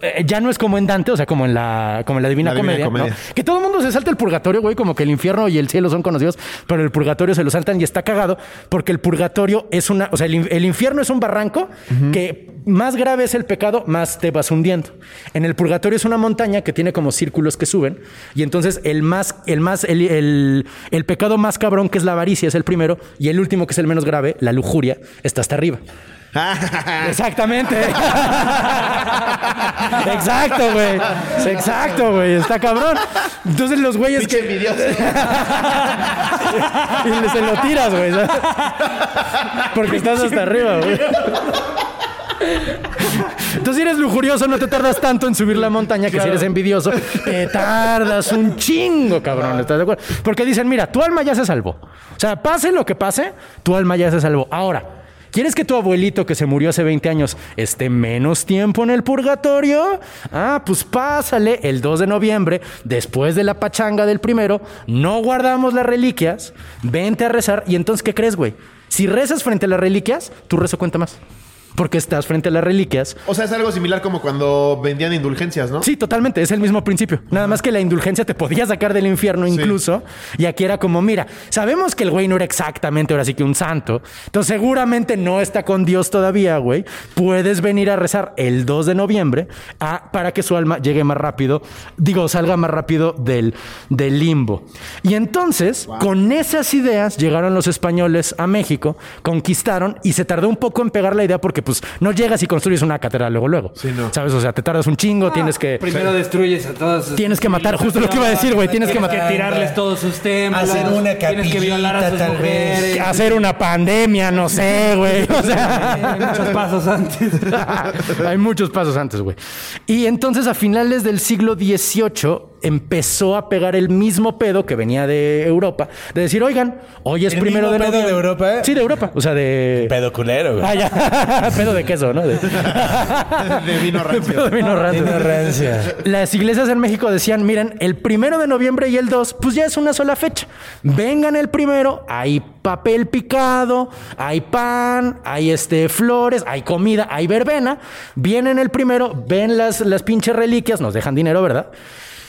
eh, ya no es como en Dante, o sea, como en la, como en la Divina
La Divina
Comedia. ¿no?
Comedia.
Que todo el mundo se salta el purgatorio, güey, como que el infierno y el cielo son conocidos, pero el purgatorio se lo saltan y está cagado porque el purgatorio es una, o sea, el, in- el infierno es un barranco que más grave es el pecado, más te vas hundiendo. En el purgatorio es una montaña que tiene como círculos que suben y entonces el más, el más, el, el- el pecado más cabrón que es la avaricia es el primero y el último que es el menos grave, la lujuria, está
*laughs*
hasta arriba. Exactamente. *laughs* Exacto, güey. Exacto, güey. Está cabrón. Entonces los güeyes que... *laughs* y le- se lo tiras, güey. ¿sabes? Porque estás hasta arriba, güey. Entonces, si eres lujurioso, no te tardas tanto en subir la montaña que si eres envidioso. Te tardas un chingo, cabrón. ¿Estás de acuerdo? Porque dicen, mira, tu alma ya se salvó. O sea, pase lo que pase, tu alma ya se salvó. Ahora, ¿quieres que tu abuelito que se murió hace 20 años esté menos tiempo en el purgatorio? Ah, pues pásale el 2 de noviembre, después de la pachanga del primero, no guardamos las reliquias, vente a rezar. Y entonces, ¿qué crees, güey? Si rezas frente a las reliquias, tu rezo cuenta más. Porque estás frente a las reliquias
O sea, es algo similar como cuando vendían indulgencias, ¿no?
Sí, totalmente, es el mismo principio. Nada más que la indulgencia te podía sacar del infierno incluso. Y aquí era como, mira, sabemos que el güey no era exactamente ahora sí que un santo. Entonces seguramente no está con Dios todavía, güey. Puedes venir a rezar el 2 de noviembre a- para que su alma llegue más rápido, digo, salga más rápido del, del limbo. Y entonces, con esas ideas llegaron los españoles a México, conquistaron y se tardó un poco en pegar la idea porque pues no llegas y construyes una catedral luego, luego. ¿Sabes? O sea, te tardas un chingo, tienes que...
Primero destruyes a todos.
Tienes que matar, justo lo que iba a decir, güey. Tienes que matar.
tirarles todos sus templos.
Hacer una
Tienes que violar a
capillita,
sus
tal vez.
mujeres.
Hacer una pandemia, no sé, güey. *laughs* O sea,
Hay muchos pasos antes.
hay muchos pasos antes, güey. Y entonces a finales del siglo XVIII empezó a pegar el mismo pedo que venía de Europa. De decir, oigan, hoy es
El
primero
mismo
de
pedo
noviembre".
de Europa, ¿eh?
Sí, de Europa. O sea, de...
Pedo culero, güey.
Ah, ya. *laughs* pedo de queso, ¿no? De,
*laughs* De vino rancio.
pedo de vino rancio.
Ignorancia.
Las iglesias en México decían, miren, el primero de noviembre y el 2, pues ya es una sola fecha. Vengan el primero, hay papel picado, hay pan, hay este, flores, hay comida, hay verbena. Vienen el primero, ven las, las pinches reliquias, nos dejan dinero, ¿verdad?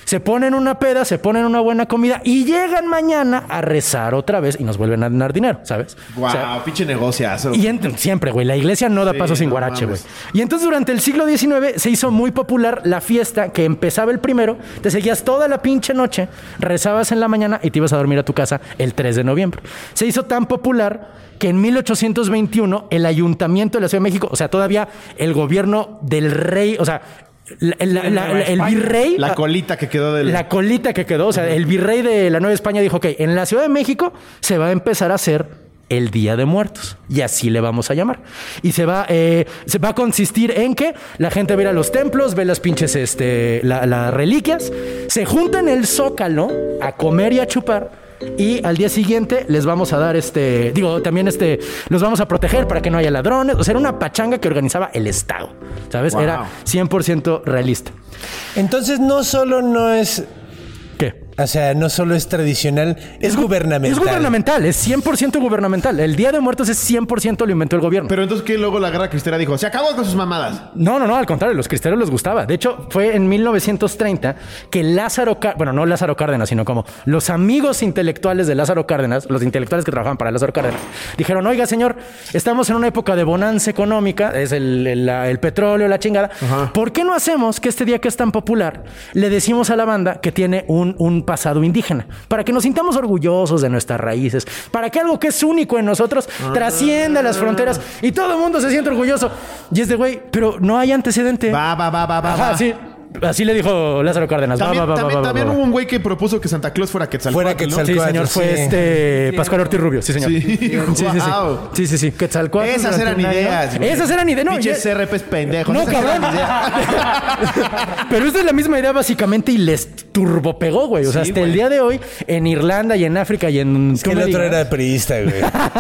Se ponen una peda, se ponen una buena comida y llegan mañana a rezar otra vez y nos vuelven a dar dinero, ¿sabes?
Guau,
O sea,
pinche ah, negociazo.
y ent- siempre, güey, la iglesia no da paso sin
no
guarache, güey.
mames.
Y entonces durante el siglo XIX se hizo muy popular la fiesta que empezaba el primero, te seguías toda la pinche noche, rezabas en la mañana y te ibas a dormir a tu casa el 3 de noviembre. Se hizo tan popular que en 1821 el ayuntamiento de la Ciudad de México, o sea, todavía el gobierno del rey, o sea, la- la- la- la- el virrey...
La colita que quedó del.
La colita que quedó, o sea, el virrey de la Nueva España dijo, ok, en la Ciudad de México se va a empezar a hacer el Día de Muertos, y así le vamos a llamar. Y se va, eh, se va a consistir en que la gente ve a los templos, ve las pinches, este, la- las reliquias, se juntan el zócalo a comer y a chupar. Y al día siguiente les vamos a dar este, digo, también este, los vamos a proteger para que no haya ladrones. O sea, era una pachanga que organizaba el Estado, ¿sabes?
Wow.
Era 100% realista.
Entonces, no solo no es
¿Qué?
O sea, no solo es tradicional, es,
Es
gubernamental.
gubernamental, es 100% gubernamental. El Día de Muertos es 100% lo inventó el gobierno.
Pero entonces, ¿qué luego la guerra cristera dijo? Se acabó con sus mamadas.
No, no, no, al contrario, los cristeros les gustaba. De hecho, fue en 1930 que Lázaro Cárdenas, bueno, no Lázaro Cárdenas, sino como los amigos intelectuales de Lázaro Cárdenas, los intelectuales que trabajaban para Lázaro Cárdenas, dijeron, oiga, señor, estamos en una época de bonanza económica, es el, el- la- el petróleo, la chingada. ¿Por qué no hacemos que este día que es tan popular le decimos a la banda que tiene un, un pasado indígena? Para que nos sintamos orgullosos de nuestras raíces, para que algo que es único en nosotros
Ah.
trascienda las fronteras y todo el mundo se siente orgulloso. Y es de, güey, pero no hay antecedente.
Va, va, va, va, va.
Ajá,
va.
sí. Así le dijo Lázaro Cárdenas. Va,
También,
va, va,
también-
va, va,
también
va, va.
hubo un güey que propuso que Santa Claus fuera Quetzalcóatl.
Fuera
¿no?
Quetzalcóatl,
Sí, señor, fue
sí.
este Pascual Ortiz Rubio, sí, señor.
Sí,
Sí, sí, sí.
guau.
Sí, sí, sí. Quetzalcóatl.
Esas eran
Quetzaltenango.
ideas, güey.
Esas eran ideas. No,
Pinches
ya-
CRPs pendejos.
no,
esas eran
cabrón.
ideas.
*laughs* Pero esta es la misma idea básicamente y les turbopegó, güey. O sea,
Sí,
hasta el
güey.
día de hoy en Irlanda y en África y en...
Es
tú
que el
me
otro
digas.
era priista, güey.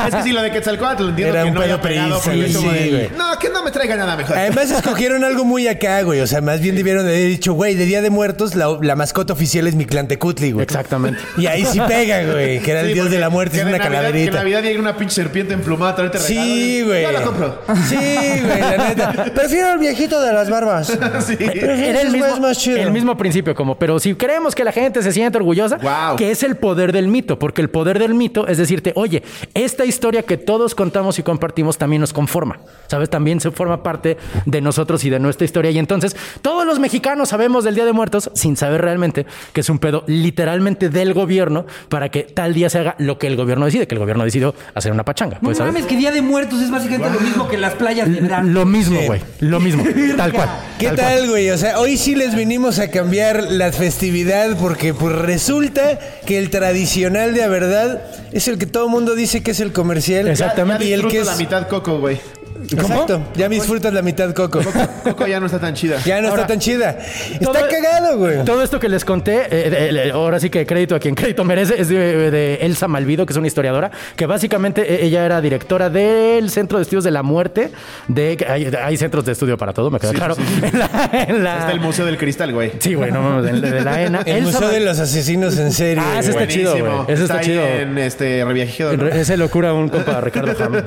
Es que sí, lo de Quetzalcóatl lo entiendo
Era
que
un
no haya
pedo
pegado
priista,
porque es como
sí,
de,
güey.
No, que no me traiga nada mejor.
Em,
Además escogieron algo muy acá, güey. O sea, más bien debieron de haber dicho, güey, de Día de Muertos la, la mascota oficial es mi clan Tecutli, güey.
Exactamente.
Y ahí sí pega, güey. Que era el
Sí,
dios de
porque
la muerte,
que
es
de
una
Navidad- Que
calaverita.
Navidad llega una pinche serpiente emplumada a traerte regalo.
Sí,
Yo
güey. Ah,
la compro.
Sí, güey, la neta. Prefiero al viejito de las barbas.
*laughs* Sí.
Era el
Ese güey
mismo,
es más chido.
el mismo principio, como, pero si queremos que la gente se sienta orgullosa,
Wow.
que es el poder del mito, porque el poder del mito es decirte, oye, esta historia que todos contamos y compartimos también nos conforma, ¿sabes? También se forma parte de nosotros y de nuestra historia. Y entonces, todos los mexicanos sabemos del Día de Muertos sin saber realmente que es un pedo literalmente del gobierno para que tal día se haga lo que el gobierno decide, que el gobierno decidió hacer una pachanga.
No
Pues, ¿sabes?
mames, que Día de Muertos es básicamente lo mismo que las playas de verano.
Lo mismo, güey. Lo
*laughs*
mismo. Tal cual.
¿Qué
tal cual.
tal, güey? O sea, hoy sí les venimos a cambiar la festividad porque pues resulta que el tradicional de la verdad es el que todo el mundo dice que es el comercial.
Exactamente.
Y el que es...
la mitad coco, güey.
Exacto. Ya me disfrutas la mitad coco.
Coco ya no está tan chida.
Ya no
Ahora,
está tan chida. Está
todo-
cagado, güey.
Todo esto que les conté, eh, de- de- ahora sí que crédito a quien crédito merece, es de, de Elsa Malvido, que es una historiadora, que básicamente eh, ella era directora del Centro de Estudios de la Muerte. De, que hay, hay centros de estudio para todo, me queda
Sí,
claro.
sí, sí.
*laughs* En la- en la-
Está el Museo del Cristal, güey.
Sí, güey, no mames, en la- de la ENA.
*laughs* El
Elsa
Museo de
Mal-
los Asesinos en serie.
Ah, ese
güey.
está chido, güey.
Buenísimo.
Ese está
ahí
chido.
en este reviajeado. ¿no?
Esa locura
*laughs*
un compa Ricardo Jamón.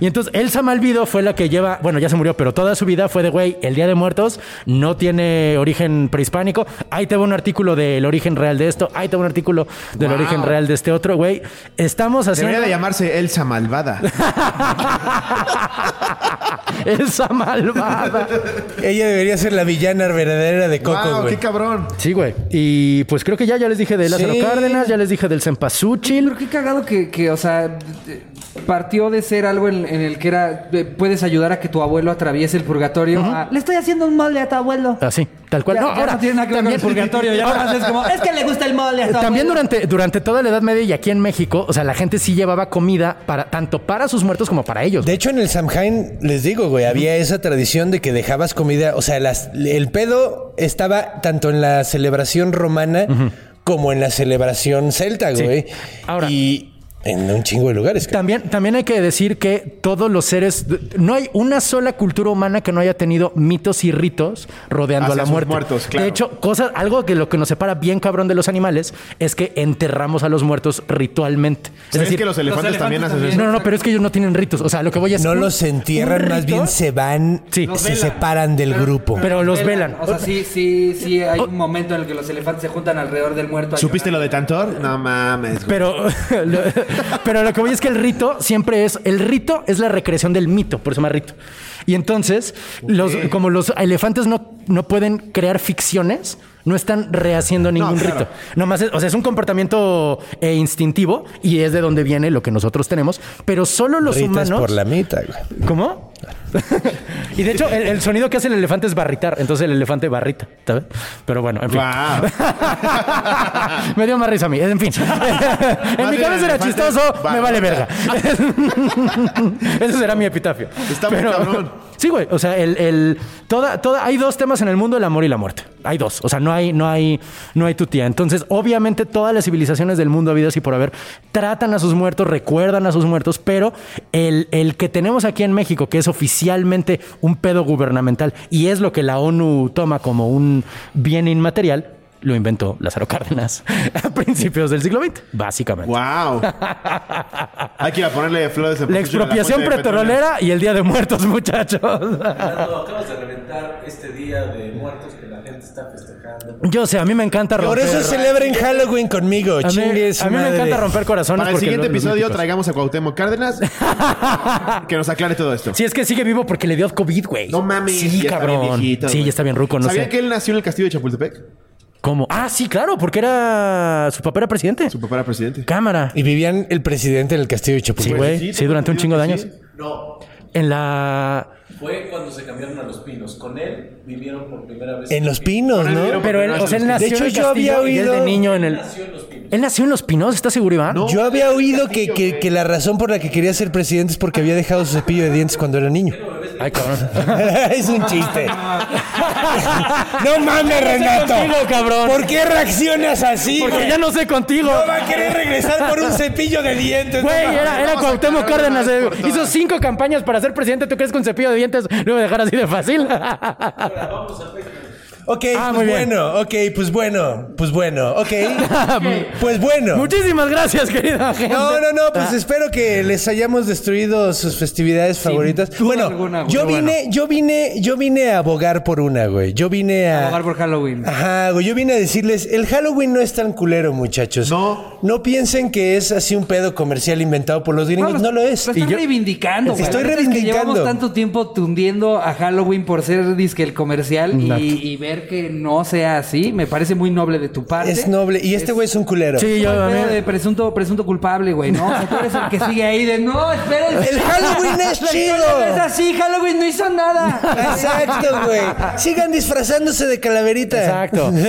Y entonces Elsa Malvido fue la que lleva, bueno, ya se murió, pero toda su vida fue de güey, el Día de Muertos no tiene origen prehispánico. Ahí te va un artículo del origen real de esto, ahí te va un artículo del
Wow.
origen real de este otro, güey. Estamos haciendo
Debería de llamarse Elsa Malvada.
*laughs*
Elsa malvada.
Ella debería ser la villana verdadera de *laughs* Coco,
wow,
güey.
qué cabrón.
Sí, güey. Y pues creo que ya ya les dije de Lázaro
Sí.
Cárdenas, ya les dije del Cempasúchil.
Pero qué cagado que, que, o sea, partió de ser algo en, en el que era, eh, puedes ayudar a que tu abuelo atraviese el purgatorio. a, le estoy haciendo un mole a tu abuelo.
Así, tal cual.
Ya,
Ah, no,
ya
ahora
no tiene nada que ver con
también-
el purgatorio. Ya nada más es como, es que le gusta el mole a tu
Eh, También
abuelo".
durante, durante toda la Edad Media y aquí en México, o sea, la gente sí llevaba comida para tanto para sus muertos como para ellos.
De hecho, en el Samhain, les digo, güey, había esa tradición de que dejabas comida. O sea, las- el pedo estaba tanto en la celebración romana como en la celebración celta,
Sí.
güey.
Ahora-
Y en un chingo de lugares, cabrón.
También, también hay que decir que todos los seres, no hay una sola cultura humana que no haya tenido mitos y ritos rodeando
Hacia
a la
sus
muerte.
muertos, claro.
De hecho, cosas, algo que lo que nos separa bien cabrón de los animales es que enterramos a los muertos ritualmente. Es
¿Sabes
decir,
que los elefantes,
elefantes
también hacen
también.
eso?
no, no, no, pero es que ellos no tienen ritos. O sea, lo que voy a
No los entierran, más bien se van,
Sí. Los
se
velan.
separan del grupo.
Pero los velan. Oh.
O sea, sí, sí, sí, hay un momento en el que los elefantes se juntan alrededor del muerto. a
¿Supiste
llorar.
lo de Tantor? No mames. güey.
Pero, *laughs* lo- pero lo que voy es que el rito siempre es. El rito es la recreación del mito, por eso se llama rito. Y entonces, los, como los elefantes no, no pueden crear ficciones, no están rehaciendo ningún
claro.
rito. Nomás es, o sea, es un comportamiento eh, instintivo y es de donde viene lo que nosotros tenemos. Pero solo los
Ritas
humanos.
por la mitad, güey.
¿Cómo? *laughs* y de hecho, el, el sonido que hace el elefante es barritar. Entonces el elefante barrita, ¿sabes? Pero bueno, en fin.
*laughs*
Wow.
*laughs* me dio más risa a mí.
*laughs*
En fin. en
Más
mi
bien,
cabeza era
elefante,
chistoso, me
barba. *laughs*
vale verga. *laughs* Ese será mi epitafio.
Está muy cabrón.
Sí, güey. O sea, el, el- toda, toda, hay dos temas en el mundo, el amor y la muerte. Hay dos. O sea, no hay, no hay, no hay tu tía. Entonces, obviamente, todas las civilizaciones del mundo habidas y por haber tratan a sus muertos, recuerdan a sus muertos, pero el, el que tenemos aquí en México, que es oficialmente un pedo gubernamental y es lo que la ONU toma como un bien inmaterial, lo inventó Lázaro Cárdenas *laughs* a principios del siglo XX, básicamente.
¡Wow! Hay que ir a ponerle flores de
La
Pasuchil a
expropiación
fuente de
petrolera y el Día de Muertos, *laughs* muchachos.
Fernando, acabas de reventar este día de muertos que la gente está festejando.
Yo sé, a mí me encanta romper.
Por eso celebren
Halloween conmigo.
A mí,
chingue su
a mí me
madre.
encanta romper corazones.
Para el
porque
siguiente
lo- los
episodio
míticos.
traigamos a Cuauhtémoc
*laughs*
Cárdenas que nos aclare todo esto.
Si es que sigue vivo porque le dio COVID, güey. No
mames.
Sí,
ya está bien
cabrón.
viejito,
sí,
güey.
ya está bien ruco, no
¿Sabía
sé.
que él nació en el castillo de Chapultepec?
¿Cómo? Ah, sí, claro, porque era. Su papá era presidente. Su
papá era presidente.
Cámara.
Y vivían el presidente en el castillo de
Sí,
Chapultepec.
güey. Sí, durante un chingo de años.
No,
En la.
fue cuando se cambiaron a Los Pinos. Con él vivieron por primera vez.
En Los Pinos, ¿no?
Pero él, o sea, él nació
De hecho,
en el
yo había
castillo y él
oído...
de niño en el. Él nació en Los Pinos, ¿estás seguro, Iván?
Yo había oído que, que, que la razón por la que quería ser presidente es porque había dejado su cepillo de dientes cuando era
*laughs*
niño.
Ay, cabrón.
es un
*laughs*
chiste. no mames, Renato.
contigo, cabrón.
¿Por qué reaccionas así?
Porque
güey?
ya no sé contigo.
No va a querer regresar por un cepillo de dientes. no
Güey,
mames.
era, era Cuauhtémoc Cárdenas. eh, hizo cinco campañas para ser presidente. ¿Tú crees que un cepillo de dientes lo iba a dejar así de fácil? *laughs*
Ok,
Ah, muy
pues
bien.
bueno, ok, pues bueno, pues bueno,
*laughs*
ok. pues bueno.
Muchísimas Ah. gracias, querida gente.
No, no, no, pues espero que les hayamos destruido sus festividades favoritas. Bueno, yo
güey.
vine, yo vine, yo vine a abogar por una, güey. Yo vine a.
Abogar por
Ah,
Halloween.
Ajá, güey. Yo vine a decirles, el Halloween no es tan culero, muchachos. No. No piensen que es así un pedo comercial inventado por los gringos. No lo es.
Lo
Y
están
yo-
reivindicando, güey.
Estoy
La neta es que llevamos
reivindicando.
tanto tiempo tundiendo a Halloween por ser disque el comercial y,
Exacto.
y ver que no sea así, me parece muy noble de tu parte.
Es noble. Y este güey es un culero.
Sí, yo de presunto, presunto culpable, güey, ¿no? O sea, tú eres el que sigue ahí de no, espérense.
El Halloween es
*laughs* La
chido.
historia No es así, Halloween no hizo nada.
Exacto, güey. Sigan disfrazándose de calaverita.
Exacto. *laughs*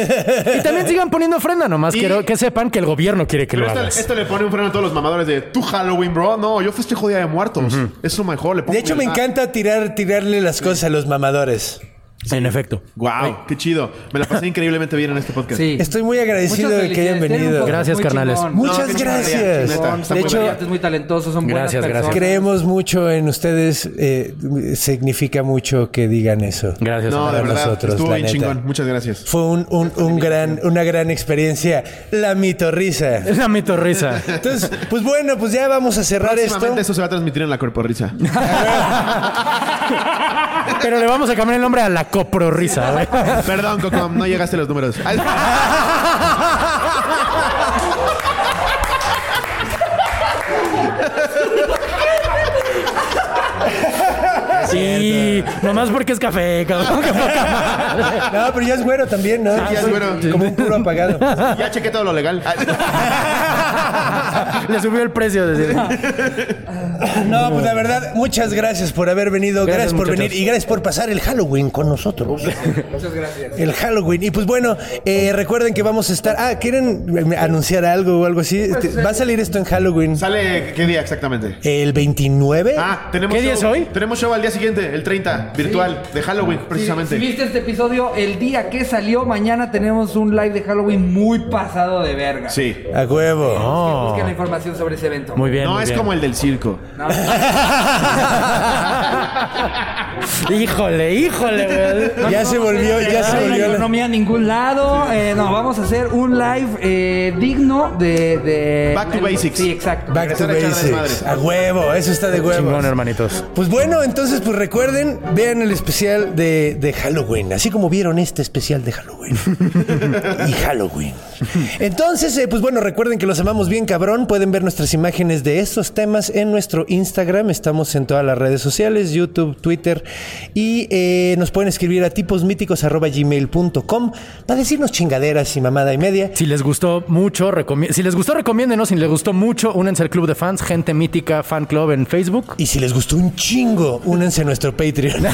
Y también sigan poniendo ofrenda nomás.
Y-
Quiero que sepan que el gobierno quiere que
Pero
lo
esto,
hagas.
esto le pone un freno a todos los mamadores de tu Halloween, bro. No, yo festejo Día de Muertos. Es lo mejor. Le pongo
De hecho, me
lealtad.
encanta tirar, tirarle las cosas a los mamadores.
En efecto.
Guau, qué chido. Me la pasé increíblemente bien en este podcast.
Estoy muy agradecido de que hayan venido.
Gracias, carnales.
Muchas gracias.
Son,
de
hecho,
hecho,
muy talentosos, son buenas
Gracias, gracias.
personas.
creemos mucho en ustedes. eh, significa mucho que digan eso.
Gracias.
No, de
Para
verdad.
nosotros,
estuvo
la
bien
neta.
chingón. Muchas gracias.
Fue un, un- un gran, una gran experiencia. La mitorrisa.
Es la
*laughs*
mitorrisa.
Entonces, pues bueno, pues ya vamos a cerrar esto.
Próximamente eso se va a transmitir en la corporrisa.
*laughs* Pero le vamos a cambiar el nombre a la coprorrisa, güey.
Perdón, Cocom, no llegaste a los
*laughs*
números. Ay,
Sí, nomás porque es café, cabrón. qué poca madre.
No, pero ya es güero también, ¿no?
ya es güero.
Como un puro apagado.
ya chequé todo lo
*laughs*
legal. Ay,
Le subió el precio. decir.
No, pues la verdad, muchas gracias por haber venido, gracias,
Gracias,
por
muchachos.
venir y gracias por pasar el Halloween con nosotros.
Muchas gracias.
El Halloween. Y pues bueno, eh, recuerden que vamos a estar. Ah, ¿quieren eh, anunciar algo o algo así? Este, Va a salir esto en Halloween.
¿Sale qué día exactamente?
El 29.
Ah, tenemos
¿Qué día
show.
es hoy?
Tenemos show al día siguiente, el 30, virtual, de Halloween, precisamente.
Si, si viste este episodio el día que salió, mañana tenemos un live de Halloween muy pasado de verga.
Sí.
A huevo.
Busquen la información sobre ese evento.
Muy bien.
no
muy
es
bien.
como el del circo.
No,
*laughs* Híjole, híjole, güey.
Ya se volvió, ya
Ah, No
se volvió.
hay
la-
economía a ningún lado. Eh, no, vamos a hacer un live eh, digno de, de-
Back to basics.
Sí, exacto.
Back to
Empezar a echar
basics.
desmadre.
A huevo, eso está de huevo.
Chingón, hermanitos.
Pues bueno, entonces pues recuerden, vean el especial de, de Halloween, así como vieron este especial de Halloween. y Halloween. Entonces, eh, pues bueno, recuerden que los amamos bien cabrón, pueden ver nuestras imágenes de estos temas en nuestro Instagram, estamos en todas las redes sociales, YouTube, Twitter, y eh, nos pueden escribir a tiposmíticos.gmail.com para decirnos chingaderas y mamada y media.
Si les gustó mucho, recomi- si les gustó, recomiéndenos. Si les gustó mucho, únanse al club de fans, gente mítica, fan club en Facebook.
Y si les gustó un chingo, únanse a nuestro
*laughs*
Patreon.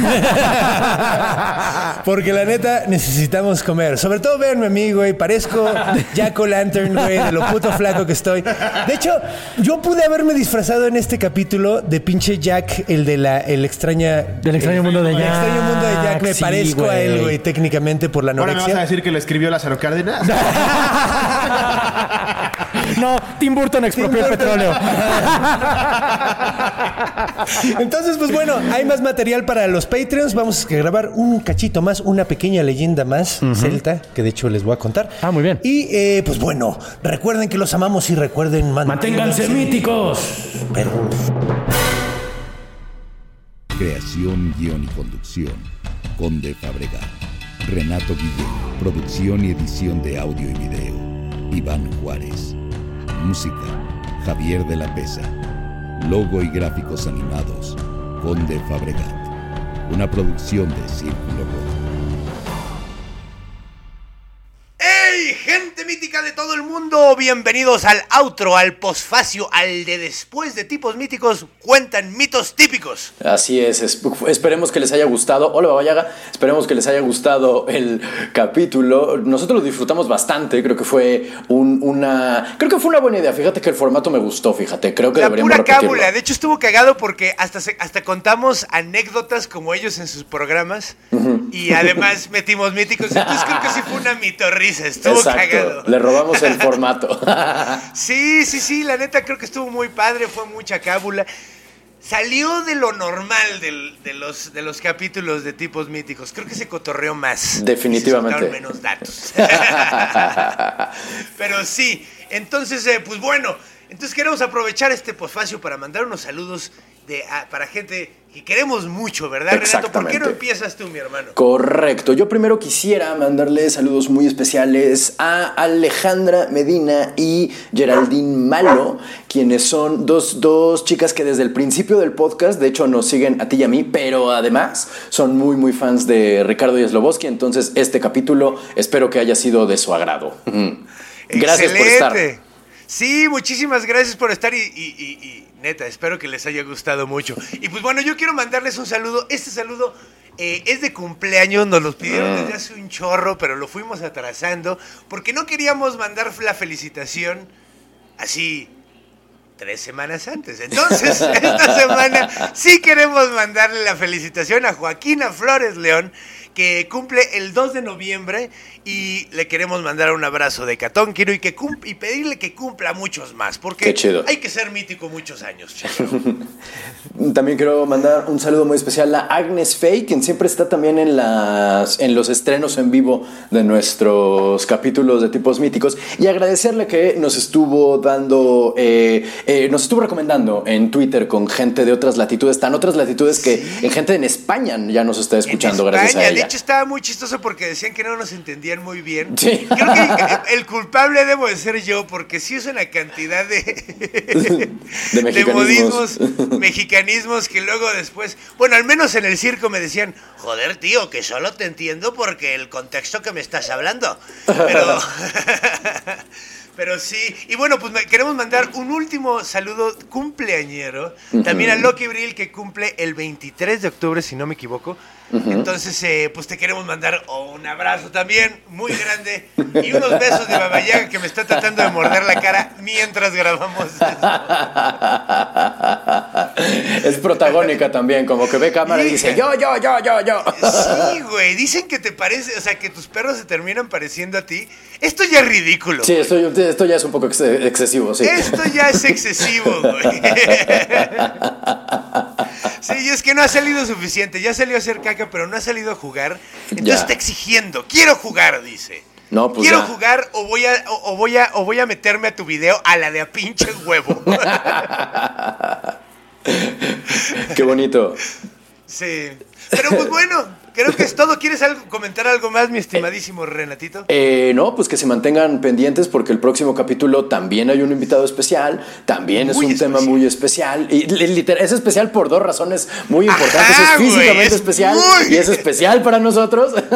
Porque la neta, necesitamos comer. Sobre todo, véanme a mí, güey. Parezco Jack O'Lantern, güey, de lo puto flaco que estoy. De hecho, yo pude haberme disfrazado en este capítulo de pinche Jack, el de la el extraña...
Del extraño mundo de
El
Jack.
extraño mundo de Jack. Me
Sí,
parezco a él, güey, técnicamente por la
Ahora me vas a
anorexia.
decir que lo escribió Lázaro Cárdenas.
No, Tim Burton expropió el petróleo.
Entonces, pues bueno, hay más material para los Patreons. Vamos a grabar un cachito más, una pequeña leyenda más celta, que de hecho les voy a contar. Ah, muy bien. Y eh, pues bueno, recuerden que los amamos y recuerden
Manténganse míticos.
Pero
Creación, guión y conducción. Conde Fabregat. Renato Guillén. Producción y edición de audio y video. Iván Juárez. Música. Javier de la Pesa. Logo y gráficos animados. Conde Fabregat. Una producción de Círculo Rojo.
¡Hey, gente mítica de todo el mundo! Bienvenidos al outro, al posfacio, al de después de tipos míticos cuentan mitos típicos.
Así es, esp- esperemos que les haya gustado. Hola Babayaga, esperemos que les haya gustado el capítulo. Nosotros lo disfrutamos bastante, creo que fue un- una creo que fue una buena idea. Fíjate que el formato me gustó, fíjate, creo que
La
deberíamos
pura
repetirlo.
cábula. De hecho, estuvo cagado porque hasta, se- hasta contamos anécdotas como ellos en sus programas
Ujú.
y además metimos míticos. Entonces creo que sí fue una mitorrisa. Estuvo
Exacto,
cagado.
le robamos el formato.
*laughs* Sí, sí, sí, la neta creo que estuvo muy padre, fue mucha cábula. Salió de lo normal del- de, los, de los capítulos de tipos míticos. Creo que se cotorreó más.
Definitivamente.
Y se soltaron menos datos.
*laughs*
Pero sí, entonces, eh, pues bueno, entonces queremos aprovechar este posfacio para mandar unos saludos de, a- para gente que queremos mucho, ¿verdad, Renato? ¿Por qué no
Exactamente.
empiezas tú, mi hermano?
Correcto. Yo primero quisiera mandarle saludos muy especiales a Alejandra Medina y Geraldine Malo, quienes son dos, dos chicas que desde el principio del podcast, de hecho, nos siguen a ti y a mí, pero además son muy, muy fans de Ricardo y Sloboski. Entonces, este capítulo espero que haya sido de su agrado. *laughs* Ujú. Gracias por estar.
Excelente. Sí, muchísimas gracias por estar y, y- y- y, neta, espero que les haya gustado mucho. Y pues bueno, yo quiero mandarles un saludo. Este saludo eh, es de cumpleaños, nos los pidieron
Mm.
desde hace un chorro, pero lo fuimos atrasando porque no queríamos mandar la felicitación así tres semanas antes. Entonces, *laughs* esta semana sí queremos mandarle la felicitación a Joaquina Flores León, que cumple el 2 de noviembre y le queremos mandar un abrazo de Catón, quiero y, que cum- y pedirle que cumpla muchos más, porque
Qué chido.
hay que ser mítico muchos años. chicos.
*laughs* También quiero mandar un saludo muy especial a Agnes Fay, quien siempre está también en, las, en los estrenos en vivo de nuestros capítulos de tipos míticos y agradecerle que nos estuvo dando, eh, eh, nos estuvo recomendando en Twitter con gente de otras latitudes, tan otras latitudes que en gente en España ya nos está escuchando gracias
España,
a
de
ella.
hecho estaba muy chistoso porque decían que no nos entendían muy bien.
Sí.
Creo que el, el culpable debo de ser yo, porque sí es una cantidad de...
*laughs* De
modismos,
mexicanismos.
mexicanismos que luego después, bueno, al menos en el circo me decían, joder tío, que solo te entiendo porque el contexto que me estás hablando. Pero, *laughs* pero sí, y bueno, pues me- queremos mandar un último saludo cumpleañero, también a
Ujú.
Loki Brill que cumple el 23 de octubre, si no me equivoco.
Ujú.
Entonces, eh, pues te queremos mandar un abrazo también, muy grande, y unos besos de Babayaga que me está tratando de morder la cara mientras grabamos.
*laughs* es protagónica también, como que ve cámara y dice, yo, yo, yo, yo, yo.
Sí, güey. Dicen que te parece, o sea, que tus perros se terminan pareciendo a ti. Esto ya es ridículo.
Sí, esto, esto ya es un poco ex- excesivo, sí.
Esto ya es excesivo, güey. Sí, y es que no ha salido suficiente. Ya salió a hacer caca, pero no ha salido a jugar. Entonces
Ya.
está exigiendo. Quiero jugar, dice.
No, pues
Quiero
ya.
jugar o voy a o, o voy a o voy a meterme a tu video a la de a pinche
*laughs*
huevo.
*laughs* Qué bonito.
sí. Pero pues bueno, creo que es todo. ¿Quieres algo- comentar algo más, mi estimadísimo Renatito?
Eh, no, pues que se mantengan pendientes porque el próximo capítulo también hay un invitado especial, también es un tema muy especial. Y li- literal, es especial por dos razones muy importantes.
Ajá,
es
güey,
físicamente
es
especial
muy-
y es especial para nosotros. *laughs*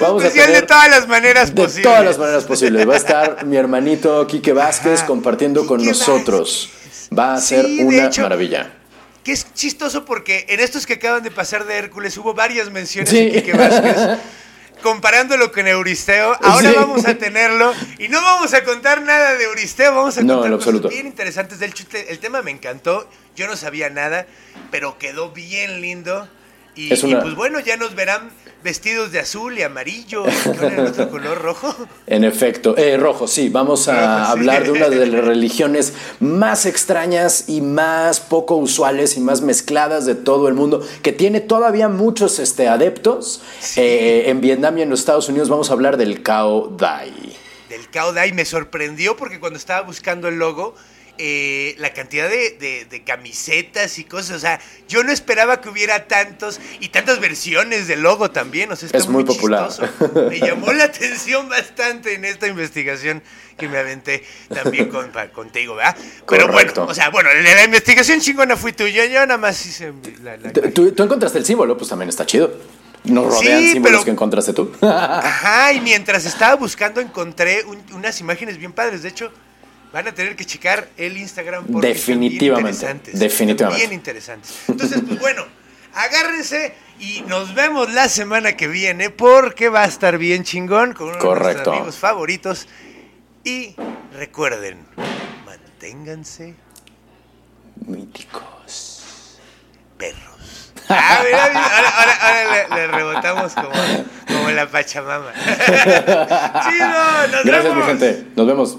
Vamos
especial de todas las maneras
posibles. De todas las maneras posibles. Va a estar mi hermanito Quique Vázquez compartiendo con nosotros. Va a ser
Sí, de
una
hecho,
maravilla.
Que es chistoso porque en estos que acaban de pasar de Hércules hubo varias menciones
Sí.
de Quique Vázquez. Comparándolo con Euristeo, ahora
Sí.
vamos a tenerlo y no vamos a contar nada de Euristeo, vamos a
No,
contar
en lo
cosas
absoluto.
bien interesantes del chute. El tema me encantó, yo no sabía nada, pero quedó bien lindo y, Y,
Es una-
y, pues bueno, ya nos verán vestidos de azul y amarillo, y con el otro color rojo.
En efecto, eh, rojo, sí, vamos a hablar de una de las religiones más extrañas y más poco usuales y más mezcladas de todo el mundo, que tiene todavía muchos este, adeptos. Eh, en Vietnam y en los Estados Unidos vamos a hablar del Cao Dai.
Del Cao Dai me sorprendió porque cuando estaba buscando el logo, eh, la cantidad de, de- de camisetas y cosas, o sea, yo no esperaba que hubiera tantos y tantas versiones del logo también, o sea, está
Es muy popular.
chistoso. Me llamó la atención bastante en esta investigación que me aventé también con, pa- contigo, ¿verdad? Pero
Correcto.
bueno, o sea, bueno, la, la investigación chingona fui tú, yo, yo nada más hice la- la-
¿Tú, tú encontraste el símbolo, pues también está chido. Nos
Sí,
rodean símbolos
pero-
que encontraste tú. *laughs*
Ajá, y mientras estaba buscando encontré un- unas imágenes bien padres. De hecho, van a tener que checar el Instagram porque están bien
Definitivamente,
interesantes.
definitivamente.
Bien interesantes. Entonces, pues bueno, agárrense y nos vemos la semana que viene porque va a estar bien chingón con uno de
Correcto.
nuestros amigos favoritos. Y recuerden, manténganse
míticos.
Perros. Ah, mira, mira, ahora, ahora- ahora le, le rebotamos como, como la Pachamama. *laughs* ¡Chido! ¡Nos
Gracias, mi
vemos!
gente. Nos vemos.